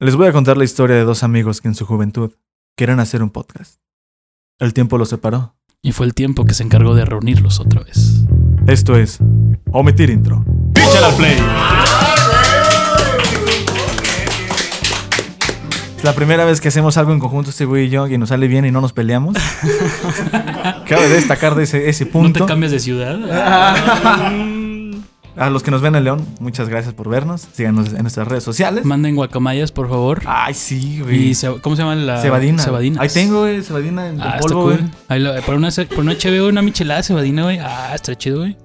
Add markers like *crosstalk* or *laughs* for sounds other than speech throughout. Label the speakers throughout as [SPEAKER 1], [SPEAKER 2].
[SPEAKER 1] Les voy a contar la historia de dos amigos que en su juventud querían hacer un podcast. El tiempo los separó.
[SPEAKER 2] Y fue el tiempo que se encargó de reunirlos otra vez.
[SPEAKER 1] Esto es Omitir Intro.
[SPEAKER 3] Píchala al play.
[SPEAKER 1] Es La primera vez que hacemos algo en conjunto este güey y yo y nos sale bien y no nos
[SPEAKER 2] *laughs*
[SPEAKER 1] peleamos. Cabe destacar de ese, ese
[SPEAKER 2] ¿No
[SPEAKER 1] punto.
[SPEAKER 2] te cambias de ciudad? Mm.
[SPEAKER 1] A los que nos ven en León, muchas gracias por vernos. Síganos en nuestras redes sociales.
[SPEAKER 2] Manden guacamayas, por favor.
[SPEAKER 1] Ay, Ah, sí, güey.
[SPEAKER 2] Y ce- ¿Cómo se llama la
[SPEAKER 1] Cebadina.
[SPEAKER 2] Cebadinas.
[SPEAKER 1] Ahí tengo, güey, cebadina en
[SPEAKER 2] Ah, está
[SPEAKER 1] polvo, güey.
[SPEAKER 2] cool. Ahí lo- por, una, ce- por una HBO, una michelada cebadina, güey. Ah, está chido, güey.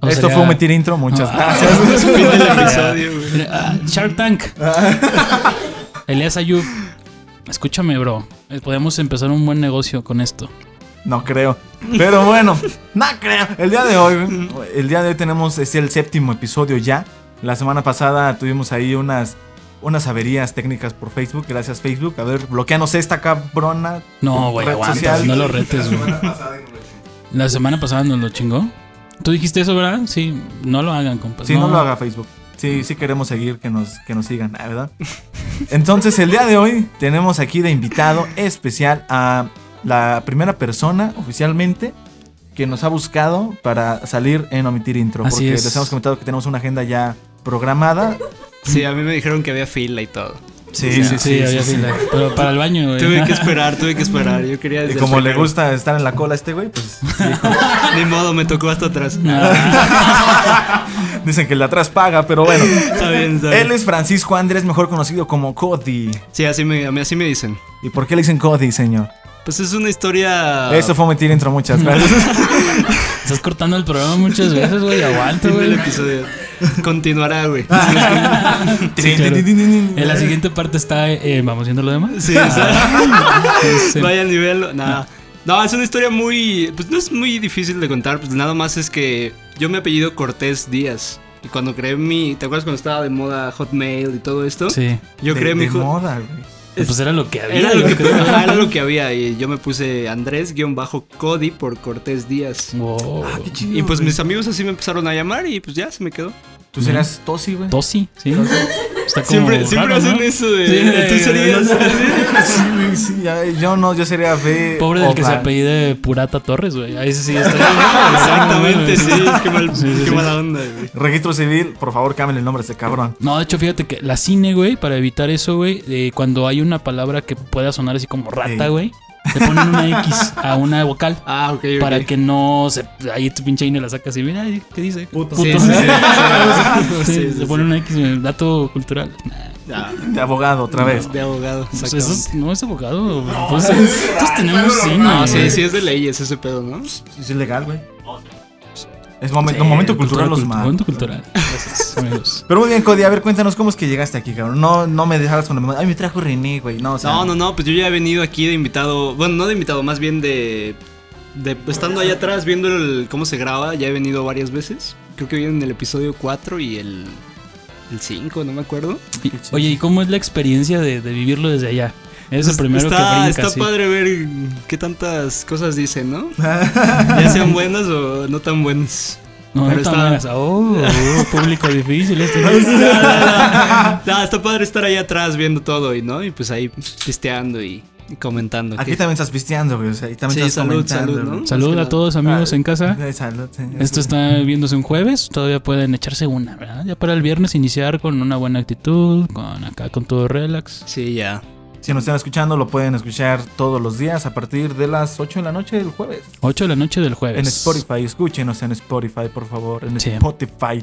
[SPEAKER 2] O
[SPEAKER 1] Esto
[SPEAKER 2] sea,
[SPEAKER 1] fue Omitir Intro. Muchas
[SPEAKER 2] Ah.
[SPEAKER 1] gracias.
[SPEAKER 2] *laughs* Es el fin
[SPEAKER 1] *laughs*
[SPEAKER 2] del episodio, güey. Mira, ah, Shark Tank. Elías Ayub. Escúchame, bro. Eh, Podemos empezar un buen negocio con esto.
[SPEAKER 1] No creo. Pero bueno, no creo. El día de hoy, güey, el día de hoy tenemos es el séptimo episodio ya. La semana pasada tuvimos ahí unas unas averías técnicas por Facebook. Gracias Facebook. A ver, bloqueanos esta cabrona.
[SPEAKER 2] No, güey,
[SPEAKER 1] Red
[SPEAKER 2] aguanta.
[SPEAKER 1] social.
[SPEAKER 2] No lo retes, güey. La semana pasada nos lo chingó. ¿Tú dijiste eso, verdad? Sí, no lo hagan, compas.
[SPEAKER 1] Sí, no lo haga Facebook. Sí, sí queremos seguir que nos que nos sigan, ah, ¿verdad? Entonces, el día de hoy tenemos aquí de invitado especial a la primera persona oficialmente que nos ha buscado para salir en omitir intro.
[SPEAKER 2] Así
[SPEAKER 1] porque
[SPEAKER 2] es.
[SPEAKER 1] les hemos comentado que tenemos una agenda ya programada
[SPEAKER 3] Sí, a mí me dijeron que había fila y todo.
[SPEAKER 2] Sí, sí, sí, había
[SPEAKER 1] sí.
[SPEAKER 2] fila. Pero para el baño, güey.
[SPEAKER 3] Tuve
[SPEAKER 2] *laughs*
[SPEAKER 3] que esperar, tuve que esperar. Yo
[SPEAKER 1] Y
[SPEAKER 3] quería desde el
[SPEAKER 1] como le
[SPEAKER 3] primero.
[SPEAKER 1] gusta estar en la cola a este güey, pues
[SPEAKER 3] *laughs*
[SPEAKER 1] *laughs*
[SPEAKER 3] Ni modo, me tocó hasta atrás.
[SPEAKER 2] Ah,
[SPEAKER 1] dicen que el de atrás paga, pero
[SPEAKER 2] *laughs*
[SPEAKER 1] bueno.
[SPEAKER 3] Está bien, está bien.
[SPEAKER 1] Él es Francisco Andrés, mejor conocido como Cody.
[SPEAKER 3] Sí, así me, a mí así me dicen.
[SPEAKER 1] ¿Y por qué le dicen Cody, señor?
[SPEAKER 3] Pues es una
[SPEAKER 2] Ah.
[SPEAKER 3] historia.
[SPEAKER 1] Eso fue mentir intro, muchas
[SPEAKER 2] *laughs*
[SPEAKER 1] gracias.
[SPEAKER 2] estás cortando el programa muchas veces, güey. Aguanta,
[SPEAKER 3] fin del
[SPEAKER 2] güey.
[SPEAKER 3] episodio. Continuará, güey.
[SPEAKER 1] *laughs* Ah. Sí,
[SPEAKER 2] claro.
[SPEAKER 1] tin, tin, tin, tin.
[SPEAKER 2] En la siguiente parte está. eh, Vamos viendo lo demás.
[SPEAKER 3] Sí, o sea,
[SPEAKER 1] *laughs*
[SPEAKER 2] Sí.
[SPEAKER 3] vayan y véanlo. Nada. No, es una historia muy. Pues no es muy difícil de contar. Pues nada más es que yo me apellido Cortés Díaz. Y cuando creé mi. ¿Te acuerdas cuando estaba de moda Hotmail y todo esto?
[SPEAKER 2] Sí.
[SPEAKER 3] Yo
[SPEAKER 1] De-
[SPEAKER 3] creé mi.
[SPEAKER 1] de
[SPEAKER 3] hot-
[SPEAKER 1] moda, güey.
[SPEAKER 2] Pues era lo que había.
[SPEAKER 3] Era lo,
[SPEAKER 2] yo
[SPEAKER 3] que,
[SPEAKER 2] creo.
[SPEAKER 3] ajá, era lo que había y yo me puse Andrés-Cody por Cortés Díaz.
[SPEAKER 2] Wow.
[SPEAKER 3] Y pues mis amigos así me empezaron a llamar y pues ya se me quedó.
[SPEAKER 1] Tú serías Tosi, güey.
[SPEAKER 2] Tosi, sí. Está como
[SPEAKER 3] Siempre, siempre
[SPEAKER 2] raro,
[SPEAKER 3] hacen
[SPEAKER 2] ¿no?
[SPEAKER 3] eso de...
[SPEAKER 2] Sí,
[SPEAKER 3] de tú
[SPEAKER 2] de-
[SPEAKER 3] serías...
[SPEAKER 1] Sí, güey, sí, ya, yo no, yo sería B.
[SPEAKER 2] Pobre del que se
[SPEAKER 1] Opa.
[SPEAKER 2] apellide Purata Torres, güey. Ahí sí está.
[SPEAKER 3] Ah, Exactamente, sí, qué, mal-
[SPEAKER 2] Sí, sí,
[SPEAKER 3] qué
[SPEAKER 2] sí.
[SPEAKER 3] mala onda, güey.
[SPEAKER 1] Registro civil, por favor, cámbiale el nombre a este cabrón.
[SPEAKER 2] No, de hecho, fíjate que la cine, güey, para evitar eso, güey, eh, cuando hay una palabra que pueda sonar así como rata,
[SPEAKER 1] Ey.
[SPEAKER 2] güey, te ponen
[SPEAKER 3] *laughs*
[SPEAKER 2] una X a una vocal
[SPEAKER 3] Ah, ok, ok.
[SPEAKER 2] para que no se. Ahí tu pinche INE la sacas y mira, ¿qué dice?
[SPEAKER 1] Puto.
[SPEAKER 2] *laughs*
[SPEAKER 3] Sí, sí, sí, sí,
[SPEAKER 2] Sí,
[SPEAKER 3] sí, sí, sí,
[SPEAKER 2] se pone una X, güey, dato cultural.
[SPEAKER 3] sí. Ah,
[SPEAKER 1] De abogado, otra vez.
[SPEAKER 3] de abogado,
[SPEAKER 2] Pues
[SPEAKER 3] exactamente.
[SPEAKER 2] eso es- no es abogado.
[SPEAKER 3] *laughs*
[SPEAKER 2] pues, Nosotros tenemos cine.
[SPEAKER 3] No, Ah, sí,
[SPEAKER 2] güey.
[SPEAKER 3] sí es de leyes ese pedo, ¿no?
[SPEAKER 2] Pues
[SPEAKER 1] Es ilegal, güey. Es momento,
[SPEAKER 2] Sí,
[SPEAKER 1] momento cultural, los
[SPEAKER 2] cultu-
[SPEAKER 1] más.
[SPEAKER 2] Momento cultural. Gracias, amigos.
[SPEAKER 1] Pero muy bien, Cody, a ver, cuéntanos cómo es que llegaste aquí, cabrón. No, no me dejaras con la mamá. Ay, me trajo René, güey. No, o sea,
[SPEAKER 3] No, no, no, pues yo ya he venido aquí de invitado, bueno, no de invitado, más bien de... de- estando allá atrás viendo el, cómo se graba, ya he venido varias veces. Creo que viene en el episodio 4 y el, el 5, no me acuerdo.
[SPEAKER 2] Y- Oye, ¿y cómo es la experiencia de, de vivirlo desde allá? Es el primero
[SPEAKER 3] Pues está,
[SPEAKER 2] que brinca,
[SPEAKER 3] Está
[SPEAKER 2] sí.
[SPEAKER 3] padre ver qué tantas cosas dicen,
[SPEAKER 2] *laughs*
[SPEAKER 3] ¿no? ya sean buenas o no tan buenas.
[SPEAKER 2] No, no
[SPEAKER 3] pero
[SPEAKER 2] tan buenas. *laughs*
[SPEAKER 3] está-
[SPEAKER 2] Oh, oh, público difícil este.
[SPEAKER 3] No, está padre estar allá atrás viendo todo y, ¿no? Y pues ahí pisteando y y comentando.
[SPEAKER 1] Aquí
[SPEAKER 3] que-
[SPEAKER 1] también estás pisteando, güey. O sea, ahí también
[SPEAKER 3] Sí,
[SPEAKER 1] estás
[SPEAKER 3] salud,
[SPEAKER 1] comentando,
[SPEAKER 3] salud, ¿no?
[SPEAKER 1] güey.
[SPEAKER 2] Salud a todos amigos en casa.
[SPEAKER 1] Eh, salud, señor.
[SPEAKER 2] Esto está viéndose un jueves, todavía pueden echarse una, ¿verdad? Ya para el viernes iniciar con una buena actitud, con acá con todo relax.
[SPEAKER 3] Sí, ya.
[SPEAKER 1] Si nos están escuchando, lo pueden escuchar todos los días a partir de las 8 de la noche del jueves.
[SPEAKER 2] 8 de la noche del jueves.
[SPEAKER 1] En Spotify, escúchenos en Spotify, por favor. En
[SPEAKER 2] Sí.
[SPEAKER 1] Spotify.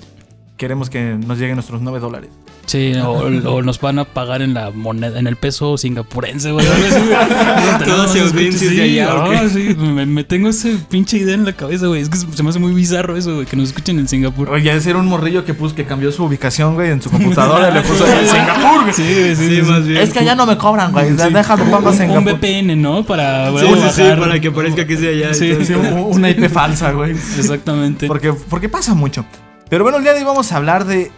[SPEAKER 1] Queremos que nos lleguen nuestros 9 dólares.
[SPEAKER 2] Sí, o, o nos van a pagar en la moneda, en el peso singapurense, güey. algo así, güey. Tenemos
[SPEAKER 3] Todas las
[SPEAKER 2] escuchas,
[SPEAKER 3] audiencias de
[SPEAKER 2] sí,
[SPEAKER 3] allá, ¿o
[SPEAKER 2] ah,
[SPEAKER 3] qué?
[SPEAKER 2] sí, me, me tengo ese pinche idea en la cabeza, güey. Es que se se me hace muy bizarro eso, güey, que nos escuchen en Singapur.
[SPEAKER 1] Oye, ese era un morrillo que puso, que cambió su ubicación, güey, en su computadora. le puso *laughs* en Singapur, güey.
[SPEAKER 2] *laughs* Sí, sí, sí.
[SPEAKER 3] Sí,
[SPEAKER 2] sí.
[SPEAKER 3] más bien.
[SPEAKER 1] Es que allá no me cobran, güey. Déjame pongo
[SPEAKER 2] Un, un
[SPEAKER 1] Singapur.
[SPEAKER 2] VPN, ¿no? Para
[SPEAKER 3] Sí,
[SPEAKER 2] luego
[SPEAKER 3] sí, sí,
[SPEAKER 2] bajar.
[SPEAKER 3] para que parezca que sea allá. y
[SPEAKER 2] Sí,
[SPEAKER 3] todo.
[SPEAKER 1] Sí, un- una IP falsa, güey.
[SPEAKER 2] Exactamente.
[SPEAKER 1] Porque, porque pasa mucho. Pero bueno, el día de hoy vamos a hablar de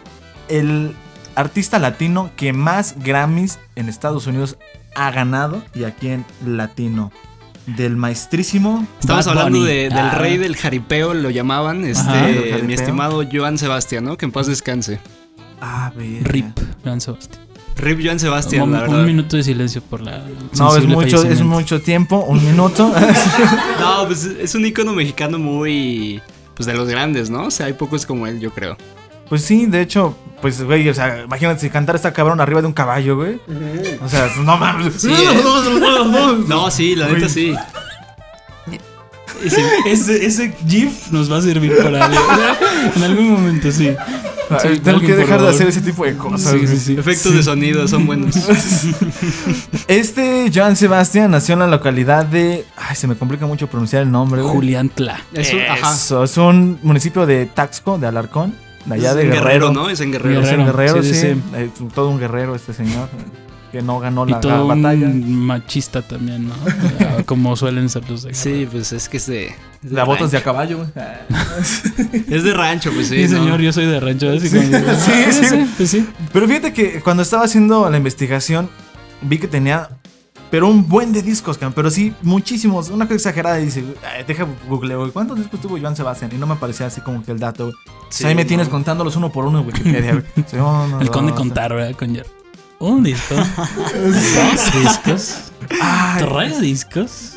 [SPEAKER 1] el artista latino que más Grammys en Estados Unidos ha ganado y aquí en latino. Del maestrísimo.
[SPEAKER 3] Estamos
[SPEAKER 2] Bad
[SPEAKER 3] hablando
[SPEAKER 2] Bunny.
[SPEAKER 3] de- del
[SPEAKER 2] Ah.
[SPEAKER 3] rey del jaripeo, lo llamaban, este,
[SPEAKER 2] Ajá.
[SPEAKER 1] Del jaripeo.
[SPEAKER 3] mi estimado Joan Sebastián, ¿no? Que en paz descanse.
[SPEAKER 1] Ah, verga.
[SPEAKER 2] RIP, Joan Sebastián.
[SPEAKER 3] Rip Joan Sebastián,
[SPEAKER 2] un,
[SPEAKER 3] la verdad.
[SPEAKER 2] un minuto de silencio por la.
[SPEAKER 1] No, es
[SPEAKER 2] sensible
[SPEAKER 1] mucho, es
[SPEAKER 2] fallecimiento.
[SPEAKER 1] mucho tiempo, un minuto. *laughs*
[SPEAKER 3] No, pues es un icono mexicano muy. Pues de los grandes, ¿no? O sea, hay pocos como él, yo creo.
[SPEAKER 1] pues sí, de hecho, pues, güey, o sea, imagínate si cantar esta cabrón arriba de un caballo, güey. O sea, no mames.
[SPEAKER 3] Sí, eh. No, sí, la neta sí.
[SPEAKER 2] Ese, ese, ese GIF nos va a servir
[SPEAKER 1] *laughs*
[SPEAKER 2] para algo. En algún momento, sí. Sí,
[SPEAKER 1] Ah, Tengo que
[SPEAKER 2] alguien, por
[SPEAKER 1] dejar de
[SPEAKER 2] favor.
[SPEAKER 1] hacer ese tipo de cosas.
[SPEAKER 2] Sí, sí,
[SPEAKER 1] güey.
[SPEAKER 2] sí.
[SPEAKER 3] Efectos de sonido son buenos.
[SPEAKER 1] Este Joan Sebastián nació en la localidad de. Ay, se me complica mucho pronunciar el nombre, güey.
[SPEAKER 2] Julián Tla.
[SPEAKER 3] Es un, ajá.
[SPEAKER 1] Eso, es un municipio de Taxco, de Alarcón, de allá
[SPEAKER 3] Es
[SPEAKER 1] de
[SPEAKER 3] en
[SPEAKER 1] Guerrero.
[SPEAKER 3] ¿no? Es en Guerrero.
[SPEAKER 1] Es en
[SPEAKER 2] Guerrero,
[SPEAKER 1] Guerrero, sí.
[SPEAKER 2] sí, sí,
[SPEAKER 1] Eh, todo un guerrero este señor. Que no ganó
[SPEAKER 2] Y
[SPEAKER 1] la, la
[SPEAKER 2] todo
[SPEAKER 1] batalla.
[SPEAKER 2] un machista también, ¿no? Ah, Como suelen ser los de.
[SPEAKER 3] Sí, pues es que es de. es de
[SPEAKER 1] La botas de a
[SPEAKER 3] rancho.
[SPEAKER 1] caballo, güey.
[SPEAKER 3] Es de rancho, pues sí.
[SPEAKER 2] Sí,
[SPEAKER 3] ¿no?
[SPEAKER 2] señor, yo soy de rancho.
[SPEAKER 1] *laughs*
[SPEAKER 2] Así como, ah,
[SPEAKER 1] sí,
[SPEAKER 2] ya
[SPEAKER 1] sí.
[SPEAKER 2] sé, pues sí.
[SPEAKER 1] Pero fíjate que cuando estaba haciendo la investigación, vi que tenía. Pero un buen de discos, can, pero sí, muchísimos. Una cosa exagerada. Y dice, "Ay, deja googleo, güey. ¿Cuántos discos tuvo Joan Sebastián? Y no me aparecía así como que el dato, güey. O sea, ahí me
[SPEAKER 3] no.
[SPEAKER 1] tienes contándolos uno por uno en Wikipedia,
[SPEAKER 2] *laughs*
[SPEAKER 1] güey. Sí, no, no,
[SPEAKER 2] El
[SPEAKER 1] no,
[SPEAKER 2] conde
[SPEAKER 1] no.
[SPEAKER 2] contar, ¿verdad? Con Jer- Un
[SPEAKER 3] *laughs*
[SPEAKER 2] disco. dos discos.
[SPEAKER 1] Ay,
[SPEAKER 2] Tres discos.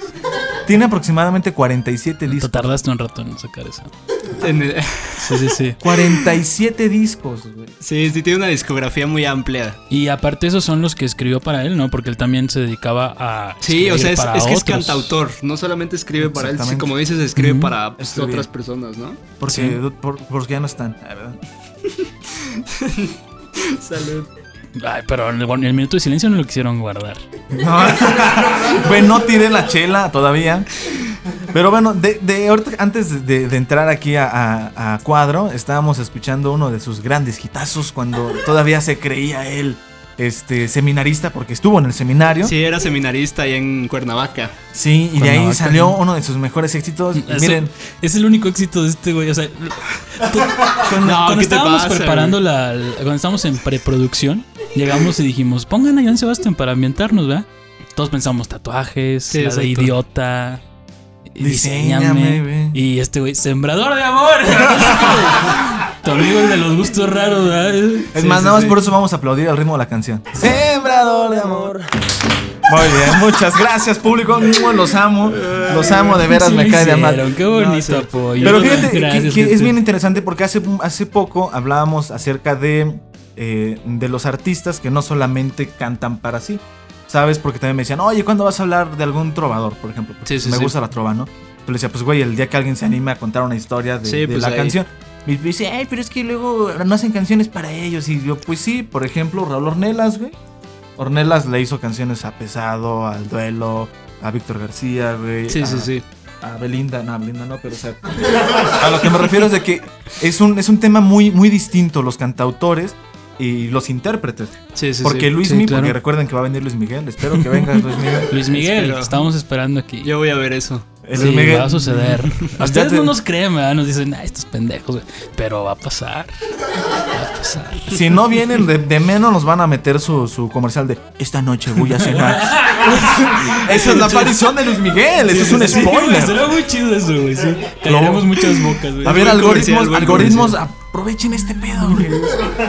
[SPEAKER 1] tiene aproximadamente 47
[SPEAKER 2] Te
[SPEAKER 1] discos.
[SPEAKER 2] tardaste un rato en sacar eso.
[SPEAKER 3] En el- *laughs*
[SPEAKER 2] Sí, sí, sí.
[SPEAKER 1] 47 discos, güey.
[SPEAKER 3] sí, sí, tiene una discografía muy amplia.
[SPEAKER 2] Y aparte esos son los que escribió para él, ¿no? Porque él también se dedicaba a...
[SPEAKER 3] Sí, o
[SPEAKER 2] escribir
[SPEAKER 3] sea, es,
[SPEAKER 2] para
[SPEAKER 3] es que es
[SPEAKER 2] otros.
[SPEAKER 3] cantautor. No solamente escribe para él, sí,
[SPEAKER 1] Exactamente.
[SPEAKER 3] como dices, escribe para pues,
[SPEAKER 1] Escribe.
[SPEAKER 3] otras personas, ¿no?
[SPEAKER 1] Porque,
[SPEAKER 2] Sí.
[SPEAKER 1] por- porque ya no están. la verdad.
[SPEAKER 3] Salud.
[SPEAKER 2] Ay, pero el, el minuto de silencio no lo quisieron guardar.
[SPEAKER 1] No. *laughs* bueno, no tiré la chela todavía. Pero bueno, de, de ahorita, antes de, de entrar aquí a, a- a cuadro, estábamos escuchando uno de sus grandes hitazos cuando todavía se creía él este seminarista, porque estuvo en el seminario. Sí,
[SPEAKER 3] Sí, era seminarista ahí en Cuernavaca.
[SPEAKER 1] y de ahí
[SPEAKER 2] Cuernavaca.
[SPEAKER 1] salió uno de sus mejores éxitos. Y
[SPEAKER 2] Eso-
[SPEAKER 1] Miren,
[SPEAKER 2] Es el único éxito de este güey. O sea, lo- tú-
[SPEAKER 1] *laughs*
[SPEAKER 2] cuando,
[SPEAKER 3] No,
[SPEAKER 2] cuando
[SPEAKER 3] ¿qué te
[SPEAKER 2] estábamos
[SPEAKER 3] pasa,
[SPEAKER 2] preparando la, la- Cuando estábamos en preproducción, llegamos y dijimos, pongan a Joan Sebastián para ambientarnos, ¿verdad? Todos pensamos tatuajes,
[SPEAKER 3] Sí,
[SPEAKER 2] la de
[SPEAKER 3] exacto.
[SPEAKER 2] idiota.
[SPEAKER 1] Diséñame,
[SPEAKER 2] Diseñame.
[SPEAKER 1] güey.
[SPEAKER 2] Y este güey, sembrador de amor. *laughs* tu amigo el de los gustos raros, ¿verdad?
[SPEAKER 1] es
[SPEAKER 2] Sí,
[SPEAKER 1] más,
[SPEAKER 2] sí,
[SPEAKER 1] nada más
[SPEAKER 2] sí.
[SPEAKER 1] por eso vamos a aplaudir al ritmo de la canción. Sembrador de amor. Muy bien, muchas gracias, público. Los amo, los amo, de veras
[SPEAKER 2] Sí
[SPEAKER 1] me
[SPEAKER 2] lo
[SPEAKER 1] cae de amar.
[SPEAKER 2] hicieron, Qué bonito apoyo.
[SPEAKER 1] Pero fíjate que-
[SPEAKER 2] Gracias,
[SPEAKER 1] que, es
[SPEAKER 2] gente.
[SPEAKER 1] bien interesante porque hace, hace poco hablábamos acerca de, eh, de los artistas que no solamente cantan para sí. ¿Sabes? Porque también me decían, oye, ¿cuándo vas a hablar de algún trovador, por ejemplo? Porque
[SPEAKER 3] Sí, sí,
[SPEAKER 1] me
[SPEAKER 3] sí.
[SPEAKER 1] gusta la trova, ¿no? Yo le decía, pues güey, el día que alguien se anime a contar una historia de,
[SPEAKER 3] Sí,
[SPEAKER 1] de
[SPEAKER 3] pues,
[SPEAKER 1] la
[SPEAKER 3] ahí.
[SPEAKER 1] canción. Me dice, ay, pero es que luego no hacen canciones para ellos. Y yo, pues sí, por ejemplo, Raúl Ornelas, güey. Ornelas le hizo canciones a Pesado, al Duelo, a Víctor García, güey.
[SPEAKER 3] Sí, sí,
[SPEAKER 1] a-
[SPEAKER 3] sí.
[SPEAKER 1] a Belinda, no, a Belinda no, pero o sea, a lo que me refiero es de que es un, es un tema muy, muy distinto los cantautores y los intérpretes.
[SPEAKER 3] Sí, sí,
[SPEAKER 1] porque
[SPEAKER 3] sí.
[SPEAKER 1] Luis
[SPEAKER 2] Sí,
[SPEAKER 1] Miguel,
[SPEAKER 2] claro.
[SPEAKER 1] porque recuerden que va a venir Luis Miguel, espero que venga Luis Miguel.
[SPEAKER 2] *laughs* Luis Miguel,
[SPEAKER 3] Espero.
[SPEAKER 2] estamos esperando aquí.
[SPEAKER 3] Yo voy a ver eso.
[SPEAKER 1] El
[SPEAKER 2] Sí,
[SPEAKER 1] Luis Miguel.
[SPEAKER 2] va
[SPEAKER 1] *laughs*
[SPEAKER 2] a suceder. A
[SPEAKER 1] Ya
[SPEAKER 2] ustedes
[SPEAKER 1] te-
[SPEAKER 2] no nos creen, ¿verdad? Nos dicen, ah, estos pendejos, güey". Pero va a pasar. Va a pasar.
[SPEAKER 1] Si no vienen, de, de menos nos van a meter su, su comercial de esta noche voy a
[SPEAKER 2] *laughs*
[SPEAKER 1] cenar. Esa es la aparición de Luis Miguel, eso es un
[SPEAKER 2] Sí, güey,
[SPEAKER 1] spoiler.
[SPEAKER 2] Será muy chido eso, güey. Sí. Callaremos muchas bocas, güey.
[SPEAKER 1] A ver,
[SPEAKER 3] Buen
[SPEAKER 1] algoritmos,
[SPEAKER 3] comercial, buen
[SPEAKER 1] algoritmos, aprovechen este pedo, güey.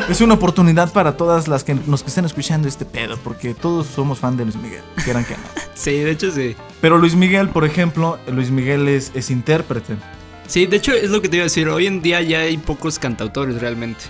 [SPEAKER 1] Es una oportunidad para todas las que nos que están escuchando este pedo, porque todos somos fan de Luis Miguel, quieran que no.
[SPEAKER 3] Sí, de hecho sí.
[SPEAKER 1] Pero Luis Miguel, por ejemplo, Luis Miguel es, es intérprete.
[SPEAKER 3] Sí, de hecho es lo que te iba a decir. Hoy en día ya hay pocos cantautores realmente.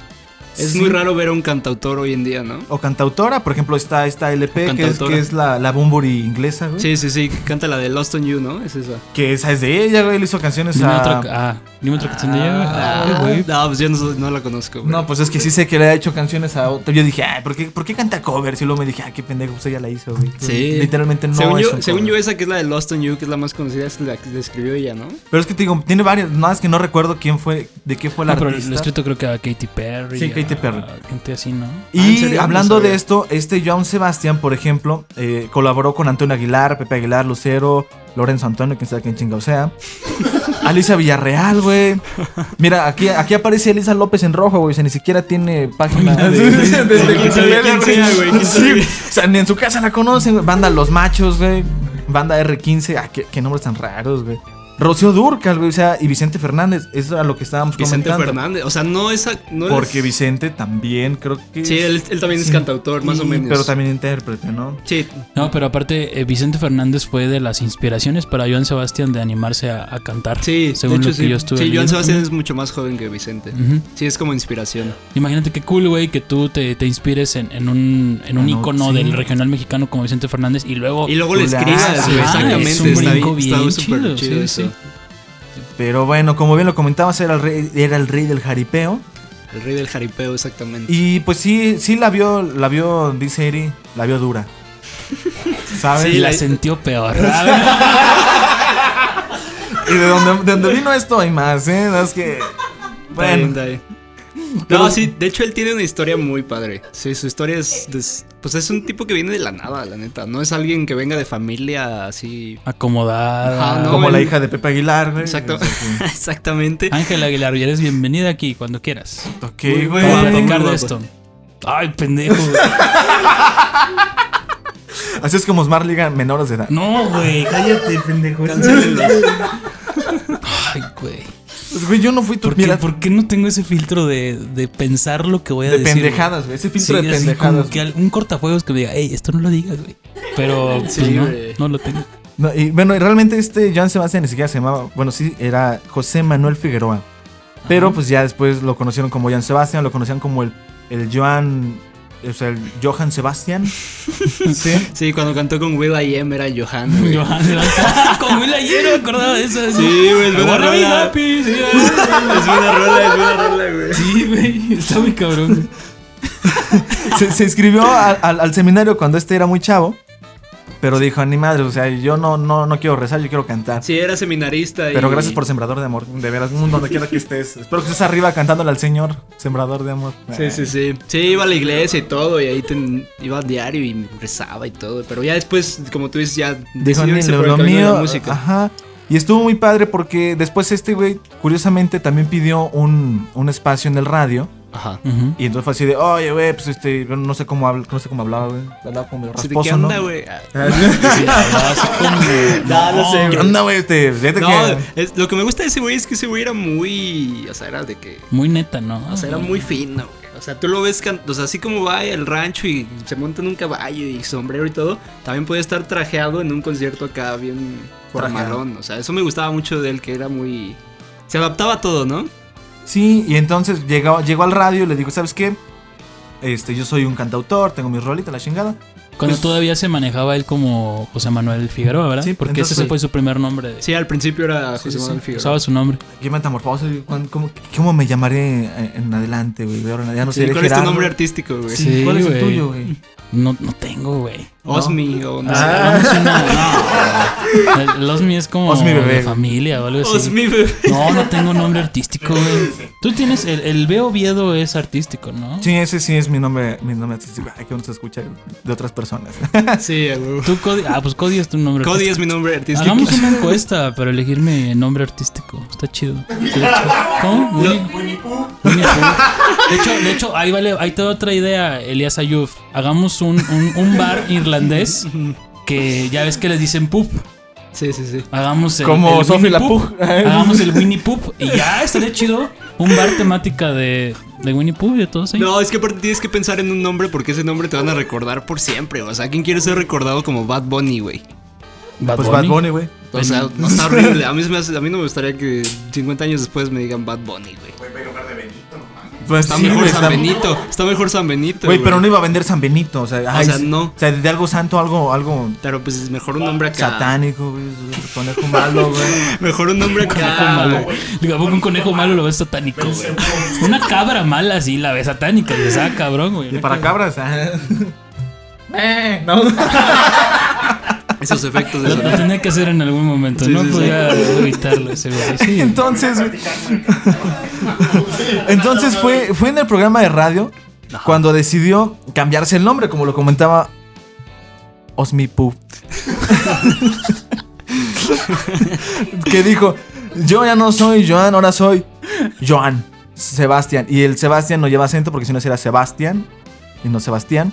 [SPEAKER 3] Es
[SPEAKER 1] Sí.
[SPEAKER 3] muy raro ver a un cantautor hoy en día, ¿no?
[SPEAKER 1] O cantautora, por ejemplo, está esta LP, que es,
[SPEAKER 3] Cantautora.
[SPEAKER 1] que es la, la Bunbury inglesa, güey.
[SPEAKER 3] Sí, sí, sí. Canta la de Lost on You, ¿no? Es esa.
[SPEAKER 1] Que esa es de ella, güey. Le hizo canciones
[SPEAKER 2] Dime
[SPEAKER 1] a.
[SPEAKER 2] otra, ah, dime otra canción de ella, güey. Ah, güey.
[SPEAKER 3] No, pues yo no, no la conozco. güey.
[SPEAKER 1] No, pues es que sí sé que le ha hecho canciones a otro. Yo dije, ay, ¿por qué, ¿por qué canta covers? Y luego me dije, ah, qué pendejo, pues ella la hizo, güey.
[SPEAKER 3] Sí.
[SPEAKER 1] Literalmente no
[SPEAKER 3] según
[SPEAKER 1] es
[SPEAKER 3] yo,
[SPEAKER 1] un
[SPEAKER 3] según
[SPEAKER 1] cover.
[SPEAKER 3] yo esa que es la de Lost on You, que es la más conocida, es la que la escribió ella, ¿no?
[SPEAKER 1] Pero es que te digo, tiene varias. Nada más que no recuerdo quién fue, de qué fue la
[SPEAKER 2] No, pero
[SPEAKER 1] artista.
[SPEAKER 2] lo escrito creo que a Katy Perry.
[SPEAKER 1] Sí,
[SPEAKER 2] a
[SPEAKER 1] Katy Perry.
[SPEAKER 2] Gente así, ¿no?
[SPEAKER 3] Ah, ¿en
[SPEAKER 1] Y
[SPEAKER 3] serio? No
[SPEAKER 1] hablando de
[SPEAKER 3] sabía.
[SPEAKER 1] esto, este Joan Sebastián, por ejemplo, eh, colaboró con Antonio Aguilar, Pepe Aguilar, Lucero, Lorenzo Antonio, quién sabe quién chingado
[SPEAKER 3] *laughs*
[SPEAKER 1] sea. Alicia Villarreal, güey. Mira, aquí, aquí aparece Elisa López en rojo, güey. O sea, ni siquiera tiene página de, de- de- de- de-
[SPEAKER 3] quién sabe quién sea, güey, quién
[SPEAKER 1] Sí,
[SPEAKER 3] sabe.
[SPEAKER 1] güey. O sea, ni en su casa la conocen, güey. Banda Los Machos, güey. Banda R15. Ah, qué, qué nombres tan raros, güey. Rocío Durcal, güey, o sea, y Vicente Fernández, eso era lo que estábamos
[SPEAKER 3] Vicente
[SPEAKER 1] comentando.
[SPEAKER 3] Fernández. O sea, no es. ac- No
[SPEAKER 1] Porque
[SPEAKER 3] es-
[SPEAKER 1] Vicente también creo que...
[SPEAKER 3] Sí, él, él también es cantautor, más o
[SPEAKER 1] y-
[SPEAKER 3] menos.
[SPEAKER 1] Pero también intérprete, ¿no?
[SPEAKER 3] Sí,
[SPEAKER 2] No, pero aparte, eh, Vicente Fernández fue de las inspiraciones para Joan Sebastián de animarse a, a cantar.
[SPEAKER 3] sí.
[SPEAKER 2] según
[SPEAKER 3] de hecho,
[SPEAKER 2] lo que
[SPEAKER 3] sí.
[SPEAKER 2] yo estuve
[SPEAKER 3] Sí, Joan
[SPEAKER 2] leyendo Mm.
[SPEAKER 3] Sebastián
[SPEAKER 2] también.
[SPEAKER 3] es mucho más joven que Vicente.
[SPEAKER 2] Ujú.
[SPEAKER 3] Sí, es como inspiración.
[SPEAKER 2] Imagínate qué cool, güey, que tú te, te inspires en, en un, en un
[SPEAKER 1] Ah, no,
[SPEAKER 2] icono
[SPEAKER 1] sí.
[SPEAKER 2] del regional mexicano como Vicente Fernández y luego.
[SPEAKER 3] Y luego le
[SPEAKER 1] Hola.
[SPEAKER 3] escribas, güey.
[SPEAKER 1] Ah,
[SPEAKER 3] Exactamente.
[SPEAKER 1] es un
[SPEAKER 3] está
[SPEAKER 2] brinco
[SPEAKER 3] bien, está
[SPEAKER 2] bien
[SPEAKER 3] súper
[SPEAKER 2] chido,
[SPEAKER 3] chido,
[SPEAKER 2] sí,
[SPEAKER 3] eso.
[SPEAKER 1] Pero bueno, como bien lo comentabas, era el rey, era el rey del jaripeo.
[SPEAKER 3] El rey del jaripeo, exactamente.
[SPEAKER 1] Y pues sí, sí la vio, la vio, dice Eri, la vio dura. ¿Sabes?
[SPEAKER 3] Sí,
[SPEAKER 2] la
[SPEAKER 3] la-
[SPEAKER 2] sintió peor. ¿sabes?
[SPEAKER 1] Y de donde, de donde vino esto hay más, ¿eh? Es que...
[SPEAKER 3] Está bien,
[SPEAKER 1] Bueno,
[SPEAKER 3] está bien. No, sí, de hecho él tiene una historia muy padre. Sí, su historia es. des- pues es un tipo que viene de la nada, la neta. No es alguien que venga de familia así. *laughs*
[SPEAKER 2] Acomodada.
[SPEAKER 3] Ajá, no,
[SPEAKER 1] como la
[SPEAKER 3] el-
[SPEAKER 1] hija de Pepe Aguilar, güey.
[SPEAKER 3] Exacto.
[SPEAKER 1] O sea, sí.
[SPEAKER 3] Exactamente.
[SPEAKER 2] Ángela Aguilar, ya eres bienvenida aquí cuando quieras.
[SPEAKER 1] Ok,
[SPEAKER 3] Muy
[SPEAKER 1] güey.
[SPEAKER 2] Para
[SPEAKER 3] Muy
[SPEAKER 2] platicar
[SPEAKER 3] guapo.
[SPEAKER 2] de esto. Ay, pendejo. güey.
[SPEAKER 1] Así es como Smart Liga menores de edad.
[SPEAKER 2] No, güey.
[SPEAKER 1] cállate, pendejo.
[SPEAKER 2] Ay, güey.
[SPEAKER 1] güey, yo no fui tu
[SPEAKER 2] ¿Por, qué,
[SPEAKER 1] mira,
[SPEAKER 2] por qué no tengo ese filtro de, de pensar lo que voy a
[SPEAKER 1] de
[SPEAKER 2] decir? güey?
[SPEAKER 1] pendejadas, güey. Ese
[SPEAKER 2] Sí,
[SPEAKER 1] filtro de
[SPEAKER 2] así como
[SPEAKER 1] pendejadas.
[SPEAKER 2] que al- un cortafuegos que me diga, hey, esto no lo digas, güey. Pero pues,
[SPEAKER 3] Sí,
[SPEAKER 2] no,
[SPEAKER 3] güey.
[SPEAKER 2] no lo tengo.
[SPEAKER 1] No, y bueno, y realmente este Joan Sebastián ni siquiera se llamaba. Bueno, sí, era José Manuel Figueroa. Pero pues ya después lo conocieron como Joan Sebastián, lo conocían como el, el Joan. O sea, el Johan
[SPEAKER 3] *laughs*
[SPEAKER 1] Sebastián. sí.
[SPEAKER 3] Sí, cuando cantó con Will I Am era Johan, güey.
[SPEAKER 2] Johan Sebastián. *laughs* Como el ayer me acordaba de eso. así.
[SPEAKER 3] Sí, güey, es
[SPEAKER 2] I
[SPEAKER 3] buena
[SPEAKER 2] wanna be
[SPEAKER 3] rola.
[SPEAKER 2] happy, sí,
[SPEAKER 3] Es buena rola, es buena rola, güey.
[SPEAKER 2] Sí, güey. Está muy cabrón.
[SPEAKER 1] Se, se inscribió al, al- al seminario cuando este era muy chavo. Pero dijo, ni madre, o sea, yo no, no, no quiero rezar, yo quiero cantar.
[SPEAKER 3] Sí, era seminarista. y-
[SPEAKER 1] Pero gracias por Sembrador de Amor, de veras, mm, donde
[SPEAKER 3] *laughs*
[SPEAKER 1] quiera que estés. Espero que estés arriba cantándole al Señor, Sembrador de Amor.
[SPEAKER 3] Sí, sí, sí. Sí, iba a la iglesia y todo, y ahí ten- iba a diario y rezaba y todo. Pero ya después, como tú dices, ya
[SPEAKER 1] Dijo,
[SPEAKER 3] decídense
[SPEAKER 1] "Ni lo,
[SPEAKER 3] por el
[SPEAKER 1] lo
[SPEAKER 3] camino de la
[SPEAKER 1] mío.
[SPEAKER 3] música.
[SPEAKER 1] Ajá. Y estuvo muy padre porque después este güey, curiosamente, también pidió un, un espacio en el radio.
[SPEAKER 3] Ajá.
[SPEAKER 2] Ujú.
[SPEAKER 1] Y entonces fue así de, oye, güey, pues este, yo no sé cómo, habla, no sé cómo hablaba, güey. Hablaba como
[SPEAKER 3] Sí, ¿De
[SPEAKER 1] rasposo,
[SPEAKER 3] qué onda,
[SPEAKER 1] ¿no? *laughs* "Ah,
[SPEAKER 3] güey? Ah.
[SPEAKER 2] Sí, la verdad, así como-
[SPEAKER 3] *laughs* No, no sé,
[SPEAKER 1] ¿Qué
[SPEAKER 3] güey.
[SPEAKER 1] onda, güey? Este, fíjate
[SPEAKER 3] No,
[SPEAKER 1] que-
[SPEAKER 3] es- lo que me gusta de ese güey es que ese güey era muy. O sea, era de que.
[SPEAKER 2] Muy neta, ¿no?
[SPEAKER 3] O sea, era muy fino, güey. O sea, tú lo ves, can- o sea, así como va al rancho y se monta en un caballo y sombrero y todo, también puede estar trajeado en un concierto acá bien
[SPEAKER 1] Trajeado.
[SPEAKER 3] formalón. O sea, eso me gustaba mucho de él, que era muy... Se adaptaba a todo, ¿no?
[SPEAKER 1] Sí, y entonces llegó, llegó al radio y le digo, ¿sabes qué? Este, yo soy un cantautor, tengo mis rolitas, la chingada.
[SPEAKER 2] Cuando
[SPEAKER 1] pues-
[SPEAKER 2] todavía se manejaba él como José Manuel Figueroa, ¿verdad?
[SPEAKER 1] Sí,
[SPEAKER 2] Porque ese
[SPEAKER 1] entonces,
[SPEAKER 2] fue su primer nombre. de-
[SPEAKER 3] Sí, al principio era
[SPEAKER 2] sí,
[SPEAKER 3] José
[SPEAKER 2] sí,
[SPEAKER 3] Manuel Figueroa.
[SPEAKER 2] Usaba su nombre.
[SPEAKER 1] ¿Qué metamorfosis? ¿Cuán- ¿Cómo, cómo me llamaré en adelante, güey? De ahora en- Ya no
[SPEAKER 3] Sí,
[SPEAKER 1] seré
[SPEAKER 3] ¿Cuál es tu
[SPEAKER 1] Gerardo.
[SPEAKER 3] nombre artístico, güey?
[SPEAKER 1] Sí, ¿Cuál es el
[SPEAKER 2] güey.
[SPEAKER 1] tuyo, güey?
[SPEAKER 2] No, no tengo,
[SPEAKER 3] *laughs*
[SPEAKER 2] güey.
[SPEAKER 3] Osmi o no sé.
[SPEAKER 1] Ah.
[SPEAKER 2] No,
[SPEAKER 3] *laughs*
[SPEAKER 2] no, no. El Osmi es como
[SPEAKER 1] Osmi bebé,
[SPEAKER 2] de
[SPEAKER 1] güey.
[SPEAKER 2] familia o algo así.
[SPEAKER 3] Osmi, bebé.
[SPEAKER 2] No, no tengo nombre artístico, güey. Tú tienes. El, el B Oviedo es artístico, ¿no?
[SPEAKER 1] Sí, ese sí es mi nombre, mi nombre artístico. Ay, que uno se escucha de otras personas.
[SPEAKER 3] Sí, güey.
[SPEAKER 2] Tú, Cody. Ah, pues Cody es tu nombre.
[SPEAKER 3] Cody
[SPEAKER 2] artístico.
[SPEAKER 3] es mi nombre
[SPEAKER 1] Este
[SPEAKER 3] artístico.
[SPEAKER 2] Hagamos una encuesta para elegir mi nombre artístico. Está chido. ¿Cómo? Winnie- Winnie Pooh. De hecho, de hecho, ahí vale, ahí te doy otra idea, Elías Ayuf. Hagamos un, un- un bar irlandés que ya ves que les dicen poop.
[SPEAKER 3] *laughs* Sí, sí, sí.
[SPEAKER 2] Hagamos el,
[SPEAKER 1] Como
[SPEAKER 2] el
[SPEAKER 1] Sophie
[SPEAKER 2] Winnie
[SPEAKER 1] la
[SPEAKER 2] Pooh.
[SPEAKER 1] Pooh. *laughs*
[SPEAKER 2] Hagamos el Winnie Pooh y ya estaría chido un bar temática de, de Winnie Pooh y de todos ellos.
[SPEAKER 3] No, es que aparte tienes que pensar en un nombre porque ese nombre te van a recordar por siempre. O sea, ¿quién quiere ser recordado como Bad Bunny, güey?
[SPEAKER 2] Bad
[SPEAKER 1] pues Bad
[SPEAKER 2] Bunny.
[SPEAKER 1] Bunny, güey.
[SPEAKER 3] O sea, no está horrible. A mí, se me hace- a mí no me gustaría que 50 años después me digan Bad Bunny, güey.
[SPEAKER 1] Pues
[SPEAKER 3] Está
[SPEAKER 1] sí,
[SPEAKER 3] mejor
[SPEAKER 1] güey,
[SPEAKER 3] San
[SPEAKER 1] está-
[SPEAKER 3] Benito. Está mejor San Benito.
[SPEAKER 1] Güey, pero no iba a vender San Benito. O sea, ay,
[SPEAKER 3] sea,
[SPEAKER 1] sí.
[SPEAKER 3] no.
[SPEAKER 1] O sea, de algo santo, algo, algo
[SPEAKER 3] Pero pues es mejor un nombre acá.
[SPEAKER 1] satánico, güey. es un Conejo malo,
[SPEAKER 3] *laughs*
[SPEAKER 1] güey.
[SPEAKER 3] Mejor un nombre
[SPEAKER 2] Conejo
[SPEAKER 3] acá.
[SPEAKER 2] malo. Digo, ¿a poco un conejo malo lo ves satánico, güey? Una cabra mala sí la ves satánica. Y dices, ah, cabrón, güey.
[SPEAKER 1] Y para cabras. ah. Eh, no.
[SPEAKER 3] Esos efectos de
[SPEAKER 2] Lo, lo
[SPEAKER 3] sonido.
[SPEAKER 2] tenía que hacer en algún momento,
[SPEAKER 3] Sí,
[SPEAKER 2] no
[SPEAKER 3] sí, sí.
[SPEAKER 2] podía evitarlo ese güey. Sí.
[SPEAKER 1] *laughs* Entonces, güey. entonces fue, fue en el programa de radio cuando decidió cambiarse el nombre, como lo comentaba Osmi Poo.
[SPEAKER 2] *laughs*
[SPEAKER 1] que dijo, yo ya no soy Joan, ahora soy Joan Sebastián. Y el Sebastián no lleva acento porque si no sería Sebastián y no Sebastián.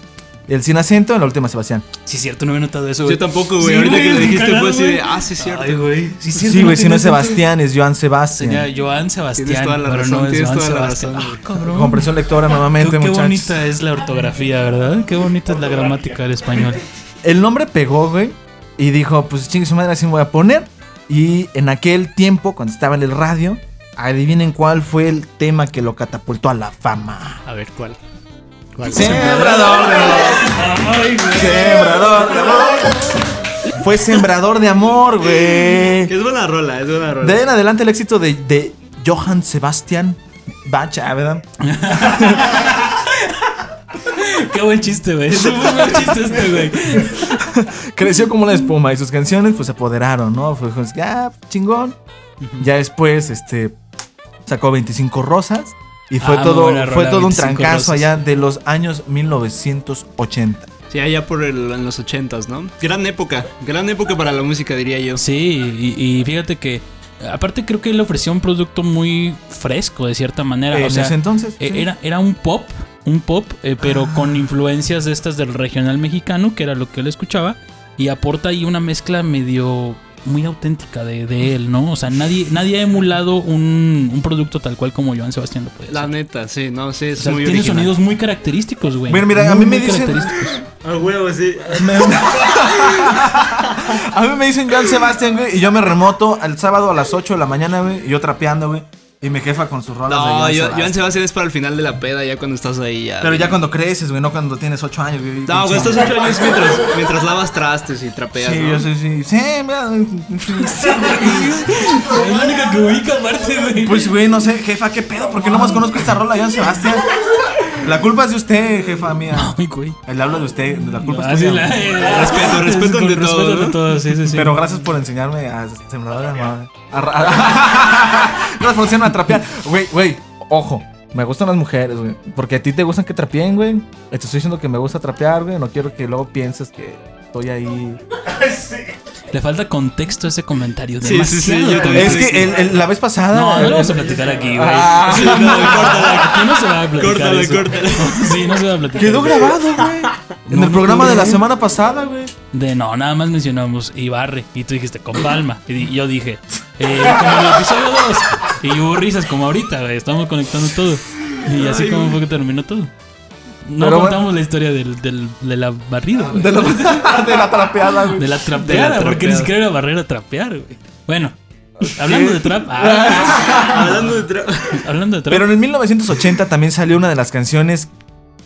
[SPEAKER 1] El sin acento en la última Sebastián.
[SPEAKER 2] Sí, es cierto, no había notado eso,
[SPEAKER 3] Yo
[SPEAKER 2] güey.
[SPEAKER 3] tampoco,
[SPEAKER 2] Sí,
[SPEAKER 3] güey. Ahorita
[SPEAKER 2] güey,
[SPEAKER 3] que lo dijiste
[SPEAKER 2] cagado,
[SPEAKER 3] fue así
[SPEAKER 2] güey.
[SPEAKER 3] de, ah, sí, es cierto.
[SPEAKER 2] Ay, güey. Sí, es cierto,
[SPEAKER 1] Sí, güey, si no
[SPEAKER 2] tiene
[SPEAKER 1] es
[SPEAKER 2] sentido.
[SPEAKER 1] Sebastián, es Joan
[SPEAKER 2] Señora
[SPEAKER 1] Sebastián.
[SPEAKER 2] Joan Sebastián.
[SPEAKER 3] Tienes toda la
[SPEAKER 2] pero
[SPEAKER 3] razón,
[SPEAKER 2] no es
[SPEAKER 3] tienes
[SPEAKER 2] Joan
[SPEAKER 3] toda la
[SPEAKER 2] Sebastián.
[SPEAKER 3] razón, güey.
[SPEAKER 2] Ah, cabrón.
[SPEAKER 1] Compresión lectora
[SPEAKER 2] Qué,
[SPEAKER 1] nuevamente,
[SPEAKER 2] qué
[SPEAKER 1] muchachos.
[SPEAKER 2] bonita es la ortografía, ¿verdad? Qué bonita es la gramática del
[SPEAKER 3] *laughs*
[SPEAKER 2] español.
[SPEAKER 1] El nombre pegó, güey. Y dijo, pues chingue su madre, así me voy a poner. Y en aquel tiempo, cuando estaba en el radio, adivinen cuál fue el tema que lo catapultó a la fama.
[SPEAKER 3] A ver, ¿cuál? ¿Cuál?
[SPEAKER 1] Sembrador de amor. Sembrador de amor. Fue sembrador de amor, güey.
[SPEAKER 3] Es buena rola, es buena rola.
[SPEAKER 1] De ahí en adelante el éxito de, de Johann Sebastian Bach, ah, ¿verdad?
[SPEAKER 2] Qué buen chiste, güey. Es un buen chiste este, güey.
[SPEAKER 1] Creció como una espuma y sus canciones pues se apoderaron, ¿no? Fue pues, ah, chingón. Ya después, este, sacó 25 rosas y fue
[SPEAKER 2] Ah,
[SPEAKER 1] todo,
[SPEAKER 2] muy buena
[SPEAKER 1] fue
[SPEAKER 2] rola,
[SPEAKER 1] todo un
[SPEAKER 2] 25
[SPEAKER 1] trancazo
[SPEAKER 2] rosas.
[SPEAKER 1] allá de los años 1980.
[SPEAKER 3] Sí, allá por el- en los ochentas, ¿no? Gran época, gran época para la música, diría yo.
[SPEAKER 2] Sí, y, y fíjate que. Aparte, creo que él ofrecía un producto muy fresco, de cierta manera.
[SPEAKER 1] en
[SPEAKER 2] o sea,
[SPEAKER 1] ese entonces.
[SPEAKER 2] eh,
[SPEAKER 1] sí.
[SPEAKER 2] era, era un pop, un pop, eh, pero con influencias de estas del regional mexicano, que era lo que él escuchaba. Y aporta ahí una mezcla medio. Muy auténtica de, de él, ¿no? O sea, nadie, nadie ha emulado un, un producto tal cual como Joan Sebastián lo puede hacer.
[SPEAKER 3] La neta, sí, no, sí, es
[SPEAKER 2] O sea,
[SPEAKER 3] muy
[SPEAKER 2] tiene
[SPEAKER 3] original.
[SPEAKER 2] sonidos muy característicos, güey.
[SPEAKER 1] Mira, mira, a
[SPEAKER 2] Muy,
[SPEAKER 1] mí me
[SPEAKER 2] muy
[SPEAKER 1] dicen- *laughs*
[SPEAKER 2] característicos.
[SPEAKER 3] A huevo, sí.
[SPEAKER 1] A mí me dicen Joan Sebastian, güey, y yo me remoto al sábado a las 8 de la mañana, güey, y yo trapeando, güey, y me jefa con sus rolas. de
[SPEAKER 3] No,
[SPEAKER 1] Johann
[SPEAKER 3] yo, Joan
[SPEAKER 1] Sebastian.
[SPEAKER 3] Sebastián es para el final de la peda, ya cuando estás ahí. Ya,
[SPEAKER 1] Pero ya cuando creces, güey, no cuando tienes 8 años, güey.
[SPEAKER 3] No,
[SPEAKER 1] Pinche-
[SPEAKER 3] güey, estos ocho años mientras, mientras lavas trastes y trapeas.
[SPEAKER 1] Sí,
[SPEAKER 3] ¿no?
[SPEAKER 1] yo sí, sí. Sí, mira, *laughs*
[SPEAKER 2] Es la única que ubica aparte, güey.
[SPEAKER 1] Pues, güey, no sé, jefa, ¿qué pedo? Porque no más conozco esta rola, Joan Sebastián. La culpa es de usted, jefa mía.
[SPEAKER 2] Ay, güey.
[SPEAKER 1] Le hablo de usted, la Pues, culpa
[SPEAKER 2] Ah,
[SPEAKER 1] es
[SPEAKER 2] sí,
[SPEAKER 1] tuya.
[SPEAKER 2] la- eh,
[SPEAKER 3] Respeto,
[SPEAKER 2] es-
[SPEAKER 3] respeto
[SPEAKER 2] con
[SPEAKER 3] ante todo,
[SPEAKER 2] respeto ante
[SPEAKER 3] ¿no?
[SPEAKER 2] todo, sí, sí, sí.
[SPEAKER 1] Pero gracias por enseñarme a sembrador de amor. A ra- a- Gracias por enseñarme a trapear. Güey, güey, ojo. Me gustan las mujeres, güey. Porque a ti te gustan que trapeen, güey. Te estoy diciendo que me gusta trapear, güey. No quiero que luego pienses que estoy ahí.
[SPEAKER 2] Le falta contexto a ese comentario.
[SPEAKER 3] Sí, sí, sí,
[SPEAKER 2] demasiado,
[SPEAKER 3] yo
[SPEAKER 2] güey.
[SPEAKER 3] también.
[SPEAKER 1] Es que el- el- la vez pasada.
[SPEAKER 2] No, no lo vamos a platicar aquí, güey.
[SPEAKER 1] Ah.
[SPEAKER 2] *laughs* Sí, no, córtala. Aquí no
[SPEAKER 1] *laughs*
[SPEAKER 2] se va a platicar.
[SPEAKER 3] Córtala,
[SPEAKER 2] eso.
[SPEAKER 3] córtala.
[SPEAKER 2] *laughs* Sí, no se va a platicar.
[SPEAKER 1] Quedó
[SPEAKER 2] eso.
[SPEAKER 1] grabado, güey. En
[SPEAKER 2] No
[SPEAKER 1] el
[SPEAKER 2] me
[SPEAKER 1] programa de la
[SPEAKER 2] acuerdo.
[SPEAKER 1] semana pasada, güey.
[SPEAKER 2] De no, nada más mencionamos Ibarre. Y tú dijiste con palma. Y di- yo dije, eh, como en el episodio 2. Y hubo risas como ahorita, güey. Estamos conectando todo. Y así como fue que terminó todo. No
[SPEAKER 1] Pero bueno.
[SPEAKER 2] contamos la historia del, del- de la barrida, güey.
[SPEAKER 1] De la, de la trapeada, güey.
[SPEAKER 2] De la trapeada, porque ni
[SPEAKER 3] trapeada.
[SPEAKER 2] siquiera era barrera trapear, güey. Bueno, hablando de trap.
[SPEAKER 1] *laughs*
[SPEAKER 2] ah,
[SPEAKER 3] Hablando de tra-
[SPEAKER 2] hablando de trap.
[SPEAKER 1] Pero en el 1980 también salió una de las canciones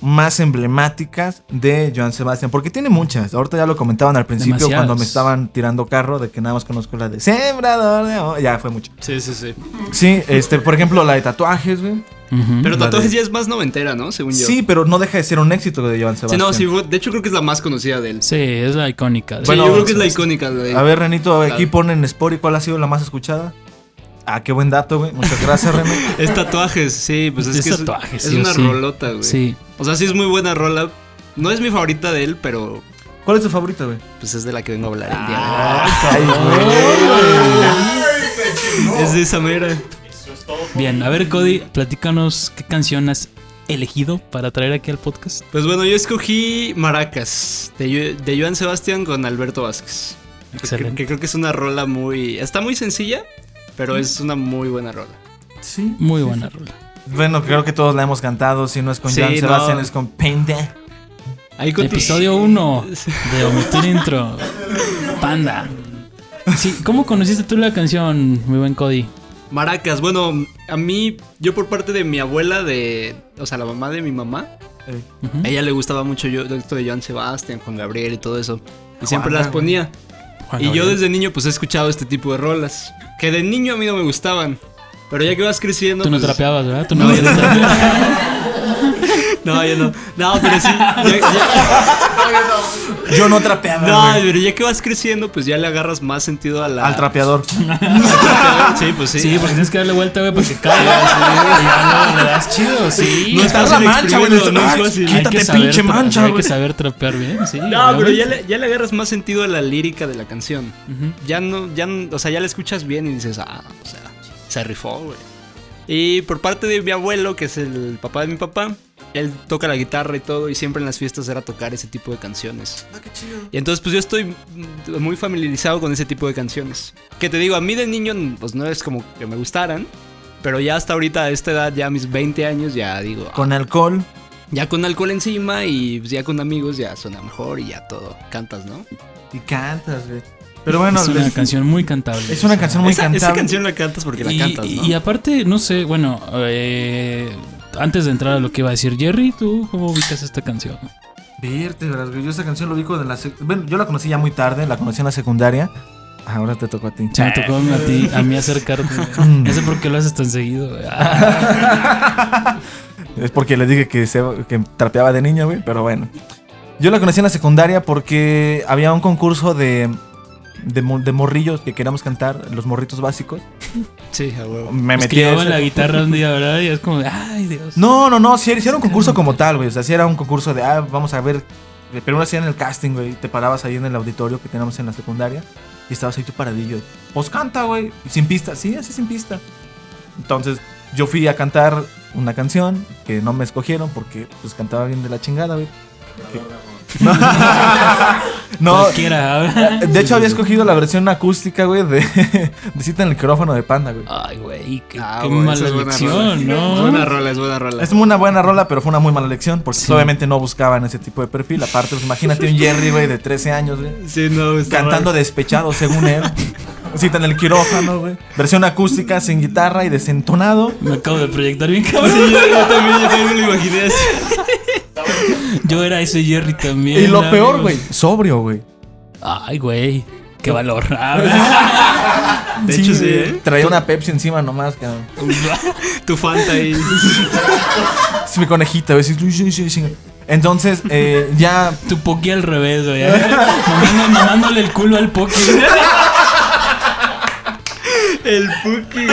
[SPEAKER 1] más emblemáticas de Joan Sebastián, porque tiene muchas. Ahorita ya lo comentaban al principio
[SPEAKER 2] Demasiadas.
[SPEAKER 1] cuando me estaban tirando carro de que nada más conozco la de Sembrador de Amor. Ya fue mucho.
[SPEAKER 3] Sí, sí, sí.
[SPEAKER 1] Sí, este, por ejemplo, la de tatuajes, güey.
[SPEAKER 2] Ujú.
[SPEAKER 3] Pero
[SPEAKER 1] Vale.
[SPEAKER 3] tatuajes ya es más noventera, ¿no? Según yo.
[SPEAKER 1] Sí, pero no deja de ser un éxito de Joan
[SPEAKER 3] Sí,
[SPEAKER 1] Sebastián.
[SPEAKER 3] no, sí, fue- de hecho creo que es la más conocida de él.
[SPEAKER 2] sí,
[SPEAKER 3] Sí,
[SPEAKER 2] es la icónica.
[SPEAKER 1] Bueno,
[SPEAKER 3] yo creo que es la icónica. La de...
[SPEAKER 1] A ver, Renito, a ver, aquí ponen Spotify cuál ha sido la más escuchada. Ah, qué buen dato, güey. Muchas gracias, Renito.
[SPEAKER 3] Es tatuajes, sí, pues es,
[SPEAKER 2] Es
[SPEAKER 3] que es-
[SPEAKER 2] tatuajes,
[SPEAKER 3] es
[SPEAKER 2] sí o
[SPEAKER 3] una
[SPEAKER 2] sí.
[SPEAKER 3] rolota, güey.
[SPEAKER 2] Sí.
[SPEAKER 3] O sea, sí es muy buena rola. No es mi favorita de él, pero
[SPEAKER 1] ¿Cuál es tu favorita, güey?
[SPEAKER 3] pues es de la que vengo a hablar el día de
[SPEAKER 2] Ah,
[SPEAKER 3] hoy.
[SPEAKER 1] Ay,
[SPEAKER 3] Es de esa mera.
[SPEAKER 2] Bien, a ver, Cody, platícanos qué canción has elegido para traer aquí al podcast.
[SPEAKER 3] Pues bueno, yo escogí Maracas de, Yo- de Joan Sebastián con Alberto Vázquez. Que- Que,
[SPEAKER 2] Excelente.
[SPEAKER 3] creo que es una rola muy. Está muy sencilla, pero es una muy buena rola.
[SPEAKER 1] Sí.
[SPEAKER 2] Muy buena rola.
[SPEAKER 1] Bueno, creo que todos la hemos cantado. Si no es con
[SPEAKER 3] Sí,
[SPEAKER 1] Joan
[SPEAKER 3] no.
[SPEAKER 1] Sebastián, es con Pende.
[SPEAKER 3] Ahí con-
[SPEAKER 2] Episodio 1 de Omitir Intro. Panda. Sí, ¿cómo conociste tú la canción, mi buen Cody?
[SPEAKER 3] Maracas, bueno, a mí, yo por parte de mi abuela, de. O sea, la mamá de mi mamá,
[SPEAKER 2] Ujú.
[SPEAKER 3] a ella le gustaba mucho yo, esto de Joan Sebastián, Juan Gabriel y todo eso. Y siempre
[SPEAKER 1] Juanga,
[SPEAKER 3] las ponía.
[SPEAKER 2] Juan
[SPEAKER 3] Y yo
[SPEAKER 2] Gabriel.
[SPEAKER 3] desde niño, pues he escuchado este tipo de rolas. Que de niño a mí no me gustaban. Pero ya que vas creciendo.
[SPEAKER 2] Tú no
[SPEAKER 3] pues-
[SPEAKER 2] trapeabas, ¿verdad? Tú no,
[SPEAKER 3] No, yo no
[SPEAKER 2] trapeabas.
[SPEAKER 3] trapeaba. No, yo no. No, pero
[SPEAKER 2] *laughs*
[SPEAKER 3] sí. ya- ya-
[SPEAKER 1] Yo no
[SPEAKER 2] Ah,
[SPEAKER 1] trapeaba.
[SPEAKER 3] no,
[SPEAKER 1] güey.
[SPEAKER 3] pero ya que vas creciendo, pues ya le agarras más sentido a la.
[SPEAKER 1] Al trapeador.
[SPEAKER 3] trapeador. *laughs* Sí, pues sí.
[SPEAKER 2] Sí, porque tienes que darle vuelta, güey, porque caiga. sí, güey, y ya luego le das chido, sí.
[SPEAKER 3] No es
[SPEAKER 1] Está
[SPEAKER 3] fácil
[SPEAKER 1] la mancha, güey, no es
[SPEAKER 3] exprimirlo, no es
[SPEAKER 1] fácil.
[SPEAKER 3] fácil.
[SPEAKER 2] Hay que
[SPEAKER 1] Quítate,
[SPEAKER 2] saber
[SPEAKER 1] pinche
[SPEAKER 2] tra-
[SPEAKER 1] mancha,
[SPEAKER 2] Hay
[SPEAKER 1] güey.
[SPEAKER 2] que saber trapear bien, sí.
[SPEAKER 3] No, pero
[SPEAKER 2] obviamente.
[SPEAKER 3] ya le, ya le agarras más sentido a la lírica de la canción.
[SPEAKER 2] Ujú.
[SPEAKER 3] Ya no, ya, no- o sea, ya la escuchas bien y dices, ah, o sea, se rifó, güey. Y por parte de mi abuelo, que es el papá de mi papá, Él toca la guitarra y todo, y siempre en las fiestas era tocar ese tipo de canciones.
[SPEAKER 1] Ah, qué chido.
[SPEAKER 3] Y entonces, pues yo estoy mm, muy familiarizado con ese tipo de canciones. Que te digo, a mí de niño, pues no es como que me gustaran, pero ya hasta ahorita, a esta edad, ya a mis 20 años, ya digo,
[SPEAKER 1] Con alcohol,
[SPEAKER 3] ya con alcohol encima y pues, ya con amigos, ya suena mejor y ya todo. Cantas, ¿no?
[SPEAKER 1] Y cantas, güey. Pero bueno,
[SPEAKER 2] es una
[SPEAKER 1] les-
[SPEAKER 2] canción muy cantable.
[SPEAKER 1] es una canción muy
[SPEAKER 3] esa, esa
[SPEAKER 1] cantable.
[SPEAKER 3] canción la cantas porque la
[SPEAKER 2] y,
[SPEAKER 3] cantas, ¿no?
[SPEAKER 2] y aparte, no sé, bueno, eh, antes de entrar a lo que iba a decir Jerry, ¿tú cómo ubicas esta canción?
[SPEAKER 1] Vértebras, güey. Yo esa canción lo ubico de la sec- Bueno, yo la conocí ya muy tarde, la conocí en la secundaria. Ahora te tocó a ti.
[SPEAKER 2] Se me tocó a ti, a mí acercarte.
[SPEAKER 1] Mm.
[SPEAKER 2] No sé por qué lo haces tan seguido. Ah,
[SPEAKER 1] Es porque le dije que, se, que trapeaba de niño, güey, pero bueno. Yo la conocí en la secundaria porque había un concurso de, de, mo- de morrillos que queríamos cantar, los morritos básicos.
[SPEAKER 3] Sí, a huevo.
[SPEAKER 1] Me
[SPEAKER 2] es que
[SPEAKER 1] metí a
[SPEAKER 2] llevaba
[SPEAKER 1] ese-
[SPEAKER 2] la guitarra un día, ¿verdad? Y es como, de, ay, Dios.
[SPEAKER 1] No, no, no, si era, sí era un concurso como tal, güey. O sea, si era un concurso de, ah, vamos a ver. Pero uno hacían el casting, güey. y Te parabas ahí en el auditorio que teníamos en la secundaria. Y estabas ahí tu paradillo. Pues canta, güey. y Sin pista. Sí, así sin pista. Entonces, yo fui a cantar una canción que no me escogieron porque pues cantaba bien de la chingada, güey. Que- No. no, *laughs*
[SPEAKER 2] Cualquiera *laughs* habla.
[SPEAKER 1] de hecho había escogido la versión acústica, güey, de, de *laughs* cita en el micrófono de Panda, güey.
[SPEAKER 2] Ay, güey, qué,
[SPEAKER 3] Ah,
[SPEAKER 2] qué
[SPEAKER 3] güey, esa
[SPEAKER 2] mala
[SPEAKER 3] es buena
[SPEAKER 2] elección,
[SPEAKER 3] rola. Es buena
[SPEAKER 2] ¿no?
[SPEAKER 3] rola, es buena rola.
[SPEAKER 1] Es una buena rola, pero fue una muy mala elección. Porque
[SPEAKER 2] Sí.
[SPEAKER 1] obviamente no buscaban ese tipo de perfil. Aparte, pues, imagínate un Jerry, güey, de 13 años, güey.
[SPEAKER 3] Sí, no, está
[SPEAKER 1] Cantando despechado, según él. Cita en el quirófano, güey. Versión acústica, sin guitarra y desentonado.
[SPEAKER 2] Me acabo de proyectar bien, cabrón.
[SPEAKER 3] Sí, yo, yo también, yo también me lo imaginé así.
[SPEAKER 2] Yo era ese Jerry también.
[SPEAKER 1] Y lo peor,
[SPEAKER 2] amigos.
[SPEAKER 1] güey. Sobrio, güey.
[SPEAKER 2] Ay, güey, qué valor.
[SPEAKER 1] *laughs*
[SPEAKER 2] Ah, *laughs*
[SPEAKER 3] De hecho, sí,
[SPEAKER 1] güey.
[SPEAKER 3] ¿eh?
[SPEAKER 1] Traía una Pepsi encima nomás, cabrón.
[SPEAKER 3] Tu fanta ahí.
[SPEAKER 1] Es mi conejita, güey. sí, sí, sí, sí. Entonces, eh, ya
[SPEAKER 2] Tu poqui al revés,
[SPEAKER 1] *laughs*
[SPEAKER 2] güey. ¿eh? Mamando- Mamándole el culo al poqui.
[SPEAKER 3] El Puki,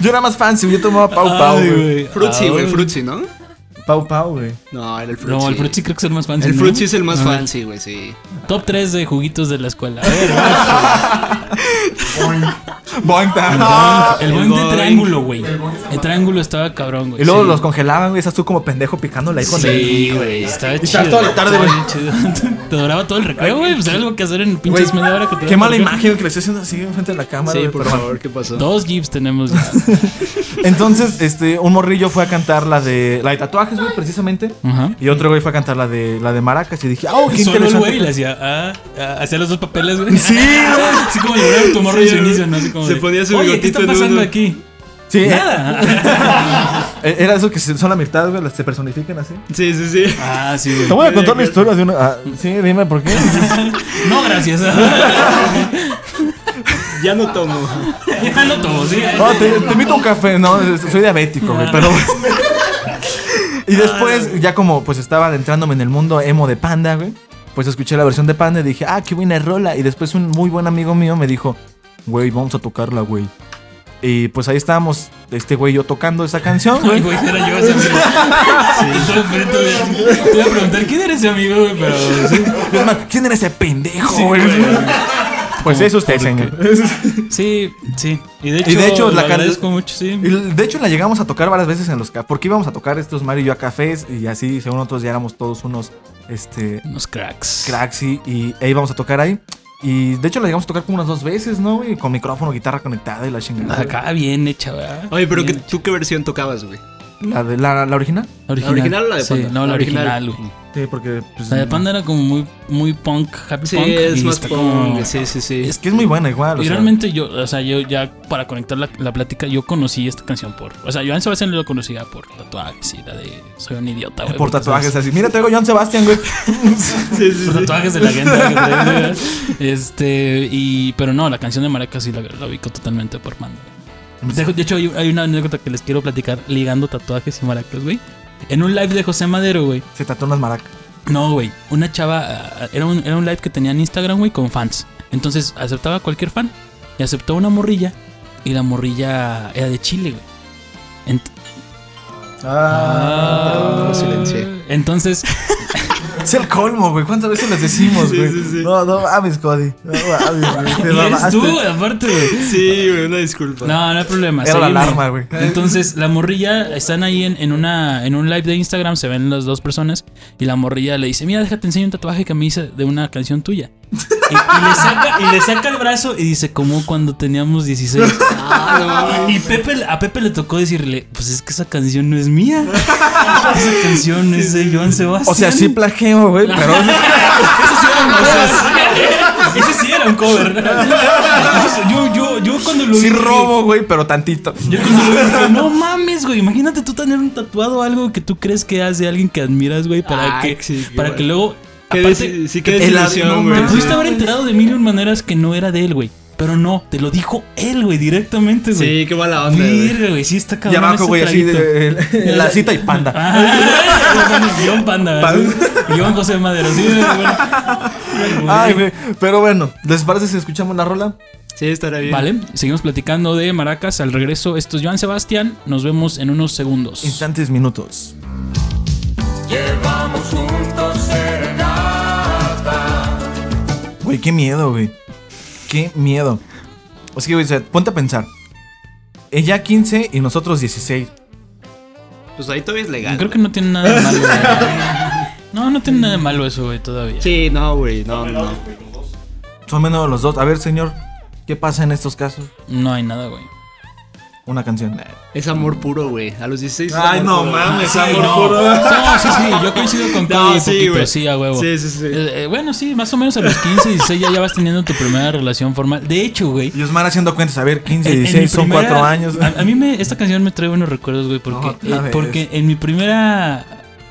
[SPEAKER 1] Yo era más fancy, yo tomaba Pau
[SPEAKER 2] Ay,
[SPEAKER 1] Pau, güey.
[SPEAKER 2] güey.
[SPEAKER 3] Frutzi, güey,
[SPEAKER 2] Ah,
[SPEAKER 3] Frutzi, ¿no?
[SPEAKER 1] Pau Pau, güey.
[SPEAKER 3] No, era el Frutzi.
[SPEAKER 2] No, el Fruitsy creo que es el más fancy. ¿no?
[SPEAKER 3] El
[SPEAKER 2] Ah.
[SPEAKER 3] Fruitsy es el más
[SPEAKER 2] A ver,
[SPEAKER 3] fancy, güey, sí.
[SPEAKER 2] Top 3 de juguitos de la escuela. A ver,
[SPEAKER 1] Boing, ta.
[SPEAKER 2] el
[SPEAKER 3] el
[SPEAKER 2] boing de
[SPEAKER 3] boing.
[SPEAKER 2] triángulo, güey. El triángulo estaba cabrón, güey.
[SPEAKER 1] Y luego
[SPEAKER 2] Sí.
[SPEAKER 1] los congelaban, güey. Estás tú como pendejo picándola ahí con el-
[SPEAKER 2] Sí, güey, estaba chido.
[SPEAKER 1] estabas toda la tarde, güey.
[SPEAKER 2] estaba chido. *laughs* Te duraba todo el recreo, güey. Pues era algo que hacer en pinches
[SPEAKER 1] Güey,
[SPEAKER 2] media hora que te
[SPEAKER 1] Qué
[SPEAKER 2] daba
[SPEAKER 1] mala
[SPEAKER 2] el recreo.
[SPEAKER 1] imagen que le estoy haciendo así enfrente de la cámara.
[SPEAKER 3] Sí,
[SPEAKER 1] güey,
[SPEAKER 3] por
[SPEAKER 1] pero-
[SPEAKER 3] favor, ¿qué pasó?
[SPEAKER 2] Dos GIFs tenemos
[SPEAKER 1] *laughs*
[SPEAKER 2] ya.
[SPEAKER 1] Entonces, este, un morrillo fue a cantar la de. La de tatuajes, güey, precisamente.
[SPEAKER 2] Ajá.
[SPEAKER 1] Y otro güey fue a cantar la de la de maracas. Y dije, oh, qué
[SPEAKER 2] Mm. Solo el
[SPEAKER 1] interesante. *laughs*
[SPEAKER 2] güey le hacía, ah, ah, hacía los dos papeles, güey.
[SPEAKER 1] Sí, güey.
[SPEAKER 2] *laughs* Así como le hubiera tu morro en
[SPEAKER 3] Sí,
[SPEAKER 2] su inicio, ¿no? Así como
[SPEAKER 3] se
[SPEAKER 2] de,
[SPEAKER 3] ponía su
[SPEAKER 2] Oye, ¿qué está
[SPEAKER 3] bigotito en
[SPEAKER 2] pasando
[SPEAKER 3] uno".
[SPEAKER 2] aquí?
[SPEAKER 1] Sí, eh,
[SPEAKER 2] Nada.
[SPEAKER 1] *laughs* eh, era eso que se- son la mitad, güey, las se personifican así.
[SPEAKER 3] Sí, sí, sí.
[SPEAKER 2] Ah, sí, güey.
[SPEAKER 1] Te voy a contar la historia de una. ah, sí, dime por qué.
[SPEAKER 2] No, gracias. *laughs*
[SPEAKER 3] Ya no tomo.
[SPEAKER 2] ya lo tomo, sí.
[SPEAKER 1] *laughs* No, te, te invito a un café, no, soy diabético, güey, pero... *laughs* y después, ya como pues estaba adentrándome en el mundo emo de Panda, güey, pues escuché la versión de Panda y dije, ah, qué buena rola. Y después un muy buen amigo mío me dijo, güey, vamos a tocarla, güey. Y pues ahí estábamos, este güey y yo tocando esa canción,
[SPEAKER 2] Ay, *laughs*
[SPEAKER 1] güey.
[SPEAKER 2] güey, era yo ese amigo. Sí. Todo frente de- Te iba a preguntar quién era ese amigo, güey, pero. Sí,
[SPEAKER 1] Es más, ¿quién era ese pendejo,
[SPEAKER 2] Sí,
[SPEAKER 1] güey?
[SPEAKER 2] güey.
[SPEAKER 1] Pues eso usted, señor.
[SPEAKER 2] sí. sí. Y de hecho,
[SPEAKER 1] Y de hecho, la
[SPEAKER 2] lo
[SPEAKER 1] can-
[SPEAKER 2] agradezco mucho, sí.
[SPEAKER 1] Y De hecho, la llegamos a tocar varias veces en los... ca- Porque íbamos a tocar estos Mario y yo a cafés y así, según nosotros ya éramos todos unos, este...
[SPEAKER 2] Unos cracks.
[SPEAKER 1] Craxi y e íbamos a tocar ahí. Y de hecho la llegamos a tocar como unas dos veces, ¿no? güey? con micrófono, guitarra conectada y la chingada.
[SPEAKER 2] Acá bien hecha, ¿verdad?
[SPEAKER 3] Oye, pero que,
[SPEAKER 2] Bien
[SPEAKER 3] ¿tú qué versión tocabas, güey?
[SPEAKER 1] ¿La, de, la, la original?
[SPEAKER 2] hecha. original.
[SPEAKER 3] original o la de
[SPEAKER 2] Sí,
[SPEAKER 3] Panda?
[SPEAKER 2] no, la
[SPEAKER 3] La original.
[SPEAKER 2] original, güey.
[SPEAKER 1] Sí, porque... pues,
[SPEAKER 2] La de Panda era como muy, muy punk, happy
[SPEAKER 3] Sí,
[SPEAKER 2] punk.
[SPEAKER 3] es
[SPEAKER 2] y
[SPEAKER 3] más
[SPEAKER 2] está
[SPEAKER 3] punk.
[SPEAKER 2] como-
[SPEAKER 3] Sí, sí, sí.
[SPEAKER 1] Es que es muy buena igual. o
[SPEAKER 2] Y
[SPEAKER 1] sea,
[SPEAKER 2] realmente yo, o sea, yo ya para conectar la, la plática, yo conocí esta canción por. O sea, Joan Sebastián lo conocía por tatuajes y la de Soy un idiota, güey.
[SPEAKER 1] por
[SPEAKER 2] porque
[SPEAKER 1] tatuajes así. Mira, traigo John Sebastián, güey. *laughs*
[SPEAKER 3] Sí, sí,
[SPEAKER 2] Los
[SPEAKER 3] sí.
[SPEAKER 2] tatuajes de la gente. este, y, pero no, la canción de Maracas sí la, la ubico totalmente por Manda. De, de hecho, hay, hay una anécdota que les quiero platicar ligando tatuajes y maracas, güey. En un live de José Madero, güey.
[SPEAKER 1] Se tatuó unas maracas.
[SPEAKER 2] No, güey. Una chava. ah, Era un, era un live que tenía en Instagram, güey, con fans. Entonces aceptaba a cualquier fan. Y aceptó una morrilla. Y la morrilla era de Chile, güey. Ent-
[SPEAKER 1] Ah.
[SPEAKER 3] silencié.
[SPEAKER 2] Entonces.
[SPEAKER 1] Es el colmo, güey. ¿Cuántas veces les decimos,
[SPEAKER 3] Sí,
[SPEAKER 1] güey?
[SPEAKER 3] sí, sí.
[SPEAKER 1] No, no mames, Cody. No mames, güey. *laughs*
[SPEAKER 2] *laughs*
[SPEAKER 1] Te
[SPEAKER 2] Y eres
[SPEAKER 1] mamaste.
[SPEAKER 2] tú, güey, aparte, güey.
[SPEAKER 3] Sí, güey, una disculpa.
[SPEAKER 2] No, no hay problema.
[SPEAKER 1] Pues, Era la
[SPEAKER 2] seguime.
[SPEAKER 1] alarma, güey. *laughs*
[SPEAKER 2] Entonces, la morrilla están ahí en, en una, en un live de Instagram, se ven las dos personas, y la morrilla le dice, mira, déjate enseño un tatuaje que me hice de una canción tuya. Y, y le saca, y le saca el brazo y dice, como cuando teníamos 16.
[SPEAKER 3] *laughs* Ah, no mames.
[SPEAKER 2] Y Pepe, a Pepe le tocó decirle, pues es que esa canción no es mía. *laughs* Esa canción es de Joan Sebastián.
[SPEAKER 1] O sea, sí
[SPEAKER 2] *laughs*
[SPEAKER 1] plagio, güey, pero.
[SPEAKER 2] Ese sí era un *laughs* cover. Ese sí era un cover. Yo, yo, yo cuando lo
[SPEAKER 1] Sí
[SPEAKER 2] vi, dije,
[SPEAKER 1] robo, güey, pero tantito.
[SPEAKER 2] yo
[SPEAKER 1] *laughs*
[SPEAKER 2] cuando lo vi dije, no mames, güey. Imagínate tú tener un tatuado algo que tú crees que hace alguien que admiras, güey, para
[SPEAKER 3] Ah,
[SPEAKER 2] que,
[SPEAKER 3] sí, qué
[SPEAKER 2] para
[SPEAKER 3] bueno.
[SPEAKER 2] que luego.
[SPEAKER 3] Qué
[SPEAKER 2] Aparte,
[SPEAKER 3] desi- sí, qué
[SPEAKER 1] el avión,
[SPEAKER 3] desilusión,
[SPEAKER 2] te
[SPEAKER 3] güey.
[SPEAKER 1] güey.
[SPEAKER 2] pudiste haber enterado de mil y un maneras que no era de él, güey. Pero no, te lo dijo él, güey, directamente, güey.
[SPEAKER 3] Sí, qué mala onda, güey.
[SPEAKER 2] Virga, güey, sí está
[SPEAKER 1] Y
[SPEAKER 2] cabrón.
[SPEAKER 1] abajo,
[SPEAKER 2] ese
[SPEAKER 1] güey, así
[SPEAKER 2] traguito. *laughs*
[SPEAKER 1] de, de- la cita y panda.
[SPEAKER 2] Ah, *laughs* guión panda, ¿verdad? guión José Madero. Sí, bueno.
[SPEAKER 1] Ay, güey. Pero bueno, ¿les parece si escuchamos la rola?
[SPEAKER 3] Sí, estará bien.
[SPEAKER 2] Vale, seguimos platicando de Maracas. Al regreso, esto es Joan Sebastián. Nos vemos en unos segundos.
[SPEAKER 1] Instantes, minutos.
[SPEAKER 4] Llevamos juntos serenata.
[SPEAKER 1] Güey, qué miedo, güey. Qué miedo. O sea, güey, o sea, ponte a pensar. Ella 15 y nosotros 16.
[SPEAKER 3] Pues ahí todavía es legal.
[SPEAKER 2] Ah, Creo que no tiene nada de malo. güey. *laughs* No, no tiene nada de malo eso, güey, todavía.
[SPEAKER 3] Sí, no, güey, no, no. no.
[SPEAKER 1] Son menos de los dos. A ver, señor, ¿qué pasa en estos casos?
[SPEAKER 2] No hay nada, güey.
[SPEAKER 1] Una canción.
[SPEAKER 3] Es amor puro, güey. A los 16. es amor puro.
[SPEAKER 1] mames,
[SPEAKER 2] Sí, no. *laughs* No, sí, sí, yo coincido con
[SPEAKER 3] No,
[SPEAKER 2] Cody un
[SPEAKER 3] sí,
[SPEAKER 2] poquito,
[SPEAKER 3] güey.
[SPEAKER 2] sí, a huevo.
[SPEAKER 3] Sí, sí, sí.
[SPEAKER 2] Eh, eh, bueno, sí, más o menos a los 15 y 16 ya, ya vas teniendo tu primera relación formal. De hecho, güey,
[SPEAKER 1] Y Osmar haciendo cuentas. A ver, 15 y
[SPEAKER 2] En- en
[SPEAKER 1] 16
[SPEAKER 2] mi
[SPEAKER 1] son
[SPEAKER 2] primera-
[SPEAKER 1] 4 años.
[SPEAKER 2] A, a mí me, esta canción me trae buenos recuerdos, güey, porque,
[SPEAKER 1] Otra
[SPEAKER 2] eh,
[SPEAKER 1] vez.
[SPEAKER 2] porque en mi primera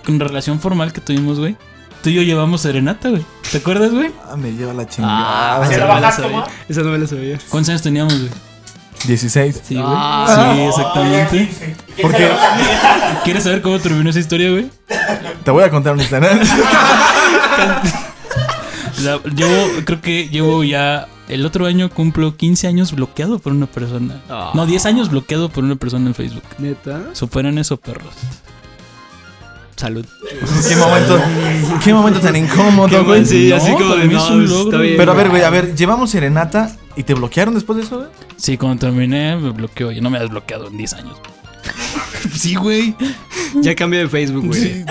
[SPEAKER 2] relación formal que tuvimos, güey, tú y yo llevamos serenata, güey. ¿Te acuerdas, güey?
[SPEAKER 1] Ah, me lleva la chingada.
[SPEAKER 3] Ah, esa
[SPEAKER 4] la
[SPEAKER 3] no me la
[SPEAKER 4] bajas,
[SPEAKER 3] sabía.
[SPEAKER 4] Tomás?
[SPEAKER 3] Esa no me la sabía.
[SPEAKER 2] ¿Cuántos años teníamos, güey?
[SPEAKER 1] 16.
[SPEAKER 2] Sí, güey.
[SPEAKER 3] Ah.
[SPEAKER 2] sí, exactamente.
[SPEAKER 1] Porque
[SPEAKER 2] ¿Quieres saber cómo terminó esa historia, güey?
[SPEAKER 1] te voy a contar una historia.
[SPEAKER 2] La- llevo, creo que llevo ya. El otro año cumplo 15 años bloqueado por una persona.
[SPEAKER 3] Ah.
[SPEAKER 2] No, 10 años bloqueado por una persona en Facebook.
[SPEAKER 3] Neta.
[SPEAKER 2] Superan eso, perros.
[SPEAKER 3] Salud.
[SPEAKER 1] *laughs* qué momento. Qué momento tan
[SPEAKER 3] Qué
[SPEAKER 1] incómodo, güey.
[SPEAKER 3] mal, sí,
[SPEAKER 2] No,
[SPEAKER 3] así como
[SPEAKER 2] para
[SPEAKER 3] de
[SPEAKER 2] mí es
[SPEAKER 3] no,
[SPEAKER 2] un
[SPEAKER 3] pues,
[SPEAKER 2] logro,
[SPEAKER 3] está
[SPEAKER 2] güey.
[SPEAKER 3] bien.
[SPEAKER 1] Pero a ver, güey, a ver, llevamos serenata y te bloquearon después de eso, *laughs* güey.
[SPEAKER 2] Sí, cuando terminé me bloqueó. Yo no me has bloqueado en 10 años.
[SPEAKER 3] Sí, güey. Ya cambié de Facebook, güey.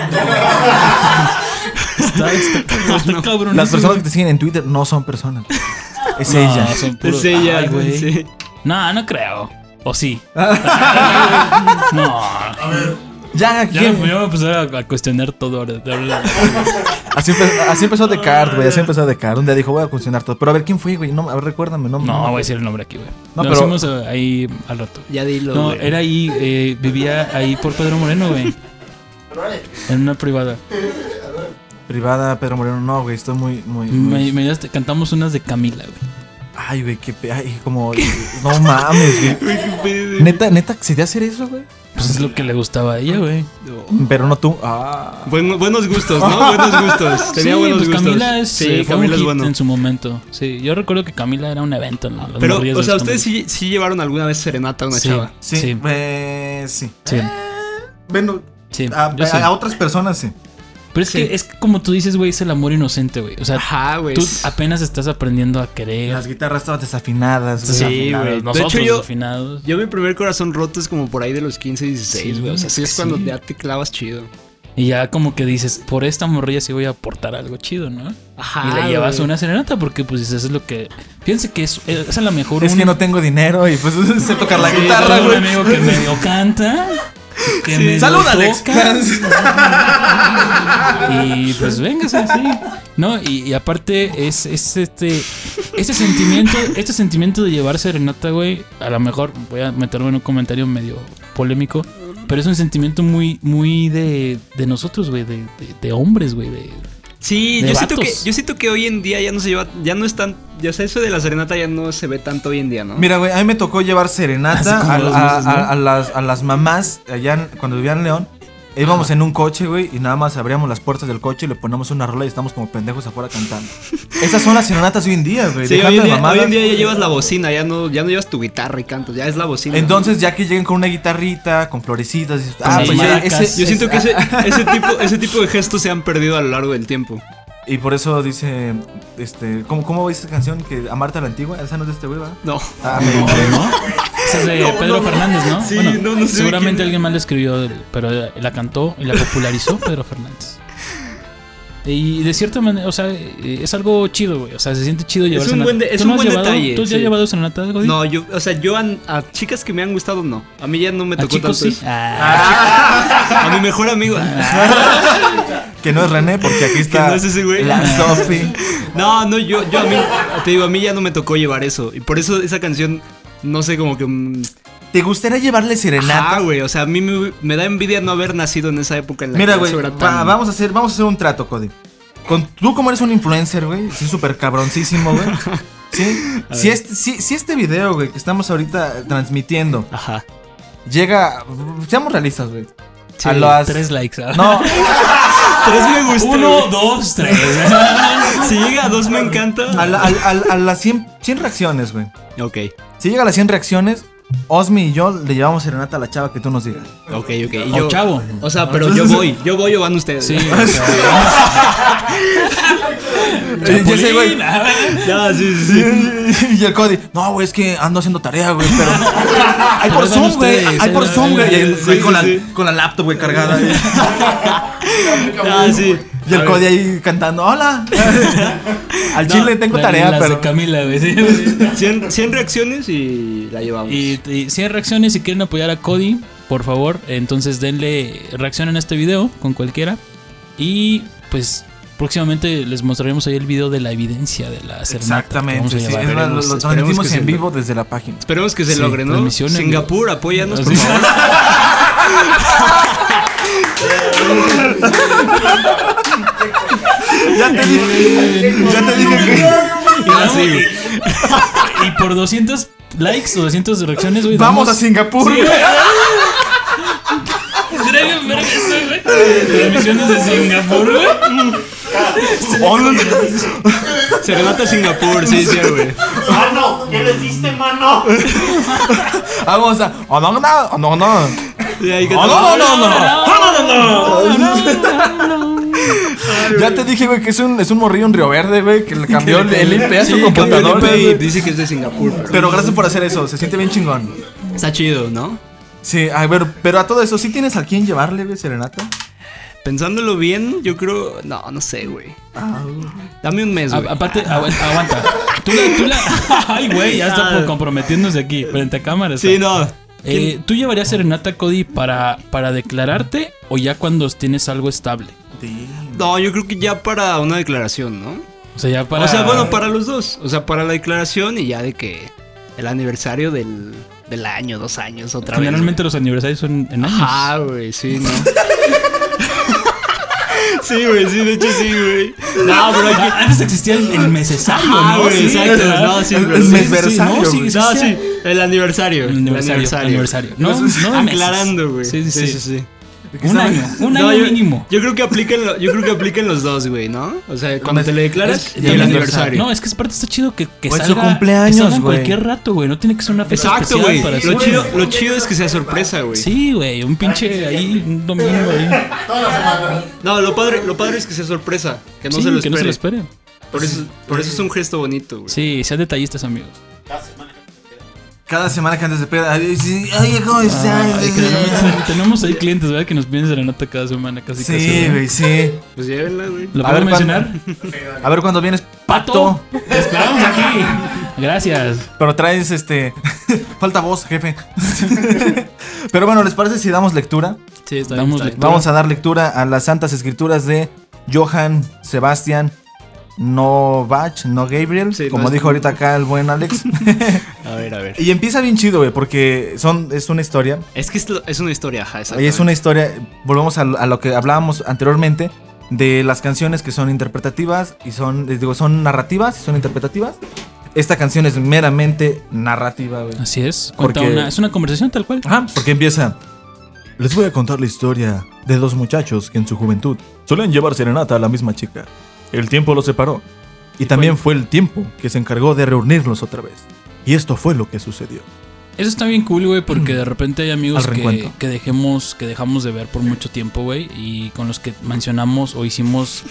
[SPEAKER 2] Está, está cabrón, está cabrón.
[SPEAKER 1] Las personas que te siguen en Twitter no son *laughs* personas. Es
[SPEAKER 2] No,
[SPEAKER 1] ella.
[SPEAKER 2] son puros-
[SPEAKER 3] Es ella,
[SPEAKER 2] Ay,
[SPEAKER 3] güey.
[SPEAKER 2] güey.
[SPEAKER 3] Sí.
[SPEAKER 2] No, no creo. O sí. no.
[SPEAKER 1] *laughs* Ya,
[SPEAKER 2] Ya
[SPEAKER 1] ¿quién?
[SPEAKER 2] me, ya me empecé a, a cuestionar todo ahora. de hablar.
[SPEAKER 1] Así, empe- así empezó Descartes, güey. Así empezó Descartes. Un día dijo, voy a cuestionar todo. Pero a ver, ¿quién fue, güey? No, a ver, recuérdame, no.
[SPEAKER 2] No, voy a decir el nombre aquí, güey.
[SPEAKER 1] No,
[SPEAKER 2] No,
[SPEAKER 1] pero-
[SPEAKER 2] Lo hicimos eh, ahí al rato.
[SPEAKER 3] Ya dilo,
[SPEAKER 2] No,
[SPEAKER 3] güey.
[SPEAKER 2] era ahí, eh, vivía ahí por Pedro Moreno, güey. En una privada.
[SPEAKER 1] Privada, Pedro Moreno. No, güey, estoy muy, muy. muy-
[SPEAKER 2] Me, me ayudaste- cantamos unas de Camila, güey.
[SPEAKER 1] Ay, güey, qué. pe- Ay, como. No mames, güey.
[SPEAKER 3] Güey, qué pedo.
[SPEAKER 1] Neta, neta, accedí a hacer eso, güey.
[SPEAKER 2] Pues es lo que le gustaba a ella, güey.
[SPEAKER 3] No.
[SPEAKER 1] Pero no tú. Ah.
[SPEAKER 3] Buen- buenos gustos, ¿no? Buenos
[SPEAKER 2] *laughs*
[SPEAKER 3] gustos. Tenía
[SPEAKER 2] sí,
[SPEAKER 3] buenos
[SPEAKER 2] pues
[SPEAKER 3] gustos.
[SPEAKER 2] Camila es, eh, fue
[SPEAKER 3] sí, Camila
[SPEAKER 2] un
[SPEAKER 3] es
[SPEAKER 2] hit
[SPEAKER 3] bueno.
[SPEAKER 2] en su momento. Sí, yo recuerdo que Camila era un evento. ¿no? Las
[SPEAKER 3] Pero,
[SPEAKER 2] morrillas
[SPEAKER 3] o sea,
[SPEAKER 2] de
[SPEAKER 3] ustedes
[SPEAKER 2] Camila.
[SPEAKER 3] sí, sí llevaron alguna vez serenata a una
[SPEAKER 2] Sí.
[SPEAKER 3] chava.
[SPEAKER 1] Sí.
[SPEAKER 2] Sí.
[SPEAKER 1] eh, sí.
[SPEAKER 2] Sí,
[SPEAKER 1] Bueno,
[SPEAKER 2] sí,
[SPEAKER 1] a,
[SPEAKER 2] yo sí.
[SPEAKER 1] a- a otras personas sí.
[SPEAKER 2] Pero es
[SPEAKER 3] sí.
[SPEAKER 2] que es que como tú dices, güey, es el amor inocente, güey. O sea,
[SPEAKER 3] Ajá, pues. güey.
[SPEAKER 2] tú apenas estás aprendiendo a querer.
[SPEAKER 1] Las guitarras estaban desafinadas, güey.
[SPEAKER 3] Sí,
[SPEAKER 2] Desafinados,
[SPEAKER 3] güey. De
[SPEAKER 2] Nosotros
[SPEAKER 3] hecho, yo-
[SPEAKER 2] desafinados.
[SPEAKER 3] Yo mi primer corazón roto es como por ahí de los 15, 16,
[SPEAKER 2] Sí,
[SPEAKER 3] güey. o sea, sí es
[SPEAKER 2] sí.
[SPEAKER 3] cuando ya te clavas chido.
[SPEAKER 2] Y ya como que dices, por esta morrilla sí voy a aportar algo chido, ¿no?
[SPEAKER 3] Ajá.
[SPEAKER 2] y le llevas
[SPEAKER 3] güey.
[SPEAKER 2] una serenata porque pues dices, eso es lo que... Fíjense que es, esa es la mejor...
[SPEAKER 1] Es
[SPEAKER 2] un-
[SPEAKER 1] que no tengo dinero y pues *laughs* sé tocar la
[SPEAKER 3] Sí,
[SPEAKER 1] guitarra,
[SPEAKER 2] tengo un
[SPEAKER 1] güey.
[SPEAKER 2] amigo que medio canta. Que
[SPEAKER 1] *laughs*
[SPEAKER 2] medio
[SPEAKER 1] Salud,
[SPEAKER 2] toca,
[SPEAKER 1] Alex.
[SPEAKER 2] *laughs* Y pues venga, así. No, y, y aparte es, es este este sentimiento, este sentimiento de llevar serenata, güey, a lo mejor voy a meterme en un comentario medio polémico, pero es un sentimiento muy muy de, de nosotros, güey, de, de- de hombres, güey, de
[SPEAKER 3] Sí,
[SPEAKER 2] de
[SPEAKER 3] yo siento, que,
[SPEAKER 2] vatos.
[SPEAKER 3] yo siento que hoy en día ya no se lleva. Ya no es tan. Ya sé, eso de la serenata ya no se ve tanto hoy en día, ¿no?
[SPEAKER 1] Mira, güey, a mí me tocó llevar
[SPEAKER 2] Hace
[SPEAKER 1] serenata
[SPEAKER 2] como
[SPEAKER 1] a,
[SPEAKER 2] dos
[SPEAKER 1] a-
[SPEAKER 2] meses, ¿no?
[SPEAKER 1] a- a las, a las mamás allá en- cuando vivía en León. Íbamos en un coche, güey, y nada más abríamos las puertas del coche y le ponemos una rola y estamos como pendejos afuera cantando. Esas son las serenatas hoy en día, güey.
[SPEAKER 3] Sí,
[SPEAKER 1] dejando
[SPEAKER 3] hoy en,
[SPEAKER 1] de
[SPEAKER 3] día,
[SPEAKER 1] mamadas.
[SPEAKER 3] hoy en día ya llevas la bocina, ya no, ya no llevas tu guitarra y cantas, ya es la bocina.
[SPEAKER 1] Entonces, ya que lleguen con una guitarrita, con florecitas, dices, ah,
[SPEAKER 2] sus
[SPEAKER 1] pues ya
[SPEAKER 2] maracas.
[SPEAKER 1] ese-
[SPEAKER 3] Yo siento
[SPEAKER 2] *laughs*
[SPEAKER 3] que ese, ese tipo, ese tipo de gestos se han perdido a lo largo del tiempo.
[SPEAKER 1] Y por eso dice, este, ¿cómo, cómo va esa canción? Que Amarte a la Antigua, esa no es de este güey, ¿verdad?
[SPEAKER 3] No.
[SPEAKER 1] Ah, me-
[SPEAKER 3] *laughs*
[SPEAKER 2] No, ¿no? Esa es de
[SPEAKER 3] No,
[SPEAKER 2] Pedro
[SPEAKER 3] no, no.
[SPEAKER 2] Fernández, ¿no?
[SPEAKER 3] Sí, no, no sé
[SPEAKER 2] seguramente
[SPEAKER 3] quién-
[SPEAKER 2] alguien más la escribió, pero la cantó y la
[SPEAKER 3] *laughs*
[SPEAKER 2] popularizó Pedro Fernández. Y de cierta manera, o sea, eh, es algo chido, güey. O sea, se siente chido llevar
[SPEAKER 3] un
[SPEAKER 2] serenata.
[SPEAKER 3] buen de- es
[SPEAKER 2] ¿Tú
[SPEAKER 3] un
[SPEAKER 2] no has
[SPEAKER 3] buen
[SPEAKER 2] llevado-
[SPEAKER 3] detalle,
[SPEAKER 2] ¿Tú ya
[SPEAKER 3] sí.
[SPEAKER 2] has llevado serenata, Godín?
[SPEAKER 3] No, yo, o sea, yo an- a, chicas que me han gustado, no. A mí ya no me
[SPEAKER 2] ¿A
[SPEAKER 3] tocó
[SPEAKER 2] chicos
[SPEAKER 3] tanto
[SPEAKER 2] sí?
[SPEAKER 3] eso. *laughs*
[SPEAKER 2] Ah,
[SPEAKER 3] A mi mejor amigo. *laughs*
[SPEAKER 1] que no es René, porque aquí está
[SPEAKER 3] no es ese güey.
[SPEAKER 1] la Sofi.
[SPEAKER 3] No, no, yo, yo a mí, te digo, a mí ya no me tocó llevar eso. Y por eso esa canción, no sé, como que... mm,
[SPEAKER 1] ¿Te gustaría llevarle serenata?
[SPEAKER 3] Ajá, Ah, güey, o sea, a mí me, me da envidia no haber nacido en esa época en la
[SPEAKER 1] Mira,
[SPEAKER 3] que
[SPEAKER 1] güey,
[SPEAKER 3] eso era
[SPEAKER 1] va-
[SPEAKER 3] tan-
[SPEAKER 1] vamos, a hacer, vamos a hacer un trato, Cody. Con, tú como eres un influencer, güey, sí, súper cabroncísimo, güey.
[SPEAKER 3] *laughs*
[SPEAKER 1] ¿Sí? Si este, si, si este video, güey, que estamos ahorita transmitiendo,
[SPEAKER 3] Ajá.
[SPEAKER 1] llega, seamos realistas, güey.
[SPEAKER 3] Sí,
[SPEAKER 1] a las...
[SPEAKER 2] Tres likes. ah.
[SPEAKER 1] No,
[SPEAKER 3] Tres me gusta.
[SPEAKER 2] Uno,
[SPEAKER 3] güey.
[SPEAKER 2] dos, tres.
[SPEAKER 3] Si llega a dos me encanta.
[SPEAKER 1] a, la- a- a- a las 100, 100 reacciones, güey.
[SPEAKER 3] Ok,
[SPEAKER 1] Si llega a las 100 reacciones, Osmi y yo le llevamos serenata a la chava que tú nos digas.
[SPEAKER 3] ok, ok. Y
[SPEAKER 2] O
[SPEAKER 3] yo-
[SPEAKER 2] chavo.
[SPEAKER 3] O sea,
[SPEAKER 2] *laughs*
[SPEAKER 3] pero yo voy, yo voy o van ustedes.
[SPEAKER 2] *laughs* Sí, o sea,
[SPEAKER 1] *laughs*
[SPEAKER 2] vamos.
[SPEAKER 1] Y ese güey-
[SPEAKER 2] Chapulín, ah. a ver.
[SPEAKER 3] *laughs* Ya, sí, sí,
[SPEAKER 2] *laughs*
[SPEAKER 3] sí.
[SPEAKER 1] y el Cody, no, güey, es que ando haciendo tarea, güey,
[SPEAKER 2] *laughs*
[SPEAKER 1] pero. Hay por
[SPEAKER 2] Pero
[SPEAKER 1] Zoom,
[SPEAKER 2] son
[SPEAKER 1] güey.
[SPEAKER 2] ustedes,
[SPEAKER 1] Hay por
[SPEAKER 2] eh,
[SPEAKER 1] Zoom, güey. Y el
[SPEAKER 3] sí,
[SPEAKER 1] güey
[SPEAKER 3] sí,
[SPEAKER 1] con, la,
[SPEAKER 3] sí.
[SPEAKER 1] con la laptop, güey,
[SPEAKER 2] *laughs*
[SPEAKER 1] cargada. güey.
[SPEAKER 3] Ah, sí.
[SPEAKER 1] Y el Cody ahí cantando,
[SPEAKER 2] *laughs*
[SPEAKER 1] hola. Al chile tengo
[SPEAKER 2] La-
[SPEAKER 1] tarea,
[SPEAKER 2] las de
[SPEAKER 1] pero.
[SPEAKER 2] Camila, güey. sí,
[SPEAKER 3] *laughs*
[SPEAKER 2] güey.
[SPEAKER 3] 100, 100 reacciones y la llevamos.
[SPEAKER 2] Y, y si hay reacciones, si quieren apoyar a Cody, por favor, entonces denle reacción en este video con cualquiera. Y pues próximamente les mostraremos ahí el video de la evidencia de la serenata. que vamos a
[SPEAKER 1] Exactamente. sí,
[SPEAKER 2] llevar.
[SPEAKER 1] es más, lo- lo
[SPEAKER 3] Esperemos
[SPEAKER 1] transmitimos
[SPEAKER 3] que sí.
[SPEAKER 1] en vivo desde la página. *laughs*
[SPEAKER 3] Esperemos que se
[SPEAKER 2] Sí,
[SPEAKER 3] logre, ¿no?
[SPEAKER 2] transmisión en
[SPEAKER 3] Singapur, apóyanos, por
[SPEAKER 2] Así.
[SPEAKER 3] favor.
[SPEAKER 1] Ya te
[SPEAKER 2] *laughs*
[SPEAKER 1] dije. ya te dije que.
[SPEAKER 2] Y vamos- y por 200 likes o 200 reacciones, güey.
[SPEAKER 1] Vamos a
[SPEAKER 2] *laughs* damos-
[SPEAKER 1] Singapur, güey.
[SPEAKER 2] Estaría bien verga eso, güey. Transmisiones de Singapur, güey.
[SPEAKER 1] *laughs*
[SPEAKER 3] Serenata Singapur, sí, sí,
[SPEAKER 1] *laughs*
[SPEAKER 3] güey.
[SPEAKER 4] Mano, ¿qué les diste, mano?
[SPEAKER 1] Vamos a. Oh, no, no, oh, no, no.
[SPEAKER 3] Y ahí
[SPEAKER 1] Oh, no, no, no, no.
[SPEAKER 2] No, no,
[SPEAKER 1] *laughs* Ya te dije, güey, que es un, es un morrillo en Río Verde, güey, que le cambió el, el IP a su
[SPEAKER 3] Sí,
[SPEAKER 1] computador.
[SPEAKER 3] cambió el IP y
[SPEAKER 1] güey.
[SPEAKER 3] dice que es de Singapur. pero-
[SPEAKER 1] Pero gracias por hacer eso, se siente bien chingón.
[SPEAKER 3] Está chido, ¿no?
[SPEAKER 1] Sí, a ver, pero a todo eso, ¿sí tienes a quién llevarle, güey, serenata?
[SPEAKER 3] Pensándolo bien, yo creo. No, no sé, güey.
[SPEAKER 1] Ah.
[SPEAKER 3] Dame un mes, güey.
[SPEAKER 2] A- Aparte, agu- aguanta. Tú la, tú la. *laughs* Ay, güey, ya está por comprometiéndose aquí, frente a
[SPEAKER 1] pues,
[SPEAKER 2] cámaras.
[SPEAKER 3] Sí,
[SPEAKER 1] ah.
[SPEAKER 3] no.
[SPEAKER 2] Eh, ¿Tú llevarías serenata, Cody, para, para declararte o ya cuando tienes algo estable?
[SPEAKER 3] No, yo creo que ya para una declaración, ¿no?
[SPEAKER 2] O sea, ya para.
[SPEAKER 3] O sea, bueno, para los dos. O sea, para la declaración y ya de que el aniversario del, del año, dos años, otra vez.
[SPEAKER 2] Generalmente los aniversarios son en años.
[SPEAKER 3] Ah, güey, sí, ¿no? *laughs* sí, güey, sí, de hecho sí, güey. No, pero hay que...
[SPEAKER 2] Ah, Antes existía el, el mesesario,
[SPEAKER 3] Ah,
[SPEAKER 2] ¿no?
[SPEAKER 3] güey,
[SPEAKER 2] Sí,
[SPEAKER 3] exacto,
[SPEAKER 2] ¿verdad?
[SPEAKER 3] no, sí,
[SPEAKER 2] El-
[SPEAKER 3] pero
[SPEAKER 2] el
[SPEAKER 3] sí, sí,
[SPEAKER 1] mesversario,
[SPEAKER 2] no, sí,
[SPEAKER 1] güey.
[SPEAKER 2] sí,
[SPEAKER 3] No,
[SPEAKER 2] sí.
[SPEAKER 3] sí, el aniversario.
[SPEAKER 2] El aniversario. aniversario. No, no de meses.
[SPEAKER 3] Aclarando, güey.
[SPEAKER 2] Sí, sí, sí. Un
[SPEAKER 1] Está-
[SPEAKER 2] año, un
[SPEAKER 3] No,
[SPEAKER 2] año
[SPEAKER 3] yo-
[SPEAKER 2] mínimo.
[SPEAKER 3] Yo creo que apliquen, lo- yo creo que apliquen los dos, güey, ¿no? O sea, cuando
[SPEAKER 1] mes-
[SPEAKER 3] te le
[SPEAKER 2] Es
[SPEAKER 3] declaras
[SPEAKER 2] que
[SPEAKER 3] y el
[SPEAKER 2] también-
[SPEAKER 3] aniversario.
[SPEAKER 2] No, es que es parte está chido que, que
[SPEAKER 1] O en su
[SPEAKER 2] salga. que
[SPEAKER 1] cumpleaños,
[SPEAKER 2] salga en
[SPEAKER 1] güey.
[SPEAKER 2] cualquier rato, güey. No tiene que ser una fecha
[SPEAKER 3] Exacto,
[SPEAKER 2] especial
[SPEAKER 3] güey.
[SPEAKER 2] para
[SPEAKER 3] Lo
[SPEAKER 2] hacerlo.
[SPEAKER 3] chido, lo chido es que sea sorpresa, güey.
[SPEAKER 2] Sí, güey. Un pinche ahí, un domingo ahí.
[SPEAKER 3] No, lo padre, lo padre es que sea sorpresa. Que no
[SPEAKER 2] Sí,
[SPEAKER 3] se lo
[SPEAKER 2] que no
[SPEAKER 3] espere.
[SPEAKER 2] se lo espere.
[SPEAKER 3] Por, eso, por eso es un gesto bonito, güey.
[SPEAKER 2] Sí, sean detallistas, amigos.
[SPEAKER 1] Cada semana que antes de peda. Ay, sí, ay, ¿cómo estás?
[SPEAKER 2] Ay, que tenemos- tenemos ahí clientes, ¿verdad? Que nos piden serenata cada semana, casi casi.
[SPEAKER 1] Sí,
[SPEAKER 2] ¿verdad?
[SPEAKER 1] güey, sí.
[SPEAKER 3] Pues llévenla, güey.
[SPEAKER 2] ¿Lo
[SPEAKER 1] A
[SPEAKER 2] puedo
[SPEAKER 1] ver, ¿cuándo?
[SPEAKER 2] mencionar?
[SPEAKER 1] A ver cuándo vienes, pato.
[SPEAKER 2] Te esperamos aquí. Gracias.
[SPEAKER 1] Pero traes este. *laughs* Falta voz, jefe. *laughs* pero bueno, ¿les parece si damos lectura?
[SPEAKER 3] Sí,
[SPEAKER 2] Damos
[SPEAKER 3] está bien, está bien.
[SPEAKER 2] lectura.
[SPEAKER 1] Vamos a dar lectura a las santas escrituras de Johann Sebastián Novach, no Gabriel,
[SPEAKER 3] Sí, no
[SPEAKER 1] como
[SPEAKER 3] es-
[SPEAKER 1] dijo ahorita acá el buen
[SPEAKER 3] *laughs*
[SPEAKER 1] Alex.
[SPEAKER 3] A ver, a ver.
[SPEAKER 1] y empieza bien chido, güey, porque son, es una historia.
[SPEAKER 3] Es que es, lo- es una historia, ajá,
[SPEAKER 1] Y es una historia, volvemos a, lo- a lo que hablábamos anteriormente, de las canciones que son interpretativas y son, les digo, son narrativas y son interpretativas. Esta canción es meramente narrativa, güey.
[SPEAKER 2] Así es. Cuenta
[SPEAKER 1] Porque-
[SPEAKER 2] una, es una conversación tal cual.
[SPEAKER 1] Ajá, porque Ah, empieza. Les voy a contar la historia de dos muchachos que en su juventud solían llevar serenata a la misma chica. El tiempo los separó. Y también fue el tiempo que se encargó de reunirlos otra vez. Y esto fue lo que sucedió.
[SPEAKER 2] Eso está bien cool, güey, porque de repente hay amigos
[SPEAKER 1] Al
[SPEAKER 2] que,
[SPEAKER 1] reencuentro.
[SPEAKER 2] que dejemos, que dejamos de ver por mucho tiempo, güey, y con los que mencionamos o hicimos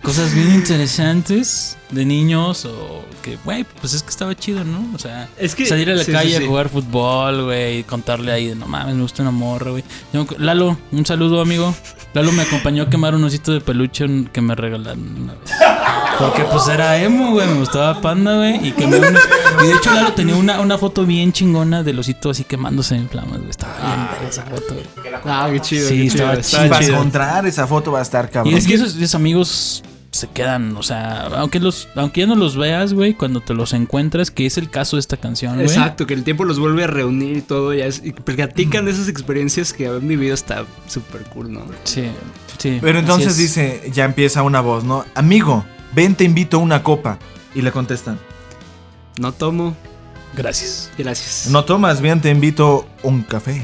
[SPEAKER 2] cosas bien interesantes de niños o que, güey, pues es que estaba chido, ¿no? O sea,
[SPEAKER 3] Es que-
[SPEAKER 2] salir a la
[SPEAKER 3] sí, sí,
[SPEAKER 2] calle
[SPEAKER 3] sí.
[SPEAKER 2] a jugar fútbol, güey, contarle ahí de, no mames, me gusta una morra, güey. Yo me acu- Lalo, un saludo, amigo. Lalo me acompañó a quemar un osito de peluche que me regalaron una vez. Porque pues era emo, güey, me gustaba panda, güey. Y quemé unos- Y de hecho Lalo tenía una, una foto bien chingona del osito así quemándose en flamas, güey. Estaba bien verga esa foto, güey.
[SPEAKER 3] Ah, qué chido.
[SPEAKER 2] Sí,
[SPEAKER 3] qué
[SPEAKER 2] estaba
[SPEAKER 3] estaba
[SPEAKER 2] chido.
[SPEAKER 1] Para
[SPEAKER 3] chido.
[SPEAKER 1] encontrar esa foto va a estar
[SPEAKER 2] Y
[SPEAKER 1] cabrón.
[SPEAKER 2] es que esos, esos amigos se quedan, o sea, aunque los, aunque ya no los veas, güey, cuando te los encuentras, que es el caso de esta canción, güey.
[SPEAKER 3] Exacto, que el tiempo los vuelve a reunir y todo, ya es, y platican de esas experiencias que habían vivido, está súper cool, ¿no?
[SPEAKER 2] Sí, sí.
[SPEAKER 1] Pero entonces
[SPEAKER 2] así es.
[SPEAKER 1] dice, ya empieza una voz, ¿no? Amigo, ven, te invito a una copa. Y le contestan,
[SPEAKER 3] No tomo,
[SPEAKER 2] Gracias.
[SPEAKER 3] gracias.
[SPEAKER 1] no tomas, bien, te invito un café.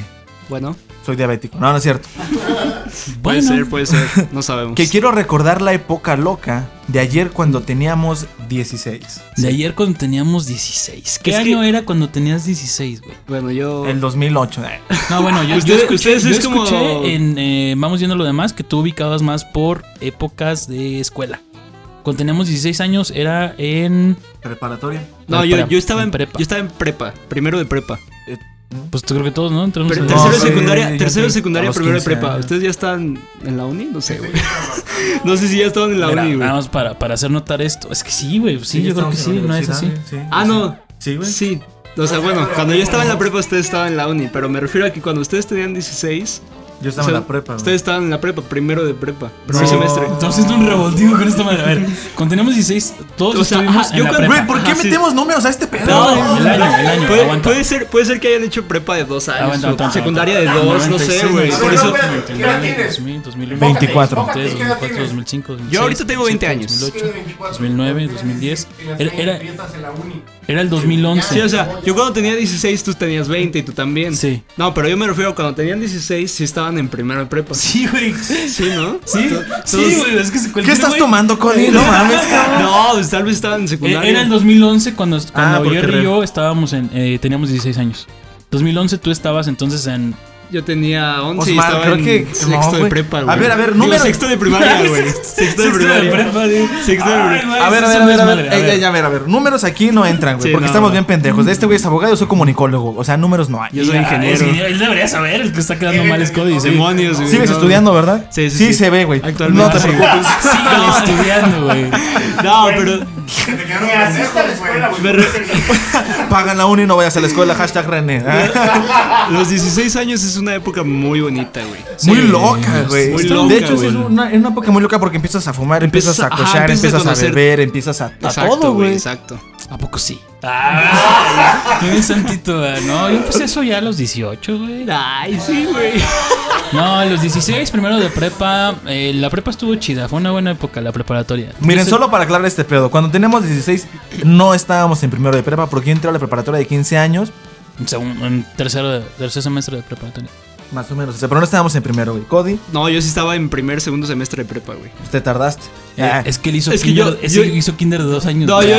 [SPEAKER 3] Bueno,
[SPEAKER 1] Soy diabético. No, no es cierto.
[SPEAKER 2] Bueno,
[SPEAKER 3] puede ser, puede ser, no sabemos.
[SPEAKER 1] Que quiero recordar la época loca de ayer cuando teníamos 16.
[SPEAKER 2] de ayer cuando teníamos 16. ¿Qué
[SPEAKER 3] Es que-
[SPEAKER 2] año era cuando tenías 16, güey?
[SPEAKER 3] Bueno, yo...
[SPEAKER 1] El 2008.
[SPEAKER 2] No, bueno, yo, yo
[SPEAKER 3] *laughs* Ustedes-
[SPEAKER 2] escuché,
[SPEAKER 3] ustedes
[SPEAKER 2] yo
[SPEAKER 3] es como-
[SPEAKER 2] escuché en, eh, vamos viendo lo demás, que tú ubicabas más por épocas de escuela. Cuando teníamos 16 años era en...
[SPEAKER 1] Preparatoria.
[SPEAKER 3] No,
[SPEAKER 2] en
[SPEAKER 3] yo,
[SPEAKER 2] prepa-
[SPEAKER 3] yo estaba en,
[SPEAKER 2] prepa.
[SPEAKER 3] Yo estaba en prepa, primero de prepa.
[SPEAKER 2] Pues creo que todos, ¿no? Entramos
[SPEAKER 3] Pero
[SPEAKER 2] a-
[SPEAKER 3] tercero de
[SPEAKER 1] sí,
[SPEAKER 3] secundaria,
[SPEAKER 1] yo
[SPEAKER 3] tercero de
[SPEAKER 1] te- a
[SPEAKER 3] secundaria,
[SPEAKER 1] los
[SPEAKER 3] primero de
[SPEAKER 1] 15
[SPEAKER 3] prepa.
[SPEAKER 1] años.
[SPEAKER 3] ¿Ustedes ya están en la uni? No sé, güey. *laughs* no sé si ya estaban en la
[SPEAKER 2] Mira,
[SPEAKER 3] uni, güey.
[SPEAKER 2] nada más para, para hacer notar esto. Es que sí, güey. pues Sí, yo creo que eh. sí, no es así.
[SPEAKER 3] Ah, no.
[SPEAKER 1] Sí, güey.
[SPEAKER 3] Sí. O sea, bueno, cuando yo estaba en la prepa, ustedes estaban en la uni. Pero me refiero a que cuando ustedes tenían 16,
[SPEAKER 1] Yo
[SPEAKER 3] o
[SPEAKER 1] estaba
[SPEAKER 3] sea,
[SPEAKER 1] en la prepa. güey.
[SPEAKER 3] ustedes estaban en la prepa, primero de prepa, primer semestre.
[SPEAKER 2] Entonces es un revoltivo con esta madre. A *laughs* ver, cuando teníamos 16, todos
[SPEAKER 3] O sea,
[SPEAKER 2] estuvimos
[SPEAKER 3] ajá,
[SPEAKER 2] en
[SPEAKER 3] yo
[SPEAKER 2] la
[SPEAKER 3] con-
[SPEAKER 2] prepa.
[SPEAKER 1] Güey, ¿por qué
[SPEAKER 3] Ajá, sí.
[SPEAKER 1] metemos números a este pedo?
[SPEAKER 2] No, el año, el año.
[SPEAKER 3] Puede,
[SPEAKER 2] aguanta.
[SPEAKER 3] puede ser, puede ser que hayan hecho prepa de dos años,
[SPEAKER 2] Aguanta,
[SPEAKER 3] o
[SPEAKER 2] aguanta,
[SPEAKER 3] secundaria
[SPEAKER 2] aguanta.
[SPEAKER 3] de dos, no sé,
[SPEAKER 2] 96,
[SPEAKER 3] güey. Por eso,
[SPEAKER 4] güey. ¿qué edad
[SPEAKER 2] 99,
[SPEAKER 4] tienes?
[SPEAKER 2] 2000, 2001,
[SPEAKER 1] 24.
[SPEAKER 2] 2003,
[SPEAKER 4] ¿Qué edad
[SPEAKER 2] 2004,
[SPEAKER 4] tienes?
[SPEAKER 2] 2005, 2006,
[SPEAKER 3] Yo ahorita tengo 20 años.
[SPEAKER 2] 2008. 2009, 2010. Era- era-
[SPEAKER 4] Empiezas en la uni.
[SPEAKER 2] Era el
[SPEAKER 3] sí,
[SPEAKER 2] 2011.
[SPEAKER 3] o sea, yo cuando tenía 16, tú tenías 20 y tú también.
[SPEAKER 2] Sí.
[SPEAKER 3] No, pero yo me refiero a cuando tenían 16, sí estaban en primero de prepa.
[SPEAKER 2] Sí, güey.
[SPEAKER 3] Sí, ¿no?
[SPEAKER 2] Sí, sí, güey. Es que se
[SPEAKER 1] ¿Qué estás tomando, Connie? No mames, cabrón.
[SPEAKER 3] No, pues tal vez estaban
[SPEAKER 2] Eh,
[SPEAKER 3] en secundaria.
[SPEAKER 2] Era el 2011 cuando,
[SPEAKER 3] Ah,
[SPEAKER 2] cuando
[SPEAKER 1] porque
[SPEAKER 2] Jerry
[SPEAKER 1] re-
[SPEAKER 2] y yo estábamos en, eh, teníamos 16 años. 2011 tú estabas entonces en
[SPEAKER 3] Yo tenía 11 y
[SPEAKER 1] Osmar,
[SPEAKER 3] estaba
[SPEAKER 1] creo
[SPEAKER 3] en
[SPEAKER 1] que-
[SPEAKER 3] sexto
[SPEAKER 1] no,
[SPEAKER 3] de
[SPEAKER 1] güey.
[SPEAKER 3] prepa,
[SPEAKER 1] A
[SPEAKER 3] güey.
[SPEAKER 1] ver, a ver,
[SPEAKER 3] Digo,
[SPEAKER 1] número-
[SPEAKER 3] Sexto de primaria,
[SPEAKER 1] *laughs*
[SPEAKER 3] güey. Sexto de primaria. Sexto de primaria.
[SPEAKER 1] A ver, a ver, a ver, a ver, Ey, ey, a ver, a ver. Números aquí no entran, güey,
[SPEAKER 3] Sí,
[SPEAKER 1] porque
[SPEAKER 3] no,
[SPEAKER 1] estamos
[SPEAKER 3] no.
[SPEAKER 1] bien pendejos. De este güey es abogado, yo soy comunicólogo. O sea, números no hay.
[SPEAKER 3] Yo soy ingeniero.
[SPEAKER 2] Él debería saber, el que está quedando mal es Cody. sí.
[SPEAKER 3] Demonios, güey.
[SPEAKER 1] Sigues
[SPEAKER 3] no.
[SPEAKER 1] estudiando, ¿verdad?
[SPEAKER 3] Sí, sí, sí.
[SPEAKER 1] se ve, güey.
[SPEAKER 3] Actualmente.
[SPEAKER 1] No te
[SPEAKER 3] Ah, sí.
[SPEAKER 1] preocupes. *laughs*
[SPEAKER 2] Síguele estudiando, güey.
[SPEAKER 3] No, pero.
[SPEAKER 4] Te quedaron pendejos, güey.
[SPEAKER 3] me re-
[SPEAKER 1] Pagan la uni y no vayas a la escuela. Hashtag René. ¿eh?
[SPEAKER 3] Los 16 años es una época muy bonita, güey.
[SPEAKER 1] Muy
[SPEAKER 2] Sí,
[SPEAKER 1] loca, güey.
[SPEAKER 3] muy
[SPEAKER 1] Está-
[SPEAKER 3] loca,
[SPEAKER 1] de hecho, sí es
[SPEAKER 3] güey.
[SPEAKER 1] una, es una época muy loca porque empiezas a fumar, empiezas,
[SPEAKER 3] Empiezas
[SPEAKER 1] a
[SPEAKER 3] a- ajá,
[SPEAKER 1] cochar,
[SPEAKER 3] empiezas a
[SPEAKER 1] empiezas, a,
[SPEAKER 3] conocer-
[SPEAKER 1] beber, empiezas a, a todo, güey.
[SPEAKER 3] Exacto.
[SPEAKER 2] ¿A poco sí? Ah, bien santito, güey. no, yo empecé eso ya a los 18, güey.
[SPEAKER 3] Ay, sí, güey.
[SPEAKER 2] No, a los 16, primero de prepa. eh, la prepa estuvo chida, fue una buena época la preparatoria.
[SPEAKER 1] Miren,
[SPEAKER 2] Entonces-
[SPEAKER 1] solo para aclarar este pedo, cuando tenemos 16 no estábamos en primero de prepa porque yo entré a la preparatoria de 15 años,
[SPEAKER 2] Según, en tercero, de- tercer semestre de preparatoria.
[SPEAKER 1] más o menos, o sea, pero no estábamos en primero, güey. Cody,
[SPEAKER 3] No, yo sí estaba en primer, segundo semestre de prepa, güey.
[SPEAKER 1] te tardaste.
[SPEAKER 2] Eh,
[SPEAKER 1] Ah,
[SPEAKER 2] es que él hizo,
[SPEAKER 3] Es que
[SPEAKER 2] kinder,
[SPEAKER 3] yo-
[SPEAKER 2] es
[SPEAKER 3] yo-
[SPEAKER 2] que hizo kinder de dos años.
[SPEAKER 3] No,
[SPEAKER 2] güey.
[SPEAKER 3] yo.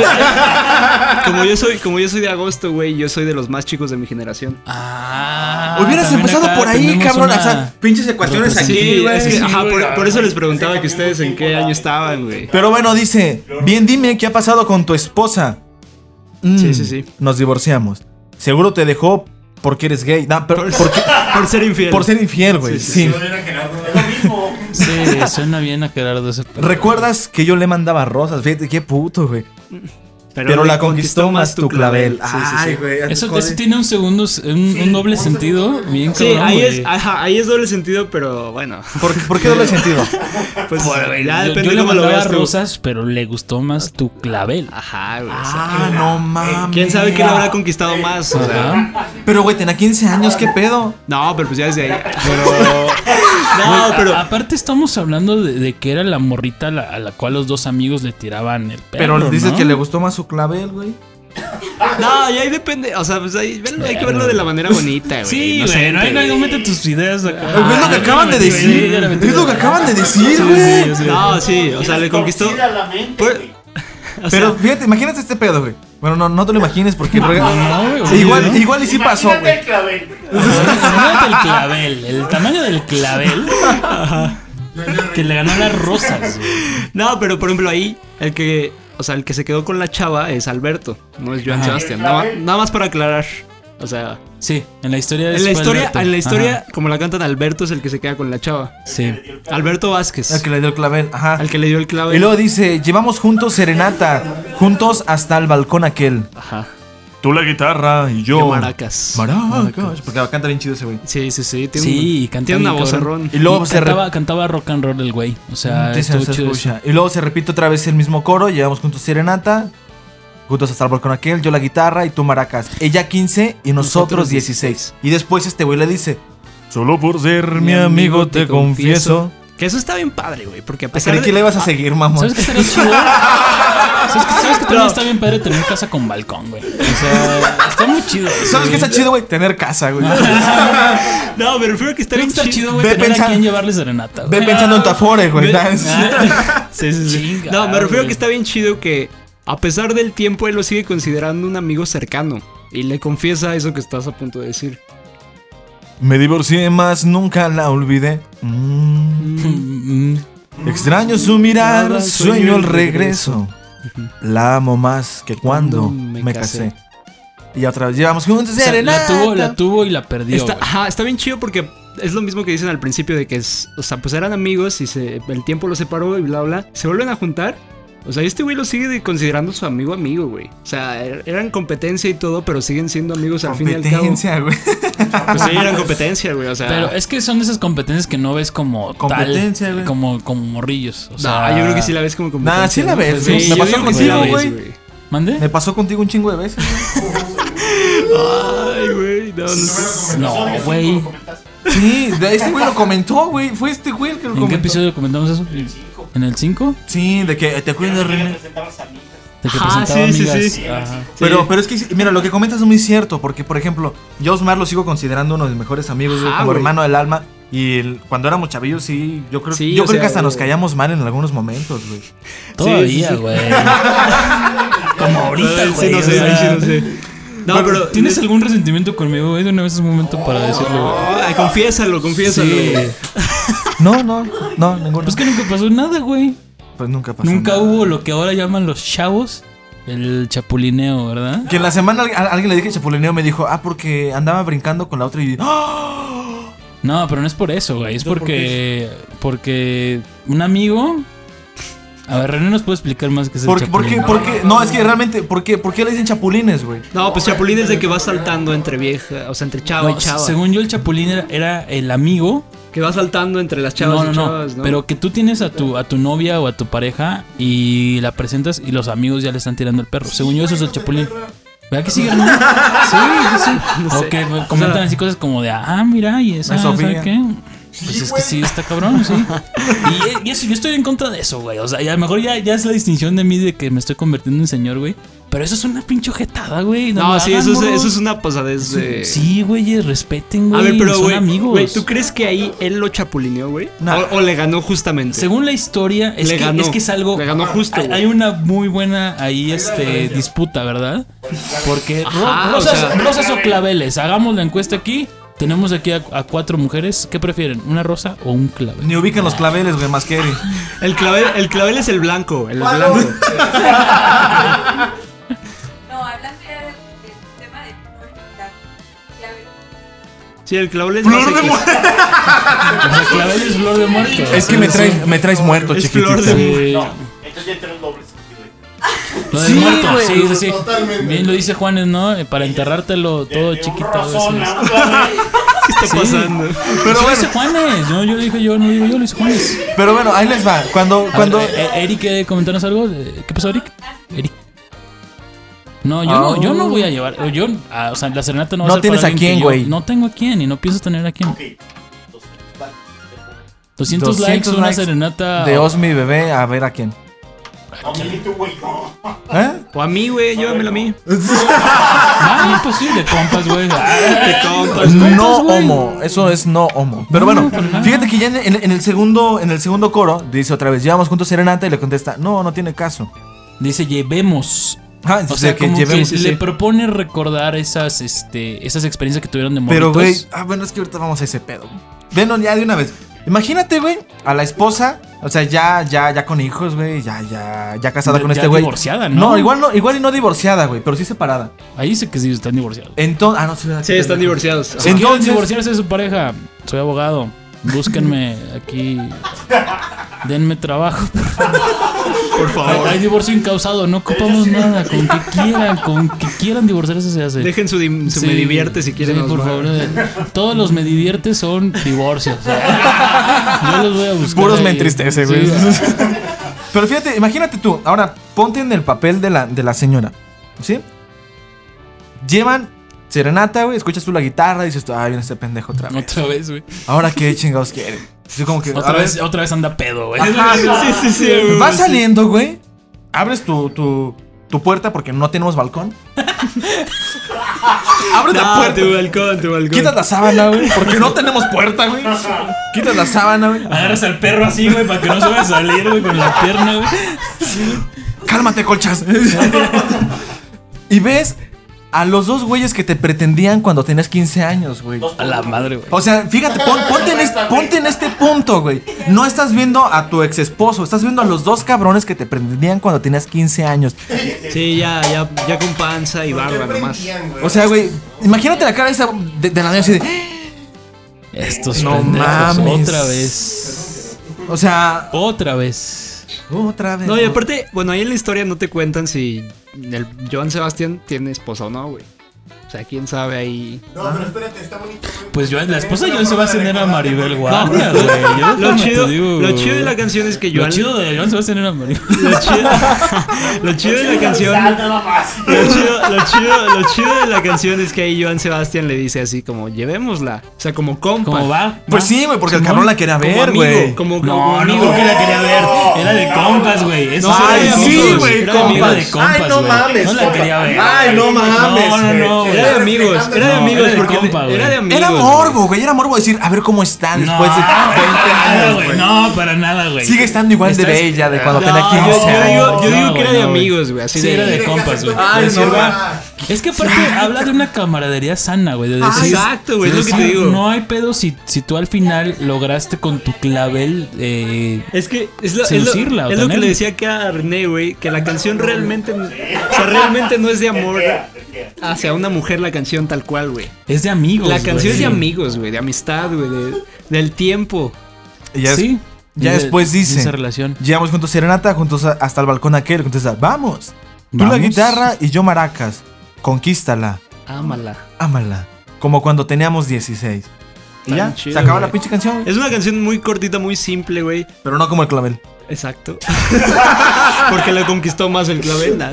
[SPEAKER 3] Como yo soy, como yo soy de agosto, güey, yo soy de los más chicos de mi generación.
[SPEAKER 2] Ah,
[SPEAKER 1] Hubieras
[SPEAKER 2] también
[SPEAKER 1] empezado
[SPEAKER 2] acá
[SPEAKER 1] por ahí,
[SPEAKER 2] tenemos
[SPEAKER 1] cabrón.
[SPEAKER 2] una-
[SPEAKER 1] O sea, pinches ecuaciones
[SPEAKER 2] Sí,
[SPEAKER 1] aquí, güey.
[SPEAKER 3] pues es que,
[SPEAKER 2] sí,
[SPEAKER 3] ajá,
[SPEAKER 2] güey.
[SPEAKER 3] por, por eso les preguntaba que ustedes en qué año estaban, güey.
[SPEAKER 1] Pero bueno, dice, bien dime qué ha pasado con tu esposa. Mm,
[SPEAKER 3] sí, sí.
[SPEAKER 1] Nos divorciamos. Seguro te dejó porque eres gay. No, pero-
[SPEAKER 3] Por,
[SPEAKER 1] porque-
[SPEAKER 3] por ser infiel.
[SPEAKER 1] por ser infiel, güey.
[SPEAKER 3] Sí, sí,
[SPEAKER 1] sí.
[SPEAKER 4] Yo era Gerardo, es lo mismo.
[SPEAKER 2] Sí, suena bien a Gerardo ese pedo.
[SPEAKER 1] ¿Recuerdas que yo le mandaba rosas? Fíjate, qué puto, güey. Pero la conquistó más tu clavel.
[SPEAKER 3] Sí, sí, sí.
[SPEAKER 1] güey.
[SPEAKER 2] Eso, eso tiene un segundo, un, un doble sentido. Bien
[SPEAKER 3] Sí,
[SPEAKER 2] cabrón,
[SPEAKER 3] ahí
[SPEAKER 2] güey.
[SPEAKER 3] es, ajá, ahí es doble sentido, pero bueno. *laughs*
[SPEAKER 1] ¿Por, qué- por qué doble sentido?
[SPEAKER 3] Pues ya
[SPEAKER 2] Yo, yo le
[SPEAKER 3] depende cómo lo
[SPEAKER 2] mandaba
[SPEAKER 3] veas tú.
[SPEAKER 2] rosas, pero le gustó más tu clavel.
[SPEAKER 3] Ajá, güey. o sea,
[SPEAKER 1] Ah, no mames.
[SPEAKER 3] Eh, ¿Quién sabe quién habrá conquistado más? O sea,
[SPEAKER 2] Ajá.
[SPEAKER 1] Pero, güey, tenía 15 años, ¿qué pedo?
[SPEAKER 3] no, pero pues ya desde ahí. *laughs* no, pero.
[SPEAKER 2] A- Aparte estamos hablando de, de que era la morrita a la, a la cual los dos amigos le tiraban el pelo,
[SPEAKER 1] Pero dices
[SPEAKER 2] ¿no?
[SPEAKER 1] que le gustó más su clavel, güey.
[SPEAKER 3] No, y ahí depende. O sea, pues ahí velo, hay que verlo de la manera bonita, güey.
[SPEAKER 2] Sí, güey,
[SPEAKER 3] sé,
[SPEAKER 2] no, ahí
[SPEAKER 3] güey.
[SPEAKER 2] no mete tus ideas acá.
[SPEAKER 1] Güey, es lo que
[SPEAKER 2] Ah,
[SPEAKER 1] acaban de
[SPEAKER 2] sí, güey,
[SPEAKER 1] decir.
[SPEAKER 2] ya la metí,
[SPEAKER 1] Es lo que
[SPEAKER 2] güey.
[SPEAKER 1] acaban de decir,
[SPEAKER 2] Sí, sí,
[SPEAKER 1] güey.
[SPEAKER 2] sí.
[SPEAKER 3] No, *laughs* sí, o sea, le conquistó.
[SPEAKER 4] Torcida la mente,
[SPEAKER 3] Pues-
[SPEAKER 4] güey.
[SPEAKER 3] o
[SPEAKER 1] Pero
[SPEAKER 3] sea,
[SPEAKER 1] fíjate, imagínate este pedo, güey. Bueno, no, no te lo imagines porque.
[SPEAKER 2] no, güey,
[SPEAKER 1] Sí, igual,
[SPEAKER 2] ¿no?
[SPEAKER 1] igual y sí pasó,
[SPEAKER 4] Imagínate
[SPEAKER 1] güey.
[SPEAKER 4] el clavel.
[SPEAKER 2] Imagínate el clavel, el tamaño del clavel. Que le ganó a las rosas, güey.
[SPEAKER 3] *laughs* no, pero por ejemplo, ahí el que. O sea, el que se quedó con la chava es Alberto, no es Joan
[SPEAKER 2] Ajá.
[SPEAKER 3] Sebastián. Nada, ma- nada más para aclarar. O sea,
[SPEAKER 2] Sí, en la historia de
[SPEAKER 3] en la historia, en la historia como la cantan, Alberto es el que se queda con la chava.
[SPEAKER 2] Sí.
[SPEAKER 3] Alberto Vázquez,
[SPEAKER 1] El que le dio el clavel, ajá.
[SPEAKER 3] al que le dio el clave.
[SPEAKER 1] Y luego dice: Llevamos juntos serenata, juntos hasta el balcón aquel.
[SPEAKER 3] Ajá.
[SPEAKER 1] Tú la guitarra y yo.
[SPEAKER 3] Qué maracas.
[SPEAKER 1] Maracas. Porque canta bien chido ese güey.
[SPEAKER 3] Sí, sí, sí. Tiene
[SPEAKER 2] Sí,
[SPEAKER 3] un,
[SPEAKER 2] canta
[SPEAKER 3] tiene una
[SPEAKER 2] bien,
[SPEAKER 3] voz
[SPEAKER 2] cabrón.
[SPEAKER 1] Y luego pues, se re- Mm,
[SPEAKER 2] cantaba, cantaba rock and roll el güey. O sea,
[SPEAKER 1] Sí, se-
[SPEAKER 2] estuvo
[SPEAKER 1] se
[SPEAKER 2] chido eso.
[SPEAKER 1] escucha. Y luego se repite otra vez el mismo coro, llevamos juntos serenata, juntos hasta el balcón aquel, yo la guitarra y tú maracas. Ella 15 y nosotros
[SPEAKER 3] Nosotros
[SPEAKER 1] 16. Y después este güey le dice, solo por ser mi amigo te confieso.
[SPEAKER 3] Que eso está bien padre, güey. Porque a pesar
[SPEAKER 1] Creí
[SPEAKER 3] de
[SPEAKER 1] que le ibas a seguir, mamón.
[SPEAKER 2] ¿Sabes qué estaría chido? ¿Sabes qué, sabes qué también está bien padre tener casa con balcón, güey? O sea, está muy chido.
[SPEAKER 1] ¿Sabes qué está chido, güey? Tener casa, güey.
[SPEAKER 3] No, me refiero a que está
[SPEAKER 2] Tiene
[SPEAKER 3] bien
[SPEAKER 2] que estar
[SPEAKER 3] chido.
[SPEAKER 2] chido, güey,
[SPEAKER 1] Ve
[SPEAKER 2] tener
[SPEAKER 1] pensando-
[SPEAKER 2] a quien llevarle serenata, güey. Ah,
[SPEAKER 1] Ve pensando en tu afore, *laughs* güey.
[SPEAKER 3] Sí, sí, sí.
[SPEAKER 2] Chinga,
[SPEAKER 3] no, me refiero a
[SPEAKER 2] güey.
[SPEAKER 3] que está bien chido que a pesar del tiempo él lo sigue considerando un amigo cercano. Y le confiesa eso que estás a punto de decir.
[SPEAKER 1] Me divorcié más, nunca la olvidé. Mm.
[SPEAKER 2] Mm, mm.
[SPEAKER 1] Extraño su mirar, sueño el regreso. La amo más que cuando me, casé. Y otra vez llevamos juntos
[SPEAKER 2] O sea, la
[SPEAKER 1] serenata. Ah.
[SPEAKER 2] tuvo, la tuvo y la perdió.
[SPEAKER 3] Está,
[SPEAKER 2] güey.
[SPEAKER 3] ajá, está bien chido porque es lo mismo que dicen al principio de que es, o sea, pues eran amigos y se, el tiempo los separó y bla, bla. Se vuelven a juntar. O sea, y este güey lo sigue de- considerando su amigo amigo, güey. O sea, er- eran competencia y todo, pero siguen siendo amigos al fin y al cabo.
[SPEAKER 1] Competencia, güey.
[SPEAKER 3] Pues
[SPEAKER 2] *laughs*
[SPEAKER 3] sí, eran competencia, güey. O sea,
[SPEAKER 2] Pero es que son de esas competencias que no ves como
[SPEAKER 1] Competencia,
[SPEAKER 2] tal,
[SPEAKER 1] güey.
[SPEAKER 2] como, como morrillos. O
[SPEAKER 3] o
[SPEAKER 2] sea,
[SPEAKER 3] sea, yo creo que sí la ves como competencia.
[SPEAKER 1] Nah, sí la
[SPEAKER 3] ¿no?
[SPEAKER 1] ves,
[SPEAKER 3] Pues Sí,
[SPEAKER 1] güey. Me
[SPEAKER 3] yo
[SPEAKER 1] pasó
[SPEAKER 3] digo que sí la
[SPEAKER 1] contigo,
[SPEAKER 3] ves,
[SPEAKER 1] güey.
[SPEAKER 3] güey.
[SPEAKER 1] Me
[SPEAKER 2] ¿Mande?
[SPEAKER 1] pasó contigo un chingo de veces. güey.
[SPEAKER 3] Ay, güey, no, no sé.
[SPEAKER 2] No, güey.
[SPEAKER 1] Sí, de- este güey lo comentó, güey. Fue este güey el que lo
[SPEAKER 2] ¿En
[SPEAKER 1] comentó.
[SPEAKER 2] qué episodio comentamos eso? ¿En el 5?
[SPEAKER 1] Sí, de que eh, te acuerdas de René.
[SPEAKER 2] De que
[SPEAKER 3] Ajá,
[SPEAKER 2] presentaba
[SPEAKER 3] sí, sí,
[SPEAKER 2] amigas.
[SPEAKER 3] sí.
[SPEAKER 2] Ajá.
[SPEAKER 1] Pero, pero es que, mira, lo que comentas es muy cierto. Porque, por ejemplo, yo a Osmar lo sigo considerando uno de mis mejores amigos, güey,
[SPEAKER 3] Ajá,
[SPEAKER 1] como
[SPEAKER 3] güey.
[SPEAKER 1] hermano del alma. Y el- cuando éramos chavillos, sí, yo creo,
[SPEAKER 3] Sí,
[SPEAKER 1] yo
[SPEAKER 3] o
[SPEAKER 1] creo
[SPEAKER 3] sea,
[SPEAKER 1] que hasta nos
[SPEAKER 3] güey.
[SPEAKER 1] callamos mal en algunos momentos, güey.
[SPEAKER 2] Todavía, güey. Como ahorita,
[SPEAKER 3] Ay,
[SPEAKER 2] güey.
[SPEAKER 3] sí, no
[SPEAKER 2] o
[SPEAKER 3] sé,
[SPEAKER 2] sea.
[SPEAKER 3] ahí sí, no sé. No, pero.
[SPEAKER 2] ¿Tienes algún resentimiento conmigo, güey? De una vez es un momento para decirlo, güey.
[SPEAKER 3] Ay, Confiésalo, confiésalo.
[SPEAKER 2] Sí.
[SPEAKER 3] güey.
[SPEAKER 1] No, no, no, ninguno.
[SPEAKER 2] Pues que nunca pasó nada, güey.
[SPEAKER 1] Pues nunca pasó.
[SPEAKER 2] Nunca
[SPEAKER 1] nada.
[SPEAKER 2] hubo lo que ahora llaman los chavos el chapulineo, ¿verdad?
[SPEAKER 1] Que en la semana al- al- alguien le dije chapulineo me dijo, ah, porque andaba brincando con la otra y. ¡Ah!
[SPEAKER 2] No, pero no es por eso, güey. Es
[SPEAKER 1] Entonces, ¿por
[SPEAKER 2] porque. Porque un amigo. A ver, René nos puede explicar más que es el
[SPEAKER 1] ¿Por, por qué?
[SPEAKER 2] chapulín.
[SPEAKER 1] ¿Por qué? No, es que realmente, ¿por qué, por qué le dicen chapulines, güey?
[SPEAKER 3] No, pues Chapulín es de que va saltando entre vieja, o sea, entre chava
[SPEAKER 2] No,
[SPEAKER 3] y Ah, chava.
[SPEAKER 2] Según yo, el chapulín era, era el amigo.
[SPEAKER 3] Que va saltando entre las chavas
[SPEAKER 2] no, no,
[SPEAKER 3] y
[SPEAKER 2] no,
[SPEAKER 3] chavas, ¿no?
[SPEAKER 2] Pero que tú tienes a tu, a tu novia o a tu pareja y la presentas y los amigos ya le están tirando el perro. Según yo, eso es el chapulín. ¿Verdad que
[SPEAKER 3] *laughs*
[SPEAKER 2] sigue René? Sí, sí, sí.
[SPEAKER 3] No
[SPEAKER 2] o
[SPEAKER 3] sé.
[SPEAKER 2] que
[SPEAKER 3] O sea,
[SPEAKER 2] comentan así cosas como de, ah, mira, y esa,
[SPEAKER 1] Es Sofía.
[SPEAKER 2] ¿sabe qué? Pues es que sí, está cabrón,
[SPEAKER 3] *laughs*
[SPEAKER 2] sí. Y, y eso, yo estoy en contra de eso, güey. O sea, y a lo mejor ya, ya es la distinción de mí de que me estoy convirtiendo en señor, güey. Pero eso es una pinche ojetada, güey.
[SPEAKER 3] No,
[SPEAKER 2] lo
[SPEAKER 3] sí,
[SPEAKER 2] hagan,
[SPEAKER 3] eso es,
[SPEAKER 2] morros.
[SPEAKER 3] eso es una posadez de.
[SPEAKER 2] Sí, güey, respeten, güey.
[SPEAKER 3] A ver, pero
[SPEAKER 2] son
[SPEAKER 3] güey,
[SPEAKER 2] amigos.
[SPEAKER 3] güey, ¿tú crees que ahí él lo chapulineó, güey?
[SPEAKER 1] Nah.
[SPEAKER 3] O, o le ganó justamente.
[SPEAKER 2] Según la historia, es,
[SPEAKER 3] Le
[SPEAKER 2] que,
[SPEAKER 3] ganó.
[SPEAKER 2] es que es algo.
[SPEAKER 3] Le ganó justo,
[SPEAKER 2] Hay,
[SPEAKER 3] güey.
[SPEAKER 2] hay una muy buena ahí este, disputa, ¿verdad? Porque ro-
[SPEAKER 3] Ajá, o
[SPEAKER 2] rosas,
[SPEAKER 3] sea-
[SPEAKER 2] rosas o claveles. Hagamos la encuesta aquí. Tenemos aquí a, a cuatro mujeres. ¿Qué prefieren? ¿Una rosa o un clavel?
[SPEAKER 1] Ni ubican los claveles, güey, más que Eri.
[SPEAKER 3] El clavel, el clavel es el blanco, el blanco.
[SPEAKER 5] No, hablan de- del tema de prioridad. Y a ver,
[SPEAKER 3] Sí, el clavel es no sé qué.
[SPEAKER 2] O sea, clavel es flor de muerto.
[SPEAKER 1] Es que me traes, me traes muerto,
[SPEAKER 3] Es
[SPEAKER 1] chiquitita.
[SPEAKER 3] flor de-
[SPEAKER 2] Sí.
[SPEAKER 4] No, entonces ya entró el doble sentido. güey.
[SPEAKER 2] Lo del
[SPEAKER 1] Sí,
[SPEAKER 2] muerto,
[SPEAKER 1] güey.
[SPEAKER 2] sí, sí, sí.
[SPEAKER 6] Totalmente.
[SPEAKER 2] Bien lo dice Juanes, ¿no? Eh, Para enterrártelo todo
[SPEAKER 4] De
[SPEAKER 2] chiquito.
[SPEAKER 4] Un rozón,
[SPEAKER 2] así.
[SPEAKER 4] a un clavel.
[SPEAKER 3] ¿Qué está pasando?
[SPEAKER 2] Pero lo dice Juanes. No, yo lo dije yo, no lo digo yo, lo dice Juanes.
[SPEAKER 1] Pero bueno, ahí les va. Cuando,
[SPEAKER 2] A
[SPEAKER 1] cuando.
[SPEAKER 2] ver, eh, eh, Eric, ¿eh, ¿comentanos algo? Eh, ¿Qué pasó, Eric? Eric. No, yo, no, yo no voy a llevar. o Yo, ah, o sea, la serenata no va
[SPEAKER 1] No
[SPEAKER 2] a ser
[SPEAKER 1] tienes
[SPEAKER 2] para
[SPEAKER 1] a
[SPEAKER 2] alguien que
[SPEAKER 1] quién,
[SPEAKER 2] yo-
[SPEAKER 1] güey.
[SPEAKER 2] No tengo a quién y no pienso tener a quién.
[SPEAKER 4] Ok,
[SPEAKER 2] *laughs*
[SPEAKER 4] dos, va.
[SPEAKER 2] 200, likes,
[SPEAKER 1] 200
[SPEAKER 2] una
[SPEAKER 1] likes
[SPEAKER 2] serenata.
[SPEAKER 1] de Osmi bebé, a ver a quién.
[SPEAKER 4] No, Milito, güey, no.
[SPEAKER 1] ¿Eh?
[SPEAKER 3] O a mí, güey, llévamelo a mí.
[SPEAKER 2] Ah, pues sí, de compas, güey. Ah,
[SPEAKER 3] Te compas.
[SPEAKER 1] No
[SPEAKER 2] compas, güey.
[SPEAKER 1] homo, eso es no homo. Pero bueno, fíjate que ya en, en- en el segundo, en el segundo coro dice otra vez, llevamos juntos serenata y le contesta, no, no tiene caso.
[SPEAKER 2] Dice, llevemos.
[SPEAKER 1] Ah,
[SPEAKER 2] O sea,
[SPEAKER 1] que
[SPEAKER 2] como
[SPEAKER 1] llevemos.
[SPEAKER 2] que le propone recordar esas, este, esas experiencias que tuvieron de
[SPEAKER 1] Pero,
[SPEAKER 2] morritos.
[SPEAKER 1] güey, ah, bueno, es que ahorita vamos a ese pedo. güey. Ven, no, ya de una vez. Imagínate, güey, a la esposa, o sea, ya, ya, ya con hijos, güey, ya, ya, ya casada
[SPEAKER 2] Ya-
[SPEAKER 1] con
[SPEAKER 2] ya
[SPEAKER 1] este güey.
[SPEAKER 2] divorciada, ¿no?
[SPEAKER 1] igual no, igual y no divorciada, güey, pero sí separada.
[SPEAKER 2] Ahí dice que sí están divorciados.
[SPEAKER 1] Entonces, ah, no, sí,
[SPEAKER 3] Sí, están divorciados.
[SPEAKER 1] Sí.
[SPEAKER 2] Si quieren
[SPEAKER 1] Entonces-
[SPEAKER 2] divorciarse de su pareja, soy abogado. Búsquenme aquí. Denme trabajo.
[SPEAKER 3] Por
[SPEAKER 2] Hay,
[SPEAKER 3] favor.
[SPEAKER 2] hay divorcio incausado, no ocupamos nada. Con que quieran, con que quieran divorciarse se hace.
[SPEAKER 3] Dejen su, dim- su
[SPEAKER 2] Sí,
[SPEAKER 3] me divierte si quieren.
[SPEAKER 2] sí,
[SPEAKER 3] nos
[SPEAKER 2] por
[SPEAKER 3] va.
[SPEAKER 2] favor. eh, Todos los me divierte son divorcios. Yo los voy a buscar.
[SPEAKER 1] Puros
[SPEAKER 2] ahí.
[SPEAKER 1] me entristece, güey.
[SPEAKER 2] Pues *laughs* Sí.
[SPEAKER 1] *laughs* Pero fíjate, imagínate tú, ahora ponte en el papel de la, de la señora, ¿sí? Llevan serenata, güey, escuchas tú la guitarra y dices, tú, ay, viene este pendejo otra
[SPEAKER 2] *laughs*
[SPEAKER 1] vez.
[SPEAKER 2] Otra vez, güey.
[SPEAKER 1] Ahora qué chingados quiere. Así como que, a
[SPEAKER 2] Otra
[SPEAKER 1] ver,
[SPEAKER 2] vez, otra vez anda pedo, güey.
[SPEAKER 3] Ah, Sí, sí, sí. güey.
[SPEAKER 1] vas saliendo, güey, abres tu, tu, tu puerta porque no tenemos balcón. Abres la
[SPEAKER 3] No,
[SPEAKER 1] puerta.
[SPEAKER 3] tu balcón, tu balcón.
[SPEAKER 1] Quitas la sábana, güey, porque no tenemos puerta, güey. Quitas la sábana, güey.
[SPEAKER 2] Agarras al perro así, güey, para que no se vaya a salir, güey, con la pierna, güey.
[SPEAKER 1] Cálmate, colchas. *laughs* y ves a los dos güeyes que te pretendían cuando tenías 15 años, güey.
[SPEAKER 4] Dos
[SPEAKER 2] A la madre, güey.
[SPEAKER 1] O sea, fíjate, pon- ponte, en este, ponte en este punto, güey. No estás viendo a tu ex esposo, estás viendo a los dos cabrones que te pretendían cuando tenías 15 años.
[SPEAKER 3] Sí, ya, ya, ya con panza y barba nomás.
[SPEAKER 1] O sea, güey, imagínate la cara de, esa, de, de la niña así de.
[SPEAKER 2] Estos
[SPEAKER 1] No
[SPEAKER 2] pendejos.
[SPEAKER 1] mames.
[SPEAKER 2] Otra vez.
[SPEAKER 1] O sea,
[SPEAKER 2] Otra vez.
[SPEAKER 1] otra vez.
[SPEAKER 3] No, y aparte, bueno, ahí en la historia no te cuentan si el Joan Sebastián tiene esposa o no, güey. O sea, quién sabe ahí.
[SPEAKER 6] No, pero espérate, está bonito. güey.
[SPEAKER 2] Pues yo, la esposa de
[SPEAKER 6] También
[SPEAKER 2] Joan
[SPEAKER 6] es una
[SPEAKER 2] Sebastián
[SPEAKER 6] forma
[SPEAKER 2] era
[SPEAKER 6] de
[SPEAKER 2] Maribel
[SPEAKER 6] recordar.
[SPEAKER 2] Guardia, güey. Yo
[SPEAKER 3] Lo
[SPEAKER 2] déjame te
[SPEAKER 3] chido,
[SPEAKER 2] digo,
[SPEAKER 3] lo chido de la
[SPEAKER 2] güey.
[SPEAKER 3] canción es que
[SPEAKER 2] Lo
[SPEAKER 3] Joan.
[SPEAKER 2] chido de Joan Sebastián era Maribel.
[SPEAKER 3] lo chido- lo chido de la canción.
[SPEAKER 4] Sal, nada más.
[SPEAKER 3] Lo chido, lo, chido, lo chido de la canción es que ahí Joan Sebastián le dice así como, llevémosla. O sea, como compa.
[SPEAKER 2] ¿Cómo va?
[SPEAKER 1] Pues sí, güey, porque el cabrón la quería
[SPEAKER 3] Como
[SPEAKER 1] ver,
[SPEAKER 3] amigo,
[SPEAKER 1] güey.
[SPEAKER 3] Como, como
[SPEAKER 2] No, no
[SPEAKER 3] amigo.
[SPEAKER 2] creo que la quería ver. Era de compas, güey. Eso
[SPEAKER 3] No,
[SPEAKER 2] era
[SPEAKER 3] ay,
[SPEAKER 2] de
[SPEAKER 3] sí,
[SPEAKER 2] amigos,
[SPEAKER 3] güey,
[SPEAKER 2] Era
[SPEAKER 3] compas.
[SPEAKER 2] amigo de compas,
[SPEAKER 6] Ay, no
[SPEAKER 2] güey.
[SPEAKER 6] mames,
[SPEAKER 2] No la
[SPEAKER 6] compa.
[SPEAKER 2] quería ver.
[SPEAKER 6] Ay, no mames,
[SPEAKER 2] No, no, no,
[SPEAKER 6] güey.
[SPEAKER 2] güey.
[SPEAKER 3] Era de amigos, era de
[SPEAKER 2] No,
[SPEAKER 3] amigos.
[SPEAKER 2] era de
[SPEAKER 3] porque
[SPEAKER 2] compa, güey.
[SPEAKER 3] era de amigos.
[SPEAKER 1] Era
[SPEAKER 3] güey.
[SPEAKER 1] morbo, güey. Era morbo decir, a ver cómo está después de 20
[SPEAKER 2] no, *laughs*
[SPEAKER 1] años,
[SPEAKER 2] güey.
[SPEAKER 1] güey.
[SPEAKER 2] No, para nada, güey.
[SPEAKER 1] Sigue estando igual de
[SPEAKER 2] Estás-
[SPEAKER 1] bella de cuando
[SPEAKER 3] No,
[SPEAKER 1] tenía 15
[SPEAKER 3] yo, yo
[SPEAKER 1] años.
[SPEAKER 3] digo, yo
[SPEAKER 2] No,
[SPEAKER 3] digo que
[SPEAKER 2] güey,
[SPEAKER 3] era de
[SPEAKER 2] no, güey.
[SPEAKER 3] amigos, güey. Así
[SPEAKER 2] Sí,
[SPEAKER 3] de,
[SPEAKER 2] era de
[SPEAKER 6] Mira,
[SPEAKER 2] compas, güey.
[SPEAKER 6] Ay,
[SPEAKER 1] no
[SPEAKER 2] Decir,
[SPEAKER 1] mames.
[SPEAKER 2] güey,
[SPEAKER 6] va.
[SPEAKER 2] Es que aparte habla de una camaradería sana, güey. De decir,
[SPEAKER 3] Exacto, güey, es
[SPEAKER 2] de
[SPEAKER 3] lo que te
[SPEAKER 2] decir,
[SPEAKER 3] digo.
[SPEAKER 2] No hay pedo si, si tú al final lograste con tu clavel. Eh,
[SPEAKER 3] Es que es lo, es lo-
[SPEAKER 2] Seducirla o
[SPEAKER 3] es lo que
[SPEAKER 2] tenerla.
[SPEAKER 3] le decía que a René, güey, que la canción realmente, o sea, realmente no es de amor hacia una mujer la canción tal cual, güey.
[SPEAKER 2] es de amigos.
[SPEAKER 3] La canción
[SPEAKER 2] Pues, güey.
[SPEAKER 3] es de amigos, güey, de amistad, güey, de- del tiempo.
[SPEAKER 1] Y ya es-
[SPEAKER 2] Sí.
[SPEAKER 1] ya
[SPEAKER 2] Y de-
[SPEAKER 1] después
[SPEAKER 2] de
[SPEAKER 1] dice-
[SPEAKER 2] Esa relación.
[SPEAKER 1] Llegamos juntos serenata, juntos a- hasta el balcón aquel. Contesta, vamos. Tú la
[SPEAKER 2] Vamos.
[SPEAKER 1] guitarra y yo maracas. Conquístala,
[SPEAKER 3] Ámala.
[SPEAKER 1] ámala. Como cuando teníamos 16. Y
[SPEAKER 3] Tan
[SPEAKER 1] ya,
[SPEAKER 3] chido,
[SPEAKER 1] se acaba
[SPEAKER 3] güey.
[SPEAKER 1] la pinche canción.
[SPEAKER 3] Es una canción muy cortita, muy simple, güey.
[SPEAKER 1] Pero no como el clavel.
[SPEAKER 3] Exacto. *laughs* Porque la conquistó más el clavel. ¿no? No,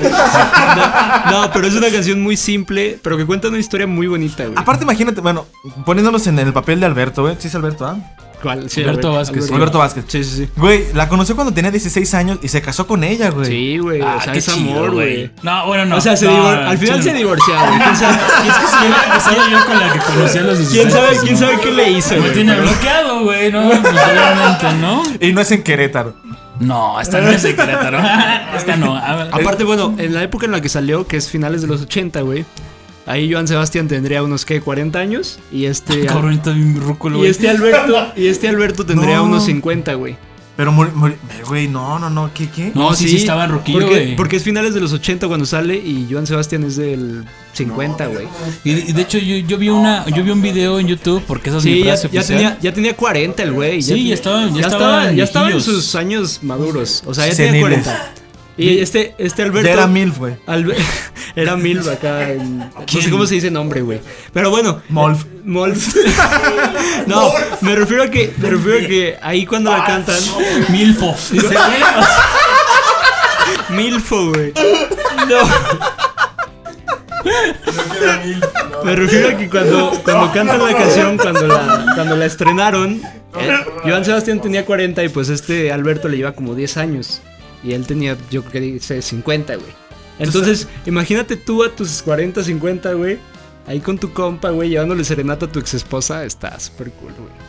[SPEAKER 3] no, pero es una canción muy simple, pero que cuenta una historia muy bonita, güey.
[SPEAKER 1] Aparte, imagínate, bueno, poniéndolos en el papel de Alberto, güey. Sí, es Alberto, ¿ah?
[SPEAKER 3] ¿Cuál? Sí,
[SPEAKER 2] Alberto Vázquez, sí.
[SPEAKER 1] Alberto Vázquez.
[SPEAKER 3] Sí, sí, sí.
[SPEAKER 1] Güey, la conoció cuando tenía 16 años y se casó con ella, güey.
[SPEAKER 3] Sí, güey.
[SPEAKER 2] Ah,
[SPEAKER 3] Eh, o sea,
[SPEAKER 2] qué
[SPEAKER 3] es
[SPEAKER 2] chido,
[SPEAKER 3] amor, güey.
[SPEAKER 2] No, bueno, no.
[SPEAKER 3] o sea, se
[SPEAKER 2] no,
[SPEAKER 3] divor-
[SPEAKER 2] no,
[SPEAKER 3] al final
[SPEAKER 2] chido.
[SPEAKER 3] se divorciaron. ¿Quién sabe,
[SPEAKER 2] Y *laughs* es que si hubiera empezado yo con la
[SPEAKER 3] *laughs*
[SPEAKER 2] que conocí a los 16.
[SPEAKER 3] quién sabe,
[SPEAKER 2] pues,
[SPEAKER 3] quién
[SPEAKER 2] no.
[SPEAKER 3] sabe qué le hizo,
[SPEAKER 2] Me
[SPEAKER 3] güey?
[SPEAKER 2] tiene bloqueado, güey, ¿no? Pues obviamente, ¿no?
[SPEAKER 1] Y no es en Querétaro.
[SPEAKER 2] No, esta no es de Querétaro. Esta no. a ver.
[SPEAKER 3] Aparte, bueno, en la época en la que salió, que es finales de los 80, güey. Ahí Joan Sebastián tendría unos, ¿qué? 40 años. Y este...
[SPEAKER 2] Ah, Cabrón, está bien rúculo,
[SPEAKER 3] y
[SPEAKER 2] güey. *laughs*
[SPEAKER 3] este Alberto... Y este Alberto tendría
[SPEAKER 1] No.
[SPEAKER 3] unos 50, güey.
[SPEAKER 1] Pero, muri- muri- güey, no, no, no, ¿qué, qué?
[SPEAKER 2] No, sí, sí, estaba ruquillo,
[SPEAKER 3] porque,
[SPEAKER 2] güey.
[SPEAKER 3] porque es finales de los 80 cuando sale y Joan Sebastián es del 50, güey.
[SPEAKER 2] Y de, y de hecho, yo, yo vi una, yo vi un video en YouTube porque esa es mi
[SPEAKER 3] Sí, ya,
[SPEAKER 2] frase
[SPEAKER 3] ya
[SPEAKER 2] oficial.
[SPEAKER 3] tenía, ya tenía 40 el güey.
[SPEAKER 2] Sí, ya estaba- ya
[SPEAKER 3] ya
[SPEAKER 2] estaba
[SPEAKER 3] estaba, ya estaba en
[SPEAKER 2] viejillos.
[SPEAKER 3] sus años maduros. O sea, ya
[SPEAKER 1] Seniles.
[SPEAKER 3] tenía 40. Y este, este Alberto.
[SPEAKER 1] Ya era MILF, güey.
[SPEAKER 3] Albe- *laughs* era Milva acá en- No sé
[SPEAKER 2] ¿Quién?
[SPEAKER 3] cómo se dice nombre, güey. Pero bueno.
[SPEAKER 1] Molf.
[SPEAKER 3] Molf. *laughs* no, me refiero a que. Me refiero a que ahí cuando la cantan.
[SPEAKER 2] Milfo.
[SPEAKER 3] dice, "Güey, *laughs* Milfo, güey. No. Me refiero a que cuando, cuando cantan la canción, cuando la, cuando la estrenaron, eh, Joan Sebastián tenía 40 y pues este Alberto le lleva como 10 años. Y él tenía, yo creo que dice 50, güey. Entonces, imagínate tú a tus 40, 50, güey. Ahí con tu compa, güey, llevándole serenata a tu ex esposa. Está súper cool, güey.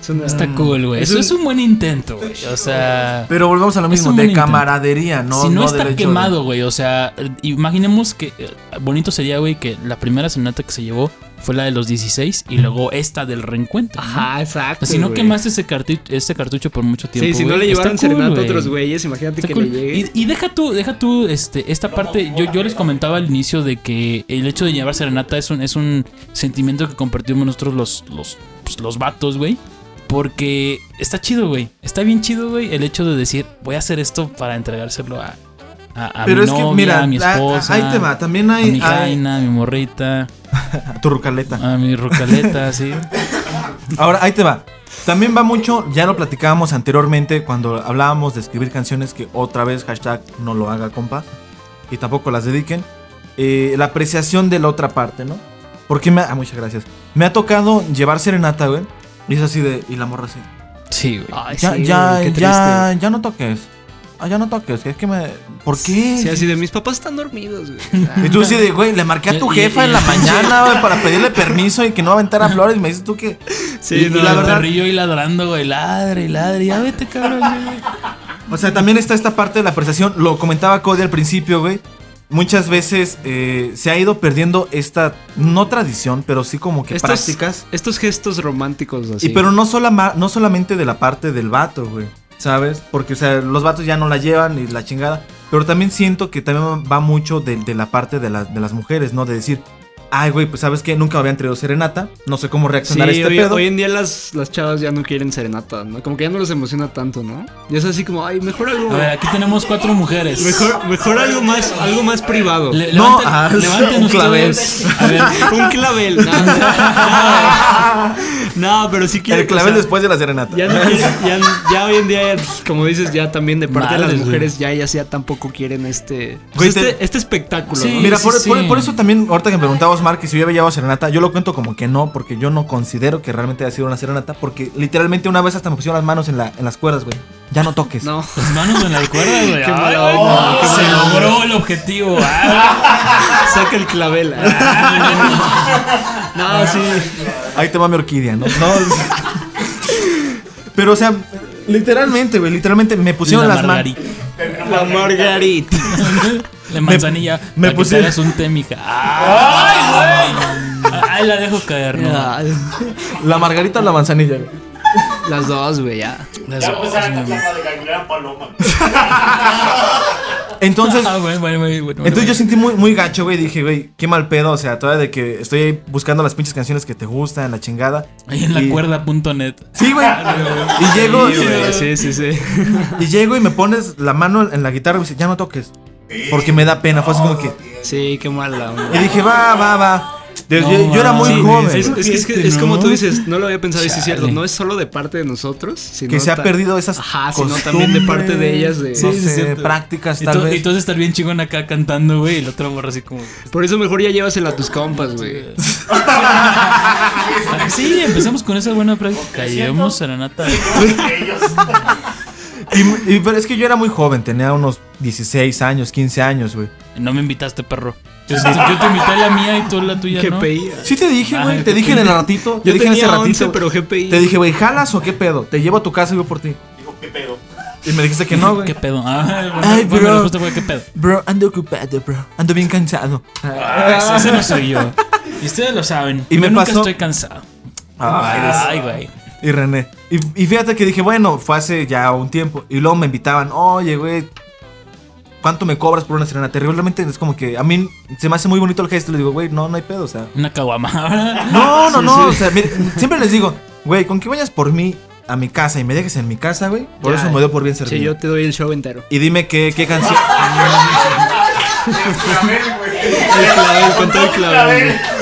[SPEAKER 3] Es una-
[SPEAKER 2] Está cool, güey.
[SPEAKER 3] Es
[SPEAKER 2] Eso
[SPEAKER 3] un-
[SPEAKER 2] es un buen intento, güey. O sea.
[SPEAKER 1] Pero volvamos a lo
[SPEAKER 2] Es
[SPEAKER 1] mismo,
[SPEAKER 2] un
[SPEAKER 1] de
[SPEAKER 2] buen intento.
[SPEAKER 1] camaradería, no
[SPEAKER 2] si no,
[SPEAKER 1] no del
[SPEAKER 2] está
[SPEAKER 1] hecho de-
[SPEAKER 2] quemado, güey. O sea, eh, imaginemos que eh, bonito sería, güey, que la primera serenata que se llevó fue la de los 16 y luego esta del reencuentro. ¿no?
[SPEAKER 3] Ajá, exacto.
[SPEAKER 2] O sea, Pues si no
[SPEAKER 3] güey.
[SPEAKER 2] quemaste ese, cartu- ese cartucho por mucho tiempo.
[SPEAKER 3] Sí, si no
[SPEAKER 2] güey,
[SPEAKER 3] le
[SPEAKER 2] está
[SPEAKER 3] llevaron
[SPEAKER 2] cool,
[SPEAKER 3] serenata a
[SPEAKER 2] güey.
[SPEAKER 3] otros güeyes, imagínate
[SPEAKER 2] Está
[SPEAKER 3] que
[SPEAKER 2] cool.
[SPEAKER 3] le llegue.
[SPEAKER 2] Y, y deja tú, deja tú este, esta parte. Yo, yo les comentaba al inicio de que el hecho de llevar serenata es un, es un sentimiento que compartimos nosotros los, los, pues, los vatos, güey. Porque está chido, güey. Está bien chido, güey, el hecho de decir, voy a hacer esto para entregárselo a, a, a
[SPEAKER 1] Pero
[SPEAKER 2] mi
[SPEAKER 1] es que,
[SPEAKER 2] novia,
[SPEAKER 1] mira,
[SPEAKER 2] a mi
[SPEAKER 1] a- a-
[SPEAKER 2] esposa.
[SPEAKER 1] ahí te va, también
[SPEAKER 2] A mi
[SPEAKER 1] hay, hay
[SPEAKER 2] jaina, a mi morrita,
[SPEAKER 1] a tu rucaleta.
[SPEAKER 2] a mi rucaleta, *laughs* sí.
[SPEAKER 1] Ahora, ahí te va. También va mucho, ya lo platicábamos anteriormente cuando hablábamos de escribir canciones que otra vez hashtag no lo haga compa y tampoco las dediquen. eh, la apreciación de la otra parte, ¿no? Porque me ha, ah, muchas gracias. Me ha tocado llevar serenata, güey. Y es así de, y la morra así.
[SPEAKER 2] Sí, güey.
[SPEAKER 3] Ay,
[SPEAKER 1] Ya,
[SPEAKER 3] sí,
[SPEAKER 1] ya,
[SPEAKER 3] güey, qué
[SPEAKER 1] ya, ya no toques. Ah, ya no toques, es que me... ¿Por qué?
[SPEAKER 3] triste. Sí, así de mis papás están dormidos, güey.
[SPEAKER 1] Y tú así de, güey, le marqué a tu
[SPEAKER 2] Y- y-
[SPEAKER 1] jefa en
[SPEAKER 2] y-
[SPEAKER 1] la mañana, güey, para pedirle permiso y que no aventara flores. Y me dices tú que...
[SPEAKER 3] Sí,
[SPEAKER 2] y, y
[SPEAKER 3] no,
[SPEAKER 2] la
[SPEAKER 1] la verdad-
[SPEAKER 2] perrillo ahí ladrando, güey, ladre, ladre, ya vete, cabrón. ya.
[SPEAKER 1] O sea, también está esta parte de la apreciación. Lo comentaba Cody al principio, güey. Muchas veces eh, se ha ido perdiendo esta, no tradición, pero sí como que
[SPEAKER 3] Estos-
[SPEAKER 1] prácticas.
[SPEAKER 3] Estos gestos románticos
[SPEAKER 1] Y
[SPEAKER 3] así.
[SPEAKER 1] pero no, solama- no solamente de la parte del vato, güey. ¿Sabes? Porque, o sea, los vatos ya no la llevan y la chingada. Pero también siento que también va mucho de, de la parte de, la- de las mujeres, ¿no? De decir, ay, güey, pues sabes que nunca me habían traído serenata. No sé cómo
[SPEAKER 3] Sí,
[SPEAKER 1] reaccionar a este
[SPEAKER 3] hoy,
[SPEAKER 1] pedo. *laughs*
[SPEAKER 3] *laughs* hoy en día las, las chavas ya no quieren serenata, ¿no? Como que ya no les emociona tanto, ¿no? Y es así como, ay, mejor algo.
[SPEAKER 2] A ver, aquí tenemos cuatro mujeres.
[SPEAKER 3] Mejor, mejor algo más, algo más privado.
[SPEAKER 2] Le-
[SPEAKER 1] No,
[SPEAKER 2] levanten,
[SPEAKER 1] ah,
[SPEAKER 2] levanten
[SPEAKER 1] un
[SPEAKER 2] ustedes.
[SPEAKER 1] clavel.
[SPEAKER 2] A ver,
[SPEAKER 3] Un clavel. No, no, no, pero sí quieren.
[SPEAKER 1] El clavel
[SPEAKER 3] o sea,
[SPEAKER 1] después de la serenata.
[SPEAKER 3] Ya, no quieren- ya, ya hoy en día, como dices, ya también de parte de
[SPEAKER 2] Madres,
[SPEAKER 3] las mujeres, ya ellas ya tampoco quieren este
[SPEAKER 1] Güey,
[SPEAKER 3] pues
[SPEAKER 1] te-
[SPEAKER 3] este, este espectáculo.
[SPEAKER 2] Sí.
[SPEAKER 3] ¿no?
[SPEAKER 1] *laughs* Mira, por,
[SPEAKER 2] sí.
[SPEAKER 1] por- por eso también, ahorita que me preguntaba Osmar que si yo había llevado serenata, yo lo cuento como que no, porque yo no considero que realmente haya sido una serenata, porque literalmente una vez hasta me pusieron las manos en, la, en las cuerdas, güey. Ya no toques.
[SPEAKER 3] No,
[SPEAKER 2] las manos en la cuerda, güey.
[SPEAKER 3] Qué
[SPEAKER 2] Ay,
[SPEAKER 3] mala
[SPEAKER 2] güey,
[SPEAKER 3] onda,
[SPEAKER 2] no,
[SPEAKER 3] qué
[SPEAKER 2] se
[SPEAKER 3] mala onda.
[SPEAKER 2] logró el objetivo. Ah,
[SPEAKER 3] *laughs* saca el clavel. Ah. No, sí.
[SPEAKER 1] Ahí te va mi orquídea, ¿no? No, es- Pero, o sea, literalmente, güey, literalmente me pusieron
[SPEAKER 2] la
[SPEAKER 1] las manos.
[SPEAKER 2] margarita.
[SPEAKER 3] La margarita.
[SPEAKER 2] La manzanilla.
[SPEAKER 1] me
[SPEAKER 2] para que te
[SPEAKER 1] pusieron-
[SPEAKER 2] hagas un Ah, témica. Ay, güey. Ay, la dejo caer, no.
[SPEAKER 3] Ya,
[SPEAKER 1] La margarita o la manzanilla, güey.
[SPEAKER 3] Las dos, güey, ya.
[SPEAKER 2] Las
[SPEAKER 4] Ya
[SPEAKER 2] dos,
[SPEAKER 1] pues,
[SPEAKER 4] empezaron a
[SPEAKER 2] güey.
[SPEAKER 4] cantar la de Gangrena Paloma.
[SPEAKER 1] Entonces,
[SPEAKER 2] Ah, bueno, bueno, bueno, bueno,
[SPEAKER 1] Entonces yo
[SPEAKER 2] bueno.
[SPEAKER 1] sentí muy, muy gacho, güey. Dije, güey, qué mal pedo. O sea, todavía de que estoy ahí buscando las pinches canciones que te gustan, la chingada.
[SPEAKER 2] Ahí en la Ah,
[SPEAKER 1] Y-
[SPEAKER 2] cuerda.net.
[SPEAKER 1] Sí,
[SPEAKER 2] *laughs*
[SPEAKER 1] güey. y llego.
[SPEAKER 3] Sí, güey, sí, sí, sí.
[SPEAKER 1] Y llego y me pones la mano en la guitarra y me dice, ya no toques. Porque me da pena. Fue así como que.
[SPEAKER 3] Sí, qué mala onda.
[SPEAKER 1] Y dije, va, va, va. Yo,
[SPEAKER 2] No,
[SPEAKER 1] yo- yo era
[SPEAKER 2] man.
[SPEAKER 1] muy
[SPEAKER 2] Sí,
[SPEAKER 1] joven.
[SPEAKER 3] Es, es que es, que- es
[SPEAKER 2] ¿no?
[SPEAKER 3] como tú dices, no lo había pensado y sí es
[SPEAKER 2] Chale.
[SPEAKER 3] cierto, no es solo de parte de nosotros, sino
[SPEAKER 1] que se ha
[SPEAKER 3] ta-
[SPEAKER 1] perdido esas
[SPEAKER 3] Ajá, sino
[SPEAKER 1] costumbres.
[SPEAKER 3] también de parte de ellas de-
[SPEAKER 1] no
[SPEAKER 2] Sí, sí,
[SPEAKER 1] sé,
[SPEAKER 2] es cierto.
[SPEAKER 1] prácticas
[SPEAKER 2] Y
[SPEAKER 1] tal
[SPEAKER 2] tú, y
[SPEAKER 1] vez.
[SPEAKER 2] tú has de estar bien chingón acá cantando, güey. Y la otra morra así como.
[SPEAKER 1] este
[SPEAKER 3] Por eso mejor ya llévasela a tus compas, güey.
[SPEAKER 2] "Ah, Sí, empezamos con esa buena práctica. Llevamos serenata.
[SPEAKER 4] Ellos.
[SPEAKER 1] Y- y- pero es que yo era muy joven, tenía unos 16 años, 15 años, güey.
[SPEAKER 2] No me invitaste, perro. Yo, yo te invité a la mía y tú a la tuya, ¿no?
[SPEAKER 3] GPI.
[SPEAKER 1] Sí te dije,
[SPEAKER 2] Ah,
[SPEAKER 1] güey,
[SPEAKER 2] yo
[SPEAKER 1] te
[SPEAKER 2] te
[SPEAKER 1] dije en el ratito. Te
[SPEAKER 3] Yo
[SPEAKER 1] dije en ese
[SPEAKER 3] tenía
[SPEAKER 1] ratito.
[SPEAKER 3] 11,
[SPEAKER 1] güey.
[SPEAKER 3] pero GPI.
[SPEAKER 1] Te dije, güey, ¿jalas o qué pedo? Te llevo a tu casa y voy por ti.
[SPEAKER 4] Digo, ¿qué pedo?
[SPEAKER 1] Y me dijiste que
[SPEAKER 2] *laughs*
[SPEAKER 1] no, güey.
[SPEAKER 2] ¿Qué pedo? Ah,
[SPEAKER 1] Ay,
[SPEAKER 2] Ay,
[SPEAKER 1] bro.
[SPEAKER 2] Mi respuesta fue, ¿qué pedo?
[SPEAKER 1] Bro, ando ocupado, bro. Ando bien cansado.
[SPEAKER 2] Ah, ese, ese no soy yo. Y ustedes lo saben.
[SPEAKER 1] Y
[SPEAKER 2] yo
[SPEAKER 1] me
[SPEAKER 2] nunca
[SPEAKER 1] pasó-
[SPEAKER 2] estoy cansado.
[SPEAKER 1] Ay, eres-
[SPEAKER 2] Ay, güey.
[SPEAKER 1] Y René. Y, y fíjate que dije, bueno, fue hace ya un tiempo. Y luego me invitaban, oye, güey, ¿cuánto me cobras por una serenata? Regularmente es como que a mí se me hace muy bonito el gesto. Le digo, güey, no, no hay pedo, o
[SPEAKER 3] *laughs*
[SPEAKER 1] sea.
[SPEAKER 2] Una caguama. *laughs*
[SPEAKER 3] Ah,
[SPEAKER 1] No, no, no. O sea, mira, siempre les digo, güey, con que vayas por mí a mi casa y me dejes en mi casa, güey. Por
[SPEAKER 3] Ya.
[SPEAKER 1] eso me dio por bien
[SPEAKER 3] Sí,
[SPEAKER 1] servido.
[SPEAKER 3] yo te Ah, doy el show entero.
[SPEAKER 1] Y dime qué, qué
[SPEAKER 3] *laughs*
[SPEAKER 1] canción.
[SPEAKER 3] El clavel, con todo el clavel. güey.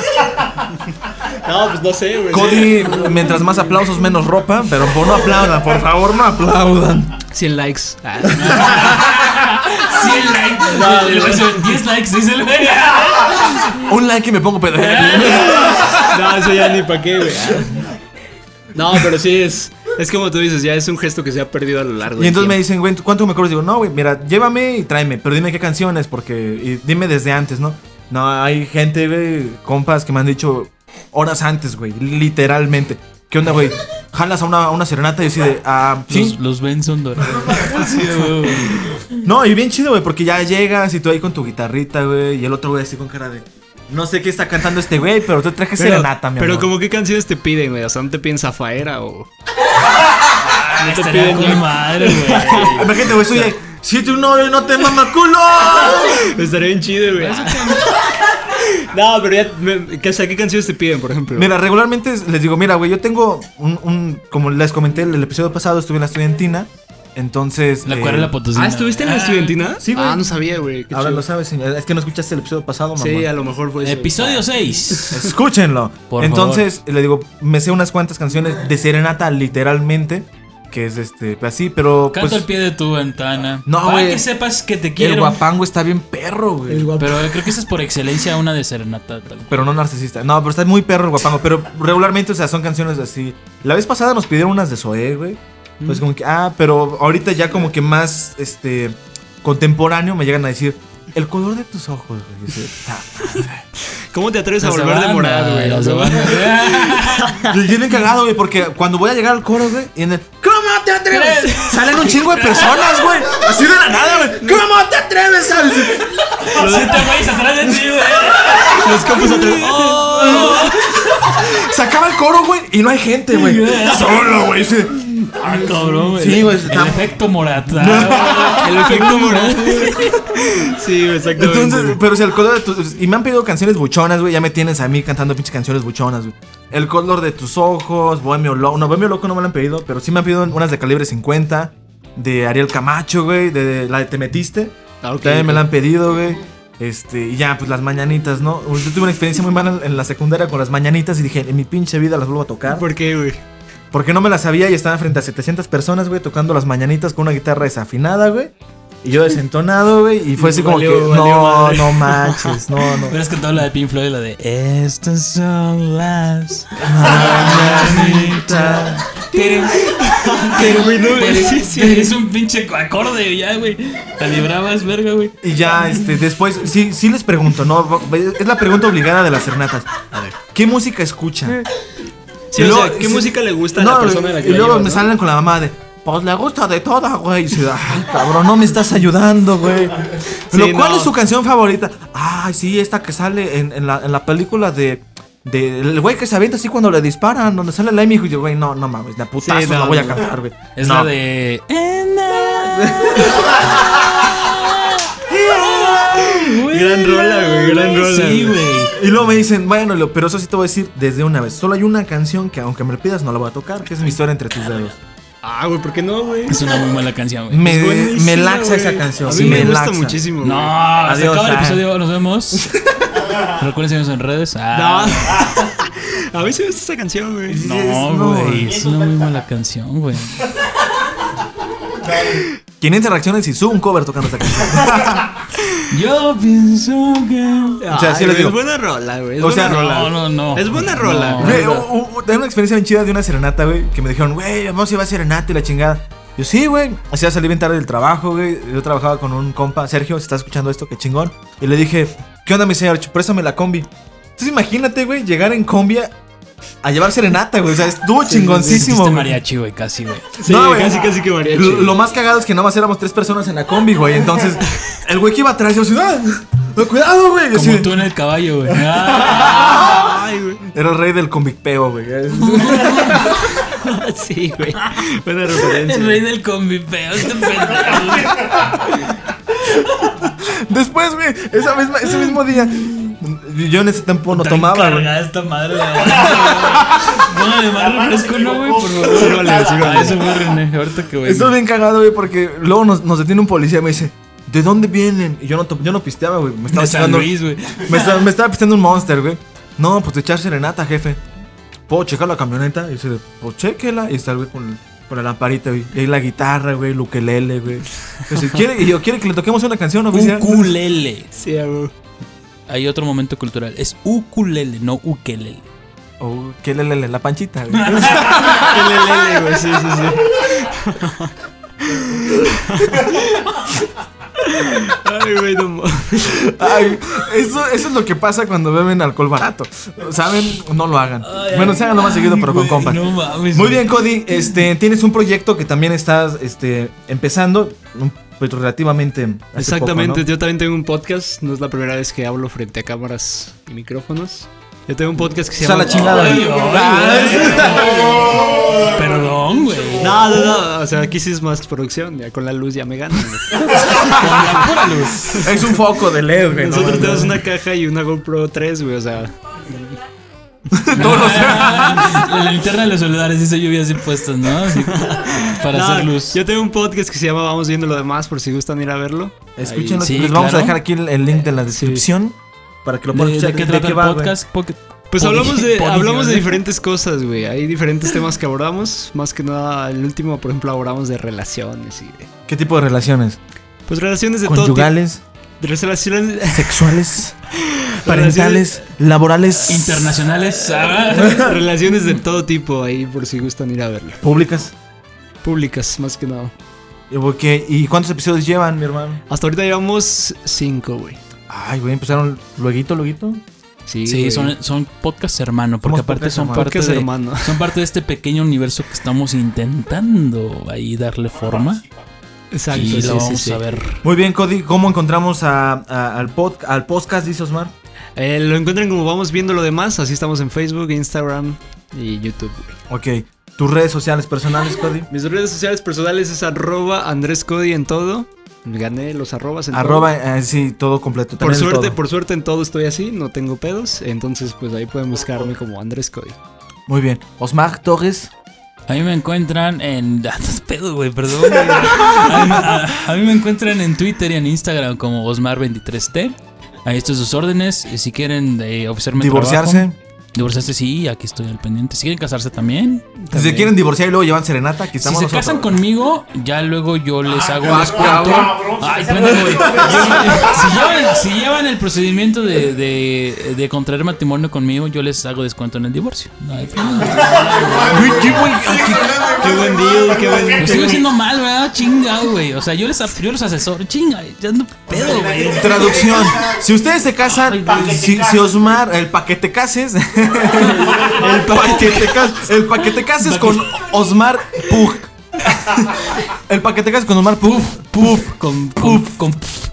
[SPEAKER 3] No, pues no sé, güey.
[SPEAKER 1] Cody, mientras más aplausos, menos ropa. Pero por no aplaudan, por favor, no
[SPEAKER 3] *laughs*
[SPEAKER 1] aplaudan.
[SPEAKER 3] 100 likes. Ah,
[SPEAKER 2] 100 likes. El- el güey se ve, 10 likes, dice el güey.
[SPEAKER 1] Un like y me pongo pedo.
[SPEAKER 3] *laughs* No, eso ya ni para qué, güey. No, pero sí es. Es como tú dices, ya es un gesto que se ha perdido a lo largo.
[SPEAKER 1] Y
[SPEAKER 3] del
[SPEAKER 1] entonces me
[SPEAKER 3] tiempo.
[SPEAKER 1] dicen, güey, ¿cuánto me cobras? Digo, no, güey, mira, llévame y tráeme, pero dime qué canciones, porque y dime desde antes, ¿no? No, hay gente, güey, compas que me han dicho horas antes, güey, literalmente. ¿Qué onda, güey? Jalas a una, a una serenata y yo así de, ah, sí.
[SPEAKER 2] Los, los Benson dorados. Sí, güey.
[SPEAKER 1] No, y bien chido, güey, porque ya llegas y tú ahí con tu guitarrita, güey, y el otro güey así con cara de, no sé qué está cantando este güey, pero tú traje serenata, mi
[SPEAKER 3] pero
[SPEAKER 1] amor.
[SPEAKER 3] como qué canciones te piden, güey. O sea, no te piden Zafaera o. *laughs*
[SPEAKER 2] Ah, Estaría
[SPEAKER 3] piden
[SPEAKER 2] con madre, güey.
[SPEAKER 1] Imagínate, güey, soy de, si tu novio no te mama culo.
[SPEAKER 3] Estaría bien chido, güey. No, pero ya. me- que- o sea, ¿qué canciones te piden, por ejemplo?
[SPEAKER 1] Mira, regularmente es- les digo, mira, güey, yo tengo un, un- como les comenté en el episodio pasado, estuve en la estudiantina, entonces...
[SPEAKER 2] La
[SPEAKER 1] eh,
[SPEAKER 2] cuarela potosina.
[SPEAKER 3] ah, ¿estuviste en la estudiantina?
[SPEAKER 1] sí, güey.
[SPEAKER 3] Ah, no sabía, güey. qué
[SPEAKER 1] Ahora
[SPEAKER 3] chido.
[SPEAKER 1] lo sabes, señor, es que no escuchaste el episodio pasado, mamá. *laughs*
[SPEAKER 3] Sí, a lo mejor fue eso.
[SPEAKER 2] Episodio 6.
[SPEAKER 1] Escúchenlo.
[SPEAKER 2] Por
[SPEAKER 1] entonces, le digo, me sé unas cuantas canciones de serenata, literalmente, que es este, así, pero...
[SPEAKER 2] Canto
[SPEAKER 1] pues,
[SPEAKER 2] al pie de tu ventana.
[SPEAKER 1] No,
[SPEAKER 2] Para
[SPEAKER 1] güey.
[SPEAKER 2] que sepas que te
[SPEAKER 1] el
[SPEAKER 2] quiero.
[SPEAKER 1] guapango está bien perro, güey.
[SPEAKER 2] Pero eh, creo que esa es por excelencia una de serenata. tal.
[SPEAKER 1] Pero no narcisista. No, pero está muy perro el guapango. Pero regularmente, o sea, son canciones así. La vez pasada nos pidieron unas de Zoé, güey. Pues como que, ah, pero ahorita ya como que más, este, contemporáneo me llegan a decir, el color de tus ojos, güey. Y yo así, "Ta
[SPEAKER 3] ¿Cómo te atreves a
[SPEAKER 2] Las de
[SPEAKER 3] volver de
[SPEAKER 2] banda,
[SPEAKER 3] morado, güey?
[SPEAKER 2] las
[SPEAKER 3] O
[SPEAKER 2] de
[SPEAKER 3] sea,
[SPEAKER 2] banda.
[SPEAKER 1] madre". Y tienen cagado, güey, porque cuando voy a llegar al coro, güey, y en el, ¿cómo te atreves? Salen un chingo de personas, güey. Así de la nada, güey. ¿Cómo te atreves? a-?"
[SPEAKER 2] Siete güeyes atrás de ti, güey.
[SPEAKER 3] *laughs* Los campos atrás. Ah,
[SPEAKER 1] Se acaba el coro, güey, y no hay gente, güey. Solo, güey. sí.
[SPEAKER 2] Ah, cabrón, güey.
[SPEAKER 1] Sí, güey,
[SPEAKER 2] El
[SPEAKER 1] está-
[SPEAKER 2] efecto morata.
[SPEAKER 3] El efecto morado. *laughs* Sí, güey, exactamente.
[SPEAKER 1] Entonces, pero si el color de tus. Y me han pedido canciones buchonas, güey. Ya me tienes a mí cantando pinches canciones buchonas, güey. El color de tus ojos, Bohemio Loco. No, Bohemio Loco no me lo han pedido, pero sí me han pedido unas de calibre 50. De Ariel Camacho, güey. De, de la de Te Metiste.
[SPEAKER 3] Ah, ok,
[SPEAKER 1] También me
[SPEAKER 3] ok.
[SPEAKER 1] la han pedido, güey. Este, y ya, pues las mañanitas, ¿no? Yo tuve una experiencia muy mala en- en la secundaria con las mañanitas y dije, en mi pinche vida las vuelvo a tocar.
[SPEAKER 3] ¿Por qué, güey?
[SPEAKER 1] Porque no me la sabía y estaba frente a 700 personas, güey, tocando las mañanitas con una guitarra desafinada, güey. Y yo desentonado, güey. Y fue así como
[SPEAKER 3] Valió-
[SPEAKER 1] que,
[SPEAKER 3] valió
[SPEAKER 1] no,
[SPEAKER 3] madre".
[SPEAKER 1] no manches, no,
[SPEAKER 2] *laughs*
[SPEAKER 1] no.
[SPEAKER 2] Hubieras cantado la de Pink Floyd, la de Estas son las
[SPEAKER 1] Mañanitas.
[SPEAKER 3] Pero, güey, no, sí, sí.
[SPEAKER 2] Es un pinche acorde ya, güey. Te librabas, verga, güey.
[SPEAKER 1] Y ya, este, después, sí, sí les pregunto, ¿no? Es la pregunta obligada de las serenatas. A ver. ¿Qué música escuchan?
[SPEAKER 3] Sí,
[SPEAKER 1] Y
[SPEAKER 3] o
[SPEAKER 1] luego-
[SPEAKER 3] sea, ¿qué
[SPEAKER 1] sí.
[SPEAKER 3] música le gusta a la
[SPEAKER 1] No,
[SPEAKER 3] persona de la que
[SPEAKER 1] Y
[SPEAKER 3] la
[SPEAKER 1] luego
[SPEAKER 3] llevas,
[SPEAKER 1] me
[SPEAKER 3] no?
[SPEAKER 1] salen con la mamá de. Pues le gusta de toda, güey. Y se da, Ay, cabrón, no me estás ayudando, güey.
[SPEAKER 3] Sí,
[SPEAKER 1] Lo cual
[SPEAKER 3] no.
[SPEAKER 1] es su canción favorita. Ay, sí, esta que sale en, en la, en la película de. de- el güey que se avienta así cuando le disparan, donde sale la Amy. Y yo, güey, no, no mames, la putazo
[SPEAKER 3] no,
[SPEAKER 1] la voy a
[SPEAKER 3] no.
[SPEAKER 1] cantar, güey.
[SPEAKER 2] Es
[SPEAKER 1] No.
[SPEAKER 2] la de. And I- Güey,
[SPEAKER 3] *laughs* Gran rola, güey, gran rola,
[SPEAKER 2] Sí,
[SPEAKER 3] güey.
[SPEAKER 2] güey.
[SPEAKER 1] Y luego me dicen, bueno, Leo, pero eso sí te voy a decir desde una vez. Solo hay una canción que, aunque me la pidas, no la voy a tocar, que es mi historia entre tus dedos.
[SPEAKER 3] Ah, güey, ¿por qué no, güey?
[SPEAKER 2] Es una muy mala canción, güey.
[SPEAKER 1] Me,
[SPEAKER 3] Es buenísima,
[SPEAKER 1] me laxa
[SPEAKER 3] güey.
[SPEAKER 1] esa canción.
[SPEAKER 3] A mí
[SPEAKER 1] sí,
[SPEAKER 3] me,
[SPEAKER 1] me
[SPEAKER 3] gusta
[SPEAKER 1] laxa.
[SPEAKER 3] muchísimo.
[SPEAKER 2] No,
[SPEAKER 3] güey.
[SPEAKER 2] se
[SPEAKER 1] Adiós,
[SPEAKER 2] acaba el
[SPEAKER 1] ah.
[SPEAKER 2] episodio, nos vemos. Recuerden seguirnos en redes.
[SPEAKER 3] No. *laughs*
[SPEAKER 2] Ah,
[SPEAKER 3] A mí se me gusta esa canción, güey.
[SPEAKER 1] Sí,
[SPEAKER 2] no,
[SPEAKER 1] no,
[SPEAKER 2] güey.
[SPEAKER 1] güey.
[SPEAKER 2] Es una muy mala canción, güey.
[SPEAKER 1] 500 reacciones y subo un cover tocando esa canción.
[SPEAKER 2] Yo pienso que.
[SPEAKER 1] O sea, sí les
[SPEAKER 3] Ay, güey,
[SPEAKER 1] digo.
[SPEAKER 3] Es buena rola, güey. Es
[SPEAKER 1] O
[SPEAKER 3] buena
[SPEAKER 1] sea,
[SPEAKER 3] rola.
[SPEAKER 2] No, no, no.
[SPEAKER 3] Es buena
[SPEAKER 2] *laughs*
[SPEAKER 3] rola,
[SPEAKER 2] No.
[SPEAKER 3] güey.
[SPEAKER 1] Güey, u- u- tengo una experiencia bien chida de una serenata, güey, que me dijeron, güey, vamos a ir a serenata y la chingada. Yo, sí, güey. Así ya salí bien tarde del trabajo, güey. Yo trabajaba con un compa, Sergio, si está escuchando esto, qué chingón. Y le dije, ¿qué onda, mi señor? Ch- Préstame la combi. Entonces imagínate, güey, llegar en combi a, a llevar serenata, güey. O sea, estuvo chingoncísimo.
[SPEAKER 2] Sentiste
[SPEAKER 1] güey.
[SPEAKER 2] mariachi, güey, casi, güey.
[SPEAKER 3] Sí,
[SPEAKER 1] No, güey.
[SPEAKER 3] casi, casi que mariachi.
[SPEAKER 1] Lo, lo más cagado es que nada más éramos tres personas en la combi, güey. Entonces, el güey que iba atrás, yo así, "Ah, cuidado, güey. Yo así,
[SPEAKER 2] Como tú en el caballo, güey. Ah,
[SPEAKER 3] Ay, güey.
[SPEAKER 1] Era el rey del convicpeo, güey.
[SPEAKER 2] *laughs*
[SPEAKER 3] Sí, güey. Buena
[SPEAKER 2] *laughs*
[SPEAKER 3] referencia.
[SPEAKER 2] el rey del convipeo, este pendejo. güey.
[SPEAKER 1] Después, güey, esa misma, ese mismo día. Yo en ese tiempo no
[SPEAKER 2] Tan
[SPEAKER 1] tomaba, güey.
[SPEAKER 2] cargada esta madre de ahora, güey. Póngale más
[SPEAKER 4] La
[SPEAKER 2] refresco,
[SPEAKER 4] madre
[SPEAKER 2] no, güey,
[SPEAKER 4] que
[SPEAKER 2] por
[SPEAKER 4] me
[SPEAKER 2] favor.
[SPEAKER 3] Sí, vale, sí,
[SPEAKER 2] Ah,
[SPEAKER 3] vale.
[SPEAKER 2] eso fue René, ahorita que güey.
[SPEAKER 1] Estoy bien cagado, güey, porque luego nos, nos detiene un policía y me dice, ¿de dónde vienen? Y yo no, to- yo no pisteaba, güey. Me estaba
[SPEAKER 2] De San
[SPEAKER 1] chingando-
[SPEAKER 2] Luis, güey.
[SPEAKER 1] me, estaba, me estaba pisteando un monster, güey. No, pues de echar serenata, jefe. ¿Puedo checar la camioneta? Y dice, pues chéquela. Y está el güey con, con la lamparita, güey. Y ahí la guitarra, güey, el ukelele, güey. Y dice, "¿Quiere- Y yo, ¿quiere que le toquemos una canción oficial?
[SPEAKER 2] Ukulele.
[SPEAKER 3] Sí, güey.
[SPEAKER 2] Hay otro momento cultural. Es ukulele, no ukelele.
[SPEAKER 1] O que le, le, le, Oh, la panchita,
[SPEAKER 2] *laughs*
[SPEAKER 1] güey.
[SPEAKER 3] LLL, güey, sí, sí, *laughs* sí. Ay, güey, no mo-
[SPEAKER 1] Ay, eso, eso es lo que pasa cuando beben alcohol barato. ¿Saben? No lo hagan. bueno, se hagan lo más seguido, pero con compas.
[SPEAKER 2] No mames.
[SPEAKER 1] Muy
[SPEAKER 2] güey.
[SPEAKER 1] bien, Cody. Este, tienes un proyecto que también estás este, empezando, un- pues, relativamente. hace poco,
[SPEAKER 3] Exactamente,
[SPEAKER 1] ¿no?
[SPEAKER 3] yo también tengo un podcast. No es la primera vez que hablo frente a cámaras y micrófonos. Yo tengo un podcast que se
[SPEAKER 1] O sea,
[SPEAKER 3] llama.
[SPEAKER 1] la chingada.
[SPEAKER 2] Ay,
[SPEAKER 1] *laughs*
[SPEAKER 2] ay, güey.
[SPEAKER 4] Ah,
[SPEAKER 2] Perdón, güey.
[SPEAKER 3] No, no, no. O sea, aquí sí es más producción. Ya con la luz ya me ganan. güey.
[SPEAKER 1] Es un foco de LED, güey. ¿no?
[SPEAKER 3] Nosotros tenemos una caja y una GoPro 3, güey. O sea,
[SPEAKER 1] Todos los- *laughs*
[SPEAKER 2] Ah, *laughs* La linterna de los celulares dice lluvia así puestas, ¿no? Así, para
[SPEAKER 3] no,
[SPEAKER 2] hacer luz.
[SPEAKER 3] Yo tengo un podcast que se llama Vamos viendo lo demás, por si gustan ir a verlo.
[SPEAKER 1] Escúchenlo.
[SPEAKER 2] sí,
[SPEAKER 1] Les vamos
[SPEAKER 2] claro.
[SPEAKER 1] a dejar aquí el, el link de la
[SPEAKER 3] Sí.
[SPEAKER 1] descripción para que lo
[SPEAKER 2] ¿De,
[SPEAKER 1] puedan
[SPEAKER 2] de
[SPEAKER 1] escuchar.
[SPEAKER 2] qué trata el
[SPEAKER 1] va, güey?
[SPEAKER 2] podcast? Pocket-
[SPEAKER 3] Pues
[SPEAKER 2] Podi-
[SPEAKER 3] hablamos de,
[SPEAKER 2] Podi-
[SPEAKER 3] hablamos de
[SPEAKER 2] ¿no?
[SPEAKER 3] diferentes cosas, güey. Hay diferentes temas que abordamos. Más que nada, el último, por ejemplo, abordamos de relaciones y de.
[SPEAKER 1] ¿Qué tipo de relaciones?
[SPEAKER 3] Pues relaciones de
[SPEAKER 1] Conyugales,
[SPEAKER 3] todo tipo. De Relaciones,
[SPEAKER 1] sexuales, parentales, laborales,
[SPEAKER 2] Internacionales. ah,
[SPEAKER 3] *laughs* relaciones de todo tipo ahí, por si gustan ir a verlo.
[SPEAKER 1] públicas.
[SPEAKER 3] Públicas, más que nada.
[SPEAKER 1] Ok, ¿Y cuántos episodios llevan, mi hermano?
[SPEAKER 3] Hasta ahorita llevamos cinco, güey.
[SPEAKER 1] Ay, güey, empezaron lueguito, lueguito.
[SPEAKER 3] Sí,
[SPEAKER 2] Sí,
[SPEAKER 3] güey.
[SPEAKER 2] son, son podcast hermano, porque
[SPEAKER 1] Somos
[SPEAKER 2] aparte
[SPEAKER 1] podcast
[SPEAKER 2] son
[SPEAKER 1] hermano.
[SPEAKER 2] parte,
[SPEAKER 3] Podcast
[SPEAKER 2] de,
[SPEAKER 3] hermano. *laughs*
[SPEAKER 2] son parte de este pequeño universo que estamos intentando ahí darle forma.
[SPEAKER 3] Exacto,
[SPEAKER 2] y
[SPEAKER 3] sí,
[SPEAKER 2] lo
[SPEAKER 3] sí,
[SPEAKER 2] vamos
[SPEAKER 3] sí.
[SPEAKER 2] a ver.
[SPEAKER 1] Muy bien, Cody, ¿cómo encontramos a- a- al, pod- al podcast, dice Osmar?
[SPEAKER 3] Eh, lo encuentran como vamos viendo lo demás. Así estamos en Facebook, Instagram y YouTube, güey.
[SPEAKER 1] Ok, tus redes sociales personales,
[SPEAKER 3] *laughs*
[SPEAKER 1] Cody.
[SPEAKER 3] Mis redes sociales personales es arroba Andrés Cody en todo. Gané los arrobas en todo.
[SPEAKER 1] Arroba, eh, sí, todo completo.
[SPEAKER 3] Por
[SPEAKER 1] también el
[SPEAKER 3] suerte,
[SPEAKER 1] todo.
[SPEAKER 3] por suerte en todo estoy así, no tengo pedos. Entonces, pues ahí pueden buscarme como Andrés Cody.
[SPEAKER 1] Muy bien. Osmar Torres.
[SPEAKER 2] A mí me encuentran en. *laughs* Ah, estás pedo, güey, perdón. güey. A, a- a mí me encuentran en Twitter y en Instagram como Osmar23T. Ahí están sus órdenes. Y si quieren eh, ofrecerme
[SPEAKER 1] Divorciarse.
[SPEAKER 2] trabajo- divorciarse, sí, aquí estoy al pendiente. Si quieren casarse también.
[SPEAKER 1] Si se quieren divorciar y luego llevan serenata, aquí
[SPEAKER 2] Si
[SPEAKER 1] estamos
[SPEAKER 2] se
[SPEAKER 1] nosotros.
[SPEAKER 2] casan conmigo, ya luego yo les hago un
[SPEAKER 1] ah,
[SPEAKER 2] descuento.
[SPEAKER 4] cabrón.
[SPEAKER 2] Ay, espérate, güey. Si llevan, si llevan el procedimiento de, de, de contraer matrimonio conmigo, yo les hago descuento en el divorcio. No hay problema.
[SPEAKER 1] Uy, qué güey, qué-
[SPEAKER 3] Qué buen deal, qué buen
[SPEAKER 2] Lo sigo haciendo mal, ¿verdad? Chinga, güey. O sea, yo les yo los asesoro. Chinga, ya no pedo, güey.
[SPEAKER 1] Traducción. Si ustedes se casan, si, si Osmar, el paquete cases. el paquete cases. El paquete cases con Osmar Pug. El paquete cases con Osmar Pug. Pug.
[SPEAKER 2] Con, con, con, pf,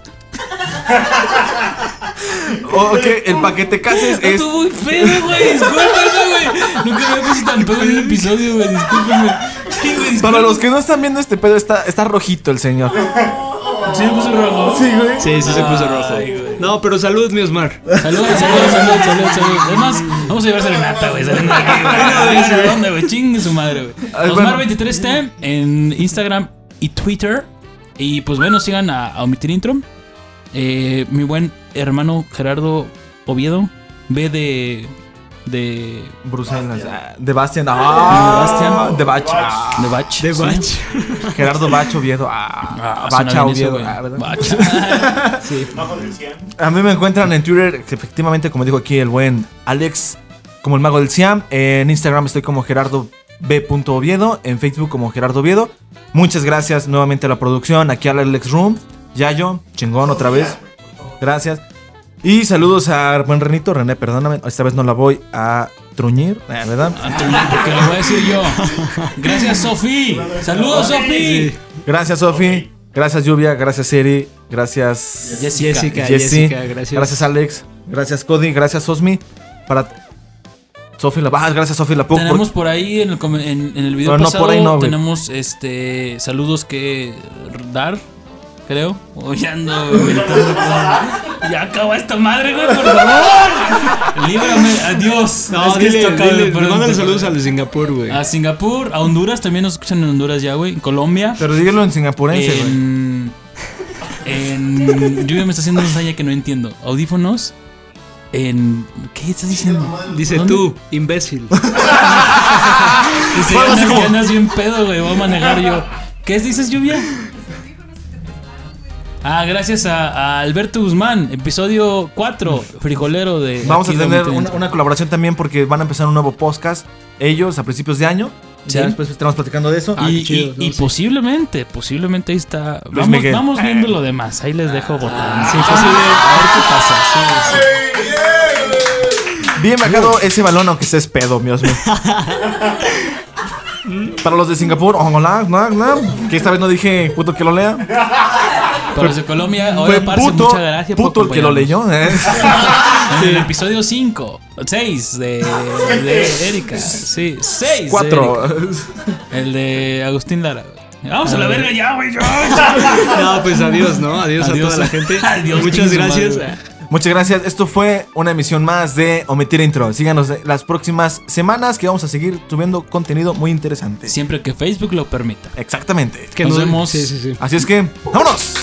[SPEAKER 1] Oh, Ok, el paquete cases es.
[SPEAKER 2] Estuvo muy feo, *laughs* güey. Discúlpame, güey. Nunca me había puesto tan pedo en un episodio, güey. Discúlpame. Sí, güey.
[SPEAKER 1] Para los que no están viendo este pedo, está, está rojito el señor.
[SPEAKER 2] Sí, me puse rojo. Sí, güey.
[SPEAKER 3] Sí, sí se puso rojo. No, pero salud, mi Osmar.
[SPEAKER 2] Saludos, saludos, saludos, saludos, saludos. Además, vamos a llevar serenata, güey.
[SPEAKER 1] *laughs*
[SPEAKER 2] Serenata, güey. Venga, de onda, güey. Chingue su madre,
[SPEAKER 1] Ay,
[SPEAKER 2] güey.
[SPEAKER 1] bueno.
[SPEAKER 2] Osmar23T en Instagram y Twitter. Y pues bueno, sigan a, a Omitir Intro. Eh, mi buen hermano Gerardo Oviedo, B de. de.
[SPEAKER 1] Bruselas. ah, De Bastian. Ah,
[SPEAKER 2] Bastian.
[SPEAKER 1] de Bach. ah,
[SPEAKER 2] de Bach.
[SPEAKER 3] De
[SPEAKER 2] sí.
[SPEAKER 3] Bach.
[SPEAKER 1] Gerardo Bacho Oviedo.
[SPEAKER 2] Ah,
[SPEAKER 1] Ah,
[SPEAKER 2] suena
[SPEAKER 1] Bacha
[SPEAKER 2] bien eso,
[SPEAKER 1] Oviedo.
[SPEAKER 2] güey.
[SPEAKER 1] ah, ¿verdad?
[SPEAKER 2] Bach.
[SPEAKER 4] Bajo del 100.
[SPEAKER 1] A mí me encuentran en Twitter, que efectivamente, como dijo aquí el buen Alex, como el mago del Siam. En Instagram estoy como Gerardo B. Oviedo. En Facebook como Gerardo Oviedo. Muchas gracias nuevamente a la producción, aquí al Alex Room, Yayo, chingón otra vez. Gracias. Y saludos a buen Renito, René, perdóname, esta vez no la voy a truñir, eh, ¿verdad?
[SPEAKER 2] Antonio, porque lo voy a decir yo. Gracias, Sofi. Saludos, Sofi.
[SPEAKER 1] Gracias, Sofi. Gracias, Lluvia. Gracias, Eri. Gracias,
[SPEAKER 2] Jessica.
[SPEAKER 3] Jessica,
[SPEAKER 1] Jessy.
[SPEAKER 3] Jessica,
[SPEAKER 1] Gracias.
[SPEAKER 3] gracias.
[SPEAKER 1] Alex. Gracias, Cody. Gracias, Osmi. Para Sofi la ah, gracias, Sofi la Puc,
[SPEAKER 2] Tenemos por ahí en el, com- en, en el video
[SPEAKER 1] Pero no,
[SPEAKER 2] pasado,
[SPEAKER 1] por ahí no, güey.
[SPEAKER 2] tenemos este saludos que dar, creo. O ya ando inventando cosas. Ya acaba esta madre, güey, por favor. Líbrame, adiós.
[SPEAKER 3] No,
[SPEAKER 2] Es que
[SPEAKER 3] dile,
[SPEAKER 2] esto acaba de- Ah,
[SPEAKER 3] dile,
[SPEAKER 2] perdón,
[SPEAKER 3] mándale
[SPEAKER 2] te-
[SPEAKER 3] saludos a los de Singapur, güey.
[SPEAKER 2] a Singapur, a Honduras, también nos escuchan en Honduras ya, güey. En Colombia.
[SPEAKER 1] Pero dígalo en singapurense, güey.
[SPEAKER 2] en, en- yo ya me está haciendo una hazaña que no entiendo. Audífonos. En. ¿Qué estás diciendo?
[SPEAKER 3] Dice
[SPEAKER 2] ¿Dónde?
[SPEAKER 3] tú,
[SPEAKER 2] *laughs*
[SPEAKER 3] imbécil.
[SPEAKER 2] Dice,
[SPEAKER 1] Bueno, así
[SPEAKER 2] andas,
[SPEAKER 1] como-
[SPEAKER 2] que andas bien pedo, güey. Voy a manejar yo. ¿Qué dices, lluvia? Ah, gracias a, a Alberto Guzmán, episodio 4, frijolero de.
[SPEAKER 1] Vamos a
[SPEAKER 2] aquí
[SPEAKER 1] tener
[SPEAKER 2] Domingo.
[SPEAKER 1] una, una colaboración también porque van a empezar un nuevo podcast ellos a principios de año.
[SPEAKER 2] Sí.
[SPEAKER 1] Ya después estaremos platicando de eso.
[SPEAKER 3] Ah,
[SPEAKER 2] y
[SPEAKER 3] qué chido,
[SPEAKER 2] y- y
[SPEAKER 3] no, sí.
[SPEAKER 2] posiblemente, posiblemente ahí está.
[SPEAKER 1] Luis
[SPEAKER 2] Vamos,
[SPEAKER 1] Miguel.
[SPEAKER 2] vamos viendo
[SPEAKER 1] Eh.
[SPEAKER 2] lo demás. Ahí les dejo botanas. Sí, sí, sí, a ver qué pasa. Sí, sí.
[SPEAKER 1] Bien bajado ese balón, aunque estés pedo, Dios mío. Para los de Singapur, oh, hola, hola, hola, que esta vez no dije puto que lo lea.
[SPEAKER 2] Para los de Colombia,
[SPEAKER 1] Fue
[SPEAKER 2] oye, parce,
[SPEAKER 1] puto,
[SPEAKER 2] muchas gracias. por
[SPEAKER 1] puto el que lo
[SPEAKER 2] acompañarnos.
[SPEAKER 1] leyó. ¿eh?
[SPEAKER 2] En el episodio 5, 6 de, de Erika. Sí, 6.
[SPEAKER 1] *laughs* Cuatro.
[SPEAKER 2] El de Agustín Lara. güey. Vamos a la verga ya, güey. yo.
[SPEAKER 3] No, pues adiós, ¿no? Adiós,
[SPEAKER 2] Adiós.
[SPEAKER 3] a toda la gente.
[SPEAKER 2] *laughs* Adiós,
[SPEAKER 3] Muchas
[SPEAKER 2] chingue su
[SPEAKER 3] gracias.
[SPEAKER 2] madre.
[SPEAKER 1] *laughs* Muchas gracias. Esto fue una emisión más de Omitir Intro. Síganos las próximas semanas que vamos a seguir subiendo contenido muy interesante.
[SPEAKER 2] Siempre que Facebook lo permita.
[SPEAKER 1] Exactamente.
[SPEAKER 3] Que
[SPEAKER 2] Nos vemos.
[SPEAKER 3] Sí, sí, sí.
[SPEAKER 1] Así es que, vámonos.